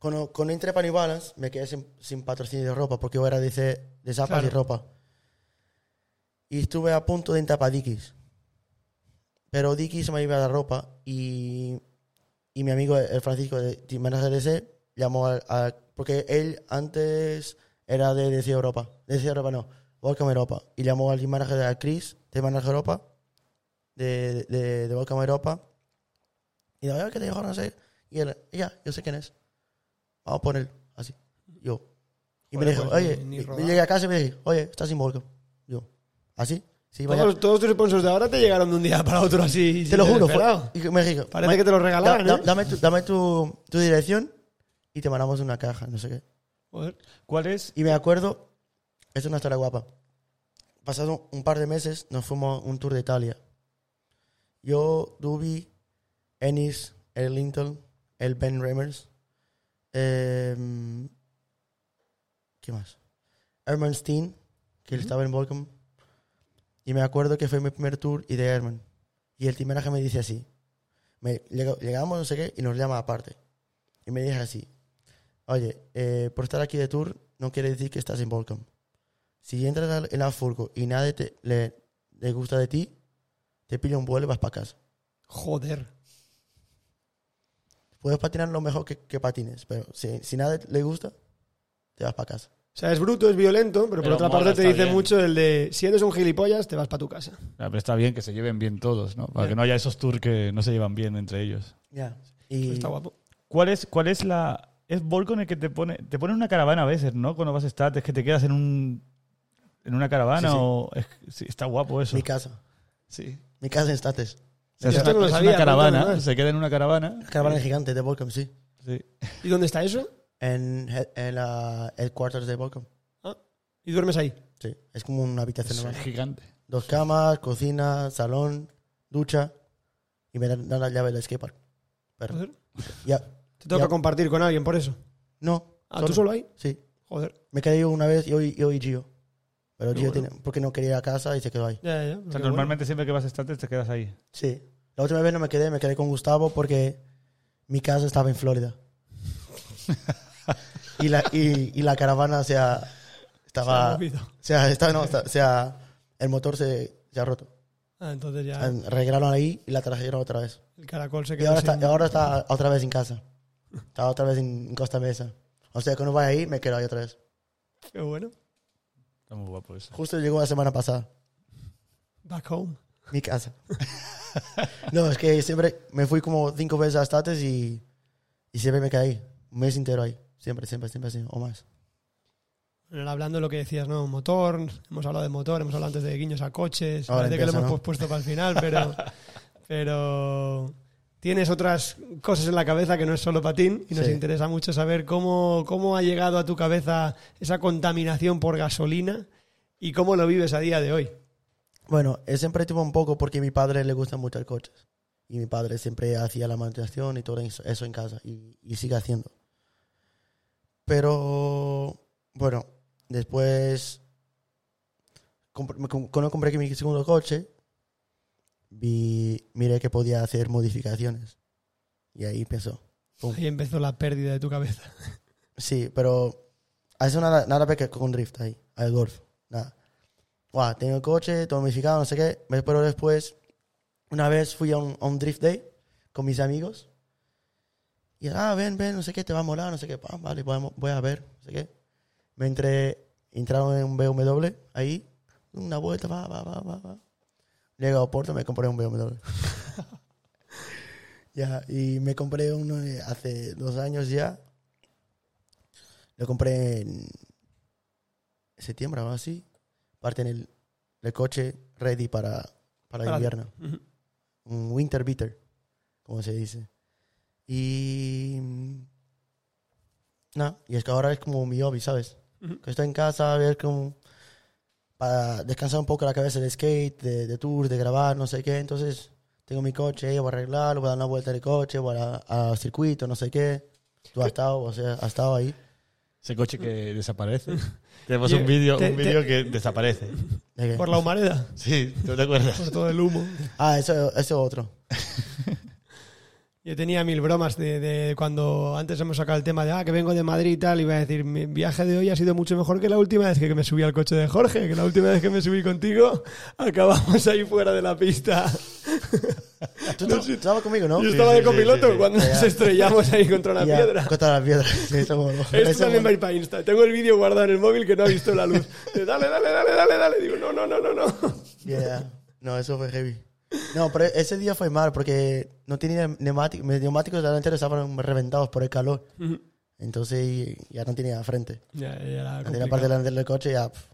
B: Cuando, cuando entré para New Balance, me quedé sin, sin patrocinio de ropa, porque yo era de, ce- de zapas
A: Claro.
B: y ropa. Y estuve a punto de entrar para Dickies. Pero Dickies me iba a la ropa y, y mi amigo, el Francisco de Timeras DC, llamó a, a- Porque él antes era de DC Europa. DC Europa no, Volcom Europa. Y llamó al team manager de a Chris, team manager Europa, de, de, de Volcom Europa. Y digo, "Ay, ¿qué te dijo? No sé. Y él, ya, yo sé quién es. Vamos a ponerlo, así. Yo. Y
A: Joder,
B: me dijo,
A: pues,
B: oye,
A: ni- ni
B: y-
A: robar.
B: me llegué a casa y me dije, oye, estás sin Volcom. Yo, ¿así? Sí, vaya.
A: Todos, todos tus sponsors de ahora te llegaron de un día para otro así.
B: Te lo
A: sin
B: juro, fue-
A: esperado.
B: y me dijo,
A: Parece que te lo
B: Da-
A: regalaron,
B: da-
A: ¿eh?
B: dame tu, dame tu, tu dirección y te mandamos una caja, no sé qué.
A: Joder.
D: ¿Cuál es?
B: Y me acuerdo, esto es una historia guapa. Pasado un par de meses, nos fuimos a un tour de Italia. Yo, Dubi, Ennis, el Linton, el Ben Remers, em, ¿qué más? Herman Steen, que él estaba en Volcom. Y me acuerdo que fue mi primer tour y de Herman. Y el timeraje me dice así. Me, llega- llegamos, no sé qué, y nos llama aparte. Y me dice así. Oye, eh, por estar aquí de tour no quiere decir que estás en Volcom. Si entras al- en la furgo y nadie te, le, le gusta de ti, te pilla un vuelo y vas para casa.
A: Joder.
B: Puedes patinar lo mejor que, que patines, pero si, si nadie le gusta, te vas para casa.
A: O sea, es bruto, es violento, pero, por
F: Pero
A: otra
F: mola,
A: parte te
F: está
A: dice
F: bien.
A: mucho el de si eres un gilipollas, te vas para tu casa.
D: Ah, pero está bien que se lleven bien todos, ¿no? Para
A: Ya.
D: que no haya esos tours que no se llevan bien entre ellos.
B: Ya. Y
A: Está guapo.
D: ¿Cuál es, cuál es la. Es Volcom el que te pone. Te pone una caravana a veces, ¿no? Cuando vas a estar, es que te quedas en un. En una caravana
B: Sí, sí.
D: o. es- sí, está guapo eso.
B: mi casa.
D: Sí.
B: Mi casa en States.
D: O sea,
A: Yo
D: es
A: esto no lo
D: es
A: sabía,
D: una caravana,
A: cuéntame más.
D: se queda en una caravana.
B: Caravana gigante de Volcom, sí.
D: Sí.
A: ¿Y dónde está eso?
B: En, he- en la headquarters de Volcom.
A: ¿Y duermes ahí?
B: Sí. Es como una habitación
E: Es
B: normal.
E: gigante.
B: Dos camas, cocina, salón, ducha. Y me dan, dan la llave del skatepark. Pero
A: Joder.
B: ya.
A: Te toca
B: Ya.
A: compartir con alguien por eso.
B: No.
A: Ah, ¿tú solo ahí?
B: Sí.
A: Joder.
B: Me quedé yo una vez, yo y, yo y Gio. Pero
A: Qué
B: Gio
A: bueno.
B: tiene- porque no quería ir a casa y se quedó ahí.
A: Ya, ya, ya.
D: O
A: Qué
D: sea,
A: bueno.
D: normalmente siempre que vas a States te quedas ahí.
B: Sí. La última vez no me quedé, me quedé con Gustavo porque mi casa estaba en Florida. y, la, y, y la caravana, o sea,
A: Se ha
B: estaba...
A: movido.
B: o sea, estaba, no, o sea, el motor se, se ha roto.
A: Ah, entonces ya
B: Regalaron Arreglaron ahí y la trajeron otra vez.
A: el caracol se
B: Em, Y
A: quedó
B: ahora
A: sin-
B: está, ahora está otra vez en casa. Está otra vez en, en Costa Mesa. O sea, cuando vaya ahí, me quedo ahí otra vez.
A: Qué bueno.
D: Está muy guapo eso.
B: Justo llegó la semana pasada.
A: Back home.
B: Mi casa. no, es que siempre me fui como cinco veces a States y, y siempre me quedé ahí. Un mes entero ahí. Siempre, siempre, siempre así, o más.
A: Bueno, hablando de lo que decías, ¿no? Motor, hemos hablado de motor, hemos hablado antes de guiños a coches,
B: Ahora
A: parece que lo
B: empieza,
A: hemos
B: ¿no?
A: pospuesto para el final, pero, pero tienes otras cosas en la cabeza que no es solo patín y nos
B: Sí.
A: interesa mucho saber cómo, cómo ha llegado a tu cabeza esa contaminación por gasolina y cómo lo vives a día de hoy.
B: Bueno, eh, siempre tuve un poco porque a mi padre le gustan mucho los coches. Y mi padre siempre hacía la manutención y todo eso, eso en casa. Y, y sigue haciendo. Pero, bueno, después. compr- me com- Cuando compré mi segundo coche, vi, miré que podía hacer modificaciones. Y ahí empezó.
A: Ahí empezó la pérdida de tu cabeza.
B: Sí, pero eso nada, nada que ver con drift ahí, al golf, nada. Guau, tengo el coche, todo modificado, no sé qué, pero después, una vez fui a un, a un drift day con mis amigos y, ah, ven, ven, no sé qué, te va a molar, no sé qué, pa, vale, voy a, voy a ver, no sé qué. Me entré, entraron en un BMW ahí, una vuelta, va, va, va, va, va. Llego a Porto, me compré un BMW. ya, y me compré uno eh, hace dos años ya. Lo compré en septiembre o algo así. Parte en el, el coche ready para, para el
A: Para-
B: invierno. Un winter beater, como se dice. Y... No, y es que ahora es como mi hobby, ¿sabes?
A: Ujú.
B: Que estoy en casa, a ver cómo... Para descansar un poco la cabeza de skate, de, de tour, de grabar, no sé qué. Entonces, tengo mi coche, ahí, voy a arreglarlo, voy a dar una vuelta de coche, voy a, a circuito, no sé qué. Tú has estado, o sea, has estado ahí.
E: Ese coche que desaparece.
F: Tenemos
A: Oye,
F: un vídeo
A: te-
F: un vídeo que desaparece.
B: ¿De qué?
A: Por la humareda,
F: Sí, ¿tú te acuerdas?
A: por todo el humo.
B: Ah, eso eso es otro.
A: Yo tenía mil bromas de, de cuando antes hemos sacado el tema de ah, que vengo de Madrid y tal, y iba a decir, mi viaje de hoy ha sido mucho mejor que la última vez que, que me subí al coche de Jorge, que la última vez que me subí contigo, acabamos ahí fuera de la pista.
B: Ah, Tú, tú- tú estabas conmigo, ¿no?
A: Yo estaba de
F: sí, sí,
A: copiloto
F: sí, sí.
A: cuando nos
B: Ya.
A: estrellamos ahí contra una
B: Ya,
A: piedra.
B: Contra la piedra. Sí, eso es bueno. Eso es
A: Esto también va a
B: bueno.
A: ir para Insta. Tengo el vídeo guardado en el móvil que no ha visto la luz. De, dale, dale, dale, dale, dale. Digo, no, no, no, no, no.
B: Ya, ya. No, eso fue heavy. No, pero ese día fue mal porque no tenía neumáticos. Mis neumáticos delanteros estaban reventados por el calor. Entonces ya no tenía frente.
A: Ya, ya era
B: No tenía
A: complicado.
B: parte delantera del coche ya. pf,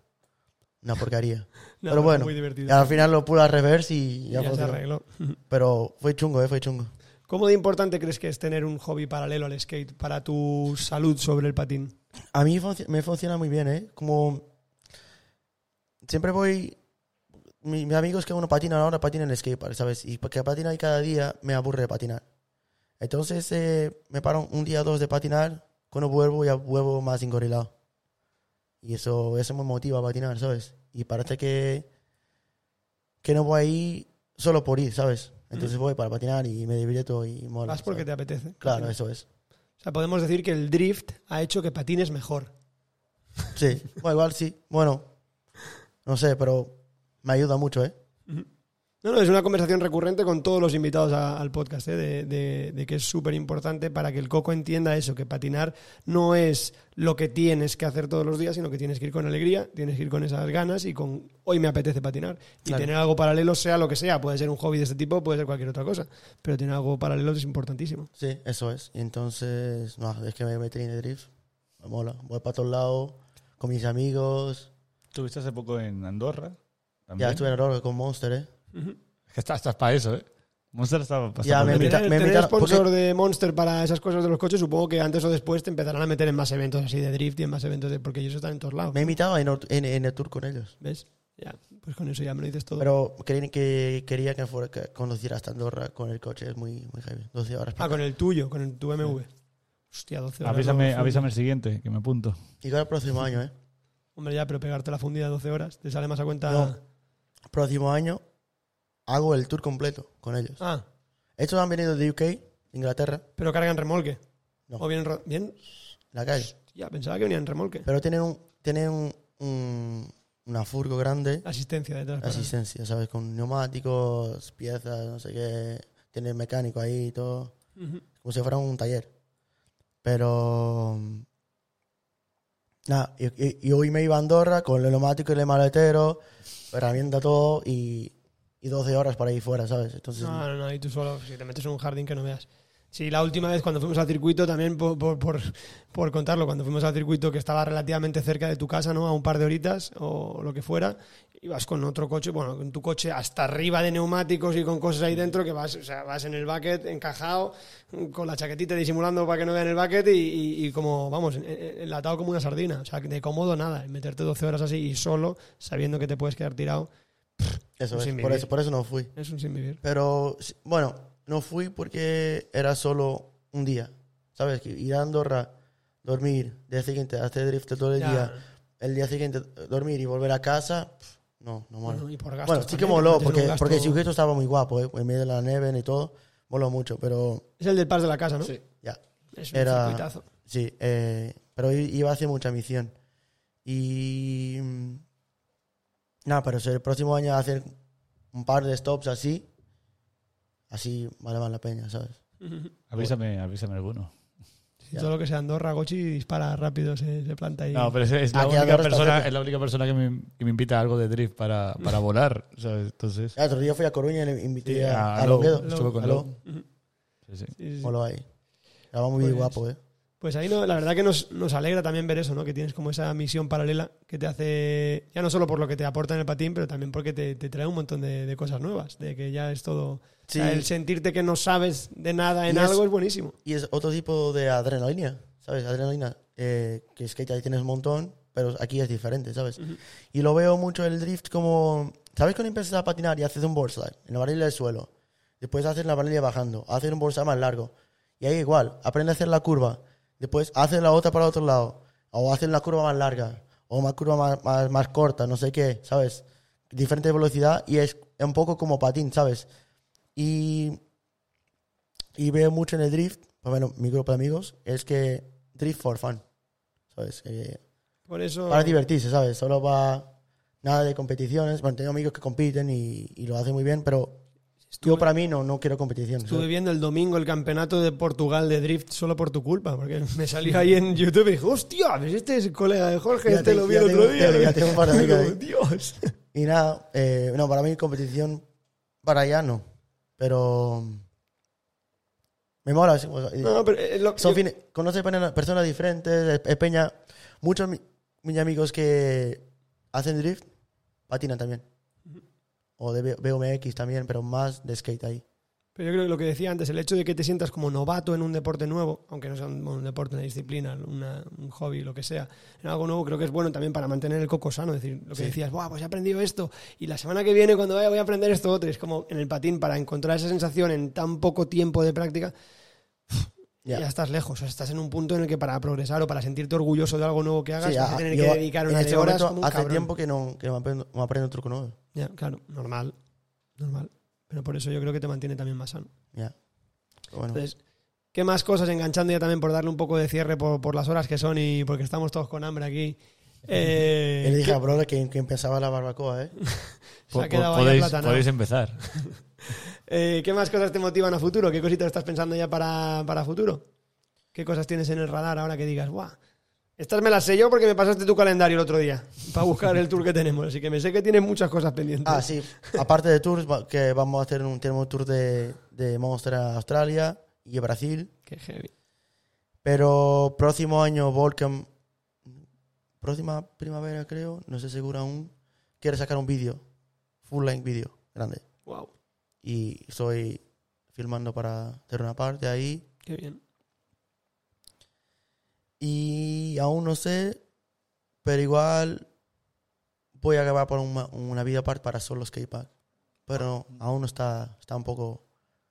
B: una porquería.
A: No,
B: pero bueno,
A: Muy divertido.
B: al final lo pude al reverse y
A: Ya
B: ya,
A: se
B: funcionó.
A: arregló.
B: Pero fue chungo, eh, fue chungo.
A: ¿Cómo de importante crees que es tener un hobby paralelo al skate para tu salud sobre el patín?
B: A mí func- me funciona muy bien, ¿eh? Como. Siempre voy. mi- Mis amigos que uno patina ahora patinan en el skatepark, ¿sabes? Y porque patina ahí cada día me aburre de patinar. Entonces eh, me paro un día o dos de patinar. Cuando vuelvo, ya vuelvo más engorilado. Y eso, eso me motiva a patinar, ¿sabes? Y parece que. que no voy ahí solo por ir, ¿sabes? Entonces voy para patinar y me divierto y mola.
A: Más porque te
B: ¿sabes?
A: apetece.
B: Claro, eso es.
A: O sea, podemos decir que el drift ha hecho que patines mejor.
B: Sí, bueno, igual sí. Bueno, no sé, pero me ayuda mucho, ¿eh?
A: No, no, es una conversación recurrente con todos los invitados a- al podcast, ¿eh? de, de- de que es súper importante para que el coco entienda eso, que patinar no es lo que tienes que hacer todos los días, sino que tienes que ir con alegría, tienes que ir con esas ganas y con hoy me apetece patinar. Y
B: Claro.
A: tener algo paralelo, sea lo que sea, puede ser un hobby de este tipo, puede ser cualquier otra cosa, pero tener algo paralelo es importantísimo.
B: Sí, eso es. Y entonces, no, es que me metí en el drift. Me mola. Voy para todos lados, con mis amigos.
D: Estuviste hace poco en Andorra.
B: Ya
D: También.
B: estuve en Rock con Monster, ¿eh?
E: Es que estás estás para eso, ¿eh?
D: Monster estaba pasando.
B: Ya, me
D: por-
A: Tener,
B: invita- me
A: tener
B: invitaron-
A: sponsor
B: porque-
A: de Monster para esas cosas de los coches, supongo que antes o después te empezarán a meter en más eventos así de drift y en más eventos de... porque ellos están en todos lados.
B: Me invitaba en, en, en el tour con ellos.
A: ¿Ves? Ya, pues con eso ya me lo dices todo.
B: Pero querían que, quería que fuera que conducir hasta Andorra con el coche. Es muy, muy heavy. 12 horas.
A: Ah, con el tuyo, con el tu MV. Hostia, 12 horas.
D: Avísame,
A: ¿no?
D: avísame el siguiente, que me apunto.
B: Igual el próximo año, ¿eh?
A: Hombre, ya, pero pegarte la fundida 12 horas, te sale más a cuenta.
B: No. Próximo año hago el tour completo con ellos.
A: Ah,
B: Estos han venido de UK, Inglaterra,
A: pero cargan remolque.
B: No.
A: O vienen. ro- Bien,
B: la calle.
A: ya, pensaba que venían remolque.
B: Pero tienen un, tienen un, un- una furgo grande,
A: Asistencia detrás. para-
B: asistencia, ¿sabes? Con neumáticos, piezas, no sé qué. Tienen mecánico ahí y todo.
A: Ujú.
B: Como si fuera un taller. Pero. mm, Nada, y, y- y hoy me iba a Andorra con el neumático y el maletero, herramienta todo y, y 12 horas para ahí fuera, ¿sabes? Entonces,
A: No, no, no, y tú solo, si te metes en un jardín que no veas. Sí, la última vez cuando fuimos al circuito, también por, por- por- por contarlo, cuando fuimos al circuito que estaba relativamente cerca de tu casa, ¿no? A un par de horitas o lo que fuera, ibas con otro coche, bueno, con tu coche hasta arriba de neumáticos y con cosas ahí dentro que vas, o sea, vas en el bucket encajado, con la chaquetita disimulando para que no vean el bucket y, y- y como, vamos, en- en- enlatado como una sardina. O sea, de cómodo nada, meterte 12 horas así y solo, sabiendo que te puedes quedar tirado,
B: Eso es,
A: Sin
B: por
A: vivir.
B: eso, por eso no fui.
A: es un sin vivir.
B: Pero sí, bueno, no fui porque era solo un día. ¿Sabes? Que Ir a Andorra, dormir, día siguiente, hacer drift todo el
A: Ya.
B: día, el día siguiente eh, dormir y volver a casa, pff, no, no mola.
A: Bueno, y por gastos
B: Bueno, sí que
A: también,
B: moló,
A: tienes un
B: porque,
A: gasto-
B: porque el sujeto estaba muy guapo, ¿eh? en medio de la nieve y todo, moló mucho, pero
A: Es el del par de la casa, ¿no?
B: Sí. ya,
A: Es un
B: Era-
A: circuitazo.
B: sí, eh, pero i- iba a hacer mucha misión. Y... mm, Nada, pero si el próximo año hacer un par de stops así, así vale más la pena, ¿sabes?
D: Avísame, avísame alguno.
A: Sí, todo lo que sea Andorra, Gochi dispara rápido, se, se planta ahí.
D: No, pero es, es
B: Ah,
D: la,
B: que
D: única
B: Adoro está
D: persona,
B: cerca.
D: es la única persona que me, que me invita a algo de drift para, para volar, ¿sabes? Entonces,
B: El otro día fui a Coruña y le invité
D: Sí,
B: a,
D: a
B: a
D: Lou.
B: Longuedo.
D: Estuve con
B: A Lou.
D: sí, sí.
A: Sí, sí, sí.
B: Moló ahí. Estaba muy
A: Pues-
B: guapo, ¿eh?
A: Pues ahí no, la verdad que nos, nos alegra también ver eso, ¿no? Que tienes como esa misión paralela que te hace, ya no solo por lo que te aporta en el patín, pero también porque te, te trae un montón de, de cosas nuevas, de que ya es todo...
B: Sí.
A: o sea, el sentirte que no sabes de nada en
B: Y es-
A: algo es buenísimo.
B: Y es otro tipo de adrenalina, ¿sabes? Adrenalina. eh, que skate ahí tienes un montón, pero aquí es diferente, ¿sabes? Y lo veo mucho el drift como... ¿Sabes cuando empiezas a patinar y haces un board slide? En la barrilla del suelo. Después haces la barrilla bajando. Haces un board slide más largo. Y ahí igual. Aprende a hacer la curva. Después haces la otra para el otro lado. O haces la curva más larga. O una curva más, más, más corta, no sé qué, ¿sabes? Diferente velocidad y es un poco como patín, ¿sabes? Y y veo mucho en el drift, por lo menos mi grupo de amigos, es que drift for fun, ¿sabes? Eh,
A: Por eso...
B: para divertirse, ¿sabes? Solo va nada de competiciones. Bueno, tengo amigos que compiten y, y lo hacen muy bien, pero yo para mí no, no quiero competiciones.
A: Estuve
B: ¿sabes?
A: viendo el domingo el campeonato de Portugal de drift solo por tu culpa, porque me salió ahí en YouTube y dije, hostia, pues este es colega de Jorge,
B: Ya
A: este
B: te-
A: lo vi
B: ya
A: el
B: tengo-
A: otro día.
B: ya tengo un par de ¿eh? amigos
A: Digo,
B: ahí.
A: Dios.
B: Y nada, eh, no, para mí competición para allá no, pero me mola. sí, o sea, y-
A: No, pero es lo-
B: Son
A: yo-
B: fines- conoces pena- personas diferentes, es- es Peña. Muchos mi- mis amigos que hacen drift patinan también. O de B- BMX también, pero más de skate ahí.
A: Pero yo creo que lo que decía antes, el hecho de que te sientas como novato en un deporte nuevo, aunque no sea un, un deporte, una disciplina, una- un hobby, lo que sea, en algo nuevo creo que es bueno también para mantener el coco sano. Es decir, lo que decías, Buah, pues he aprendido esto y la semana que viene cuando vaya voy a aprender esto otro. Es como en el patín, para encontrar esa sensación en tan poco tiempo de práctica,
B: Ya.
A: ya estás lejos. O sea, estás en un punto en el que para progresar o para sentirte orgulloso de algo nuevo que hagas,
B: Sí,
A: vas
B: a-
A: a tener
B: yo
A: que dedicar
B: en
A: unas
B: este
A: horas
B: momento
A: como un
B: hace
A: cabrón.
B: tiempo que no, que no aprendo, no aprendo truco nuevo.
A: Ya, claro, normal, normal. Pero por eso yo creo que te mantiene también más sano.
B: Ya. Pero Bueno,
A: Entonces, ¿qué más cosas enganchando ya también por darle un poco de cierre por, por las horas que son y porque estamos todos con hambre aquí? Eh,
B: él dije
A: ¿qué-
B: a Brother que, que empezaba la barbacoa, ¿eh?
A: se ha
D: Po- po-
A: quedado ahí
D: podéis,
A: aplatanado.
D: podéis empezar.
A: Eh, ¿Qué más cosas te motivan a futuro? ¿Qué cositas estás pensando ya para, para futuro? ¿Qué cosas tienes en el radar ahora que digas, guau? Estas me las sé yo porque me pasaste tu calendario el otro día para buscar el tour que tenemos. Así que me sé que tienes muchas cosas pendientes.
B: Ah, sí. Aparte de tours, va- que vamos a hacer un, tenemos un tour de, de Monster a Australia y a Brasil.
A: Qué heavy.
B: Pero próximo año Volcam, próxima primavera creo, no sé seguro aún, quiere sacar un vídeo, full length vídeo, grande.
A: Wow,
B: Y estoy filmando para hacer una parte ahí.
A: qué bien.
B: Y aún no sé, pero igual voy a acabar por una, una video aparte para solo skatepark. Pero aún no está, está un poco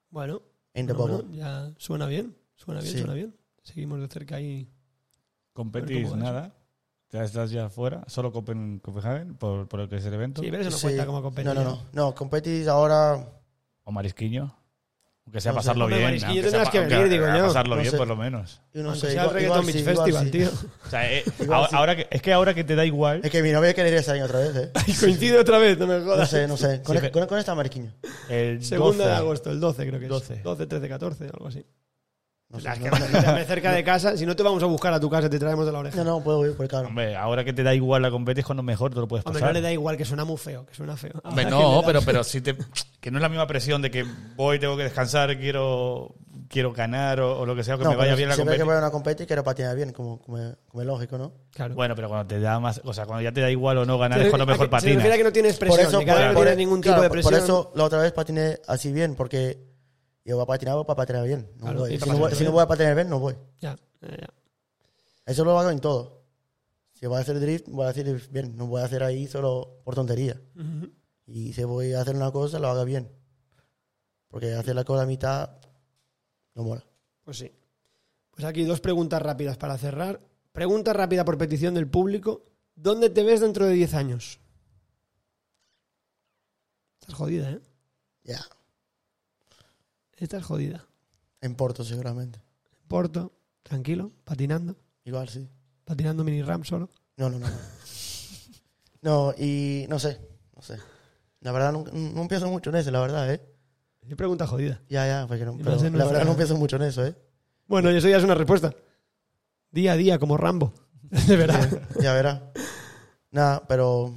A: Bueno,
B: en the
A: bueno,
B: bubble.
A: bueno, ya suena bien. Suena bien,
B: Sí.
A: suena bien. Seguimos de cerca ahí.
D: Competís
A: ¿Cómo va
D: nada. Ya estás ya fuera. Solo Copen- Copenhagen por, por el que es el evento.
A: Sí, pero eso no
B: Sí.
A: cuenta como competencia.
B: No, no, no. No, competir ahora
D: O Marisquiño. Aunque sea
B: No sé.
D: pasarlo
A: Hombre,
D: bien.
A: Marisquiño
D: aunque sea
A: tendrás
D: pa-
A: que
D: aunque
A: venir, digo
D: sea
A: yo.
D: Pasarlo
B: No
D: bien,
B: sé.
D: por lo menos.
B: yo no
A: Aunque
B: sé.
A: sea el
B: igual-
A: Reggaeton
B: igual
A: Beach
B: sí, igual
A: Festival,
B: sí.
A: tío.
D: O sea, eh,
B: Igual
D: a-
B: sí.
D: ahora que, es que ahora que te da igual.
A: Eh,
B: Es que mi novia quiere ir ese año otra vez, ¿eh?
A: Y coincide otra vez, no me
B: No
A: jodas.
B: sé, no sé. Con,
D: Sí,
B: con- este con esta mariquiña.
D: El
A: Segunda
D: 12.
A: de agosto, el 12 creo que
D: 12.
A: es. 12, 13, 14, algo así.
B: No, sé,
A: Las que
B: no,
A: van a cerca de casa, si no te vamos a buscar a tu casa, te traemos de la oreja.
B: no, no, puedo ir por claro.
D: Hombre, ahora que te da igual la competencia es cuando mejor te lo puedes
A: Hombre,
D: pasar.
A: no le da igual que suena muy feo, que suena feo. Ahora que
D: Hombre,
A: le
D: no,
A: da-
D: pero, pero si te, que no es la misma presión de que voy, tengo que descansar, quiero quiero ganar o, o lo que sea, que
B: No,
D: me vaya
B: pero
D: bien la
B: siempre que voy
D: competencia.
B: a una competi quiero patinar bien, como, como, como es lógico, ¿no?
A: Claro.
D: Bueno, pero cuando te da más, o sea, cuando ya te da igual o no ganar es cuando
A: A que-
D: mejor
A: Se refiere a
D: patinas.
A: que no tienes presión, de que ahora no tienes ningún tipo
B: claro,
A: de
B: por-
A: presión.
B: Por eso la otra vez patiné así bien, porque yo voy a patinar, voy a patinar bien. No
A: Claro,
B: voy.
A: tienes
B: Si,
A: que
B: no voy,
A: patinar
B: si no
A: bien.
B: voy a patinar bien, no voy.
A: Ya, ya, ya.
B: Eso lo hago en todo. Si voy a hacer drift, voy a hacer drift bien. No voy a hacer ahí solo por tontería.
A: Ujú.
B: Y si voy a hacer una cosa, lo haga bien. Porque hacer la cosa a mitad no mola.
A: Pues sí. Pues aquí dos preguntas rápidas para cerrar. Pregunta rápida por petición del público. ¿Dónde te ves dentro de 10 años? Estás jodida, ¿eh?
B: Ya,
A: Estás jodida.
B: en Porto seguramente.
A: Porto, tranquilo, patinando.
B: Igual sí.
A: Patinando mini ram solo.
B: No, no, no. no. No, y no sé, no sé. La verdad, no, no pienso mucho en eso, la verdad, ¿eh?
A: Es pregunta jodida.
B: Ya, ya, porque no,
A: Y
B: pero
A: más en
B: la
A: nuestra-
B: verdad no pienso mucho en eso, ¿eh?
A: Bueno, y eso ya es una respuesta. Día a día, como Rambo. De verdad.
B: Ya verás. Nada, pero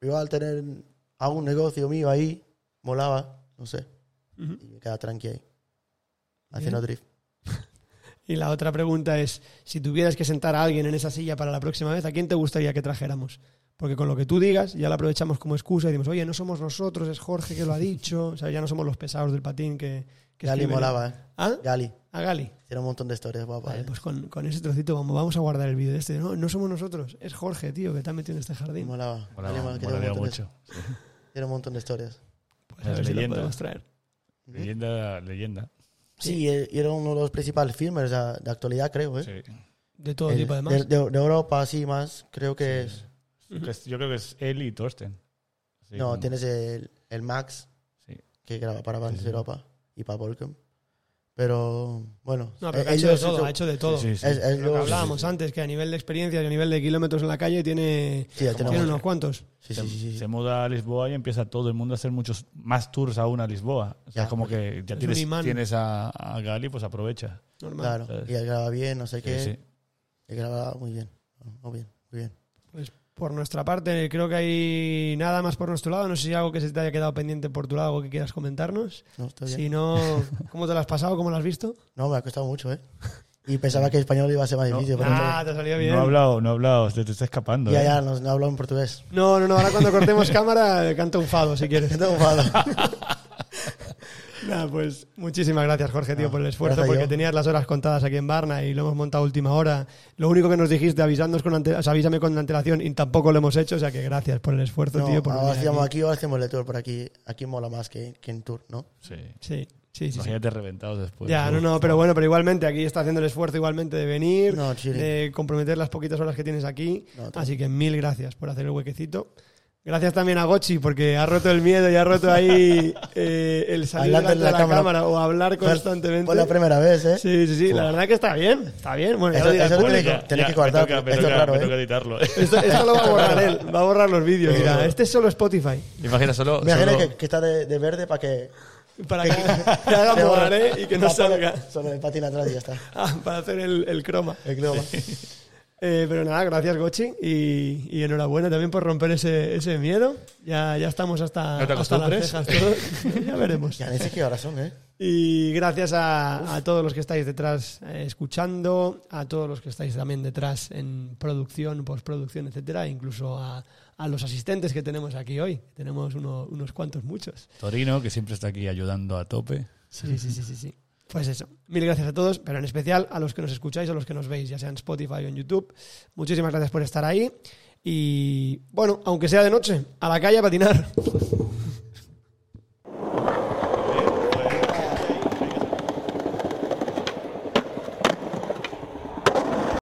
B: igual tener algún negocio mío ahí, molaba, no sé,
A: Ujú.
B: y me quedaba tranqui ahí, haciendo drift.
A: Y la otra pregunta es, si tuvieras que sentar a alguien en esa silla para la próxima vez, ¿a quién te gustaría que trajéramos? Porque con lo que tú digas, ya la aprovechamos como excusa y decimos, oye, no somos nosotros, es Jorge que lo ha dicho, o sea, ya no somos los pesados del patín que... que
B: Gali
A: escriben.
B: molaba, ¿eh?
A: ¿Ah?
B: Gali.
A: A Gali.
B: Tiene un montón de historias, guapas.
A: Vale,
B: ¿eh?
A: pues con, con ese trocito vamos, vamos a guardar el vídeo de este. No, no somos nosotros, es Jorge, tío, que te ha metido en este jardín.
B: Molaba. Gali
D: Molaba-
B: molaba, que tiene,
D: molaría
B: un montón
D: mucho.
B: de, tiene un montón de historias.
A: Pues a
D: Es
A: ver si lo
D: leyenda.
A: podemos traer.
D: Leyenda, leyenda.
B: Sí, eh, y era uno de los principales filmes de, de actualidad, creo, ¿eh?
D: Sí.
A: De todo
B: El-
A: tipo, además.
B: de, de- de Europa, sí, más, creo que es...
D: Que es- Yo creo que es él y Thorsten. Sí,
B: no,
D: como-
B: tienes el, el Max,
D: Sí.
B: que graba para Vans
D: Sí, sí.
B: Europa y para Volcom. Pero, bueno,
A: No, pero
B: eh,
A: que ha hecho de
B: ellos-
A: todo, ha hecho de todo.
D: Sí, sí, sí.
B: es-
A: Lo que
B: ellos-
A: hablábamos antes, que a nivel de experiencia y a nivel de kilómetros en la calle tiene,
B: Sí, ya
A: tiene
B: tenemos.
A: unos cuantos.
B: Sí, sí, sí, sí.
D: Se muda a Lisboa y empieza todo el mundo a hacer muchos más tours aún a Lisboa. O
B: Ya,
D: sea, es como que ya
A: un
D: tienes,
A: imán.
D: tienes a, a Gali, pues aprovecha.
A: Normal.
B: Claro,
D: ¿sabes?
B: y él graba bien, no sé qué.
D: Sí, sí.
B: Él graba muy bien. Muy bien, muy bien.
A: Pues por nuestra parte, creo que hay nada más por nuestro lado. No sé si hay algo que se te haya quedado pendiente por tu lado, algo que quieras comentarnos.
B: No, estoy bien.
A: Si no, ¿cómo te lo has pasado? ¿Cómo lo has visto?
B: No, me ha costado mucho, ¿eh? Y pensaba que el español iba a ser más difícil, pero
A: Ah, te ha salido bien.
D: No ha hablado, no ha hablado, te, te está
B: no.
D: escapando.
B: Ya,
D: ¿eh?
B: ya, no, no hablo en portugués.
A: No, no, no. Ahora cuando cortemos cámara, eh, canta un fado si quieres.
B: Tengo enfadado.
A: Nada, pues muchísimas gracias, Jorge, tío,
B: No,
A: por el esfuerzo,
B: Ah, gracias ¿eh?
A: porque
B: yo.
A: tenías las horas contadas aquí en Barna y lo hemos montado a última hora. Lo único que nos dijiste, avisándonos con ante- o sea, avísame con antelación, y tampoco lo hemos hecho, o sea que gracias por el esfuerzo,
B: No,
A: tío. Por
B: ahora
A: venir
B: hacíamos
A: aquí.
B: aquí, ahora hacemos el tour por aquí. Aquí mola más que, que en tour, ¿no?
D: Sí.
A: Sí, sí, sí. sí.
D: Imagínate reventados después.
A: Ya,
D: Uf.
A: no, no, pero bueno, pero igualmente aquí está haciendo el esfuerzo igualmente de venir,
B: No, chile.
A: de comprometer las poquitas horas que tienes aquí.
B: No, tranquilo.
A: Así que mil gracias por hacer el huequecito. Gracias también a Gochi porque ha roto el miedo y ha roto ahí eh, el salir
B: Hablando
A: delante
B: en
A: de la
B: la
A: cámara.
B: cámara.
A: o hablar
B: Fue-
A: constantemente.
B: Fue la primera vez, ¿eh?
A: sí, sí, sí, la verdad que está bien, está bien. Bueno, ya
B: Eso-
A: lo dirá el
B: eso lo
A: público.
B: tiene
F: Ya,
B: Tenés
F: ya,
B: que guardar,
F: me toca, me
B: esto
F: toca-
B: claro,
F: me
B: ¿eh?
F: toca editarlo.
A: Esto, esto lo va a borrar él, va a borrar los vídeos. Dirá, este es solo Spotify.
F: Imagina solo.
B: Me imagino
F: solo-
B: que, que está de, de verde para que.
A: Para que te haga borrar ¿eh? y que no
B: Para poner-
A: salga.
B: Solo el patín atrás y ya está.
A: Ah, para hacer el, el croma.
B: El globo.
A: Eh, pero nada, gracias Gochi y, y enhorabuena también por romper ese, ese miedo. Ya, ya estamos hasta,
F: ¿No te
A: hasta las
F: acostumbres?
A: cejas todos. ya veremos.
B: Ya, ni sé qué horas son, ¿eh?
A: Y gracias a, a todos los que estáis detrás eh, escuchando, a todos los que estáis también detrás en producción, postproducción, etcétera, e incluso a, a los asistentes que tenemos aquí hoy. Tenemos uno- unos cuantos, muchos.
E: Torino, que siempre está aquí ayudando a tope.
A: Sí, sí, sí, sí, sí. Pues eso. Mil gracias a todos, pero en especial a los que nos escucháis, a los que nos veis, ya sea en Spotify o en YouTube. Muchísimas gracias por estar ahí. Y bueno, aunque sea de noche, a la calle a patinar.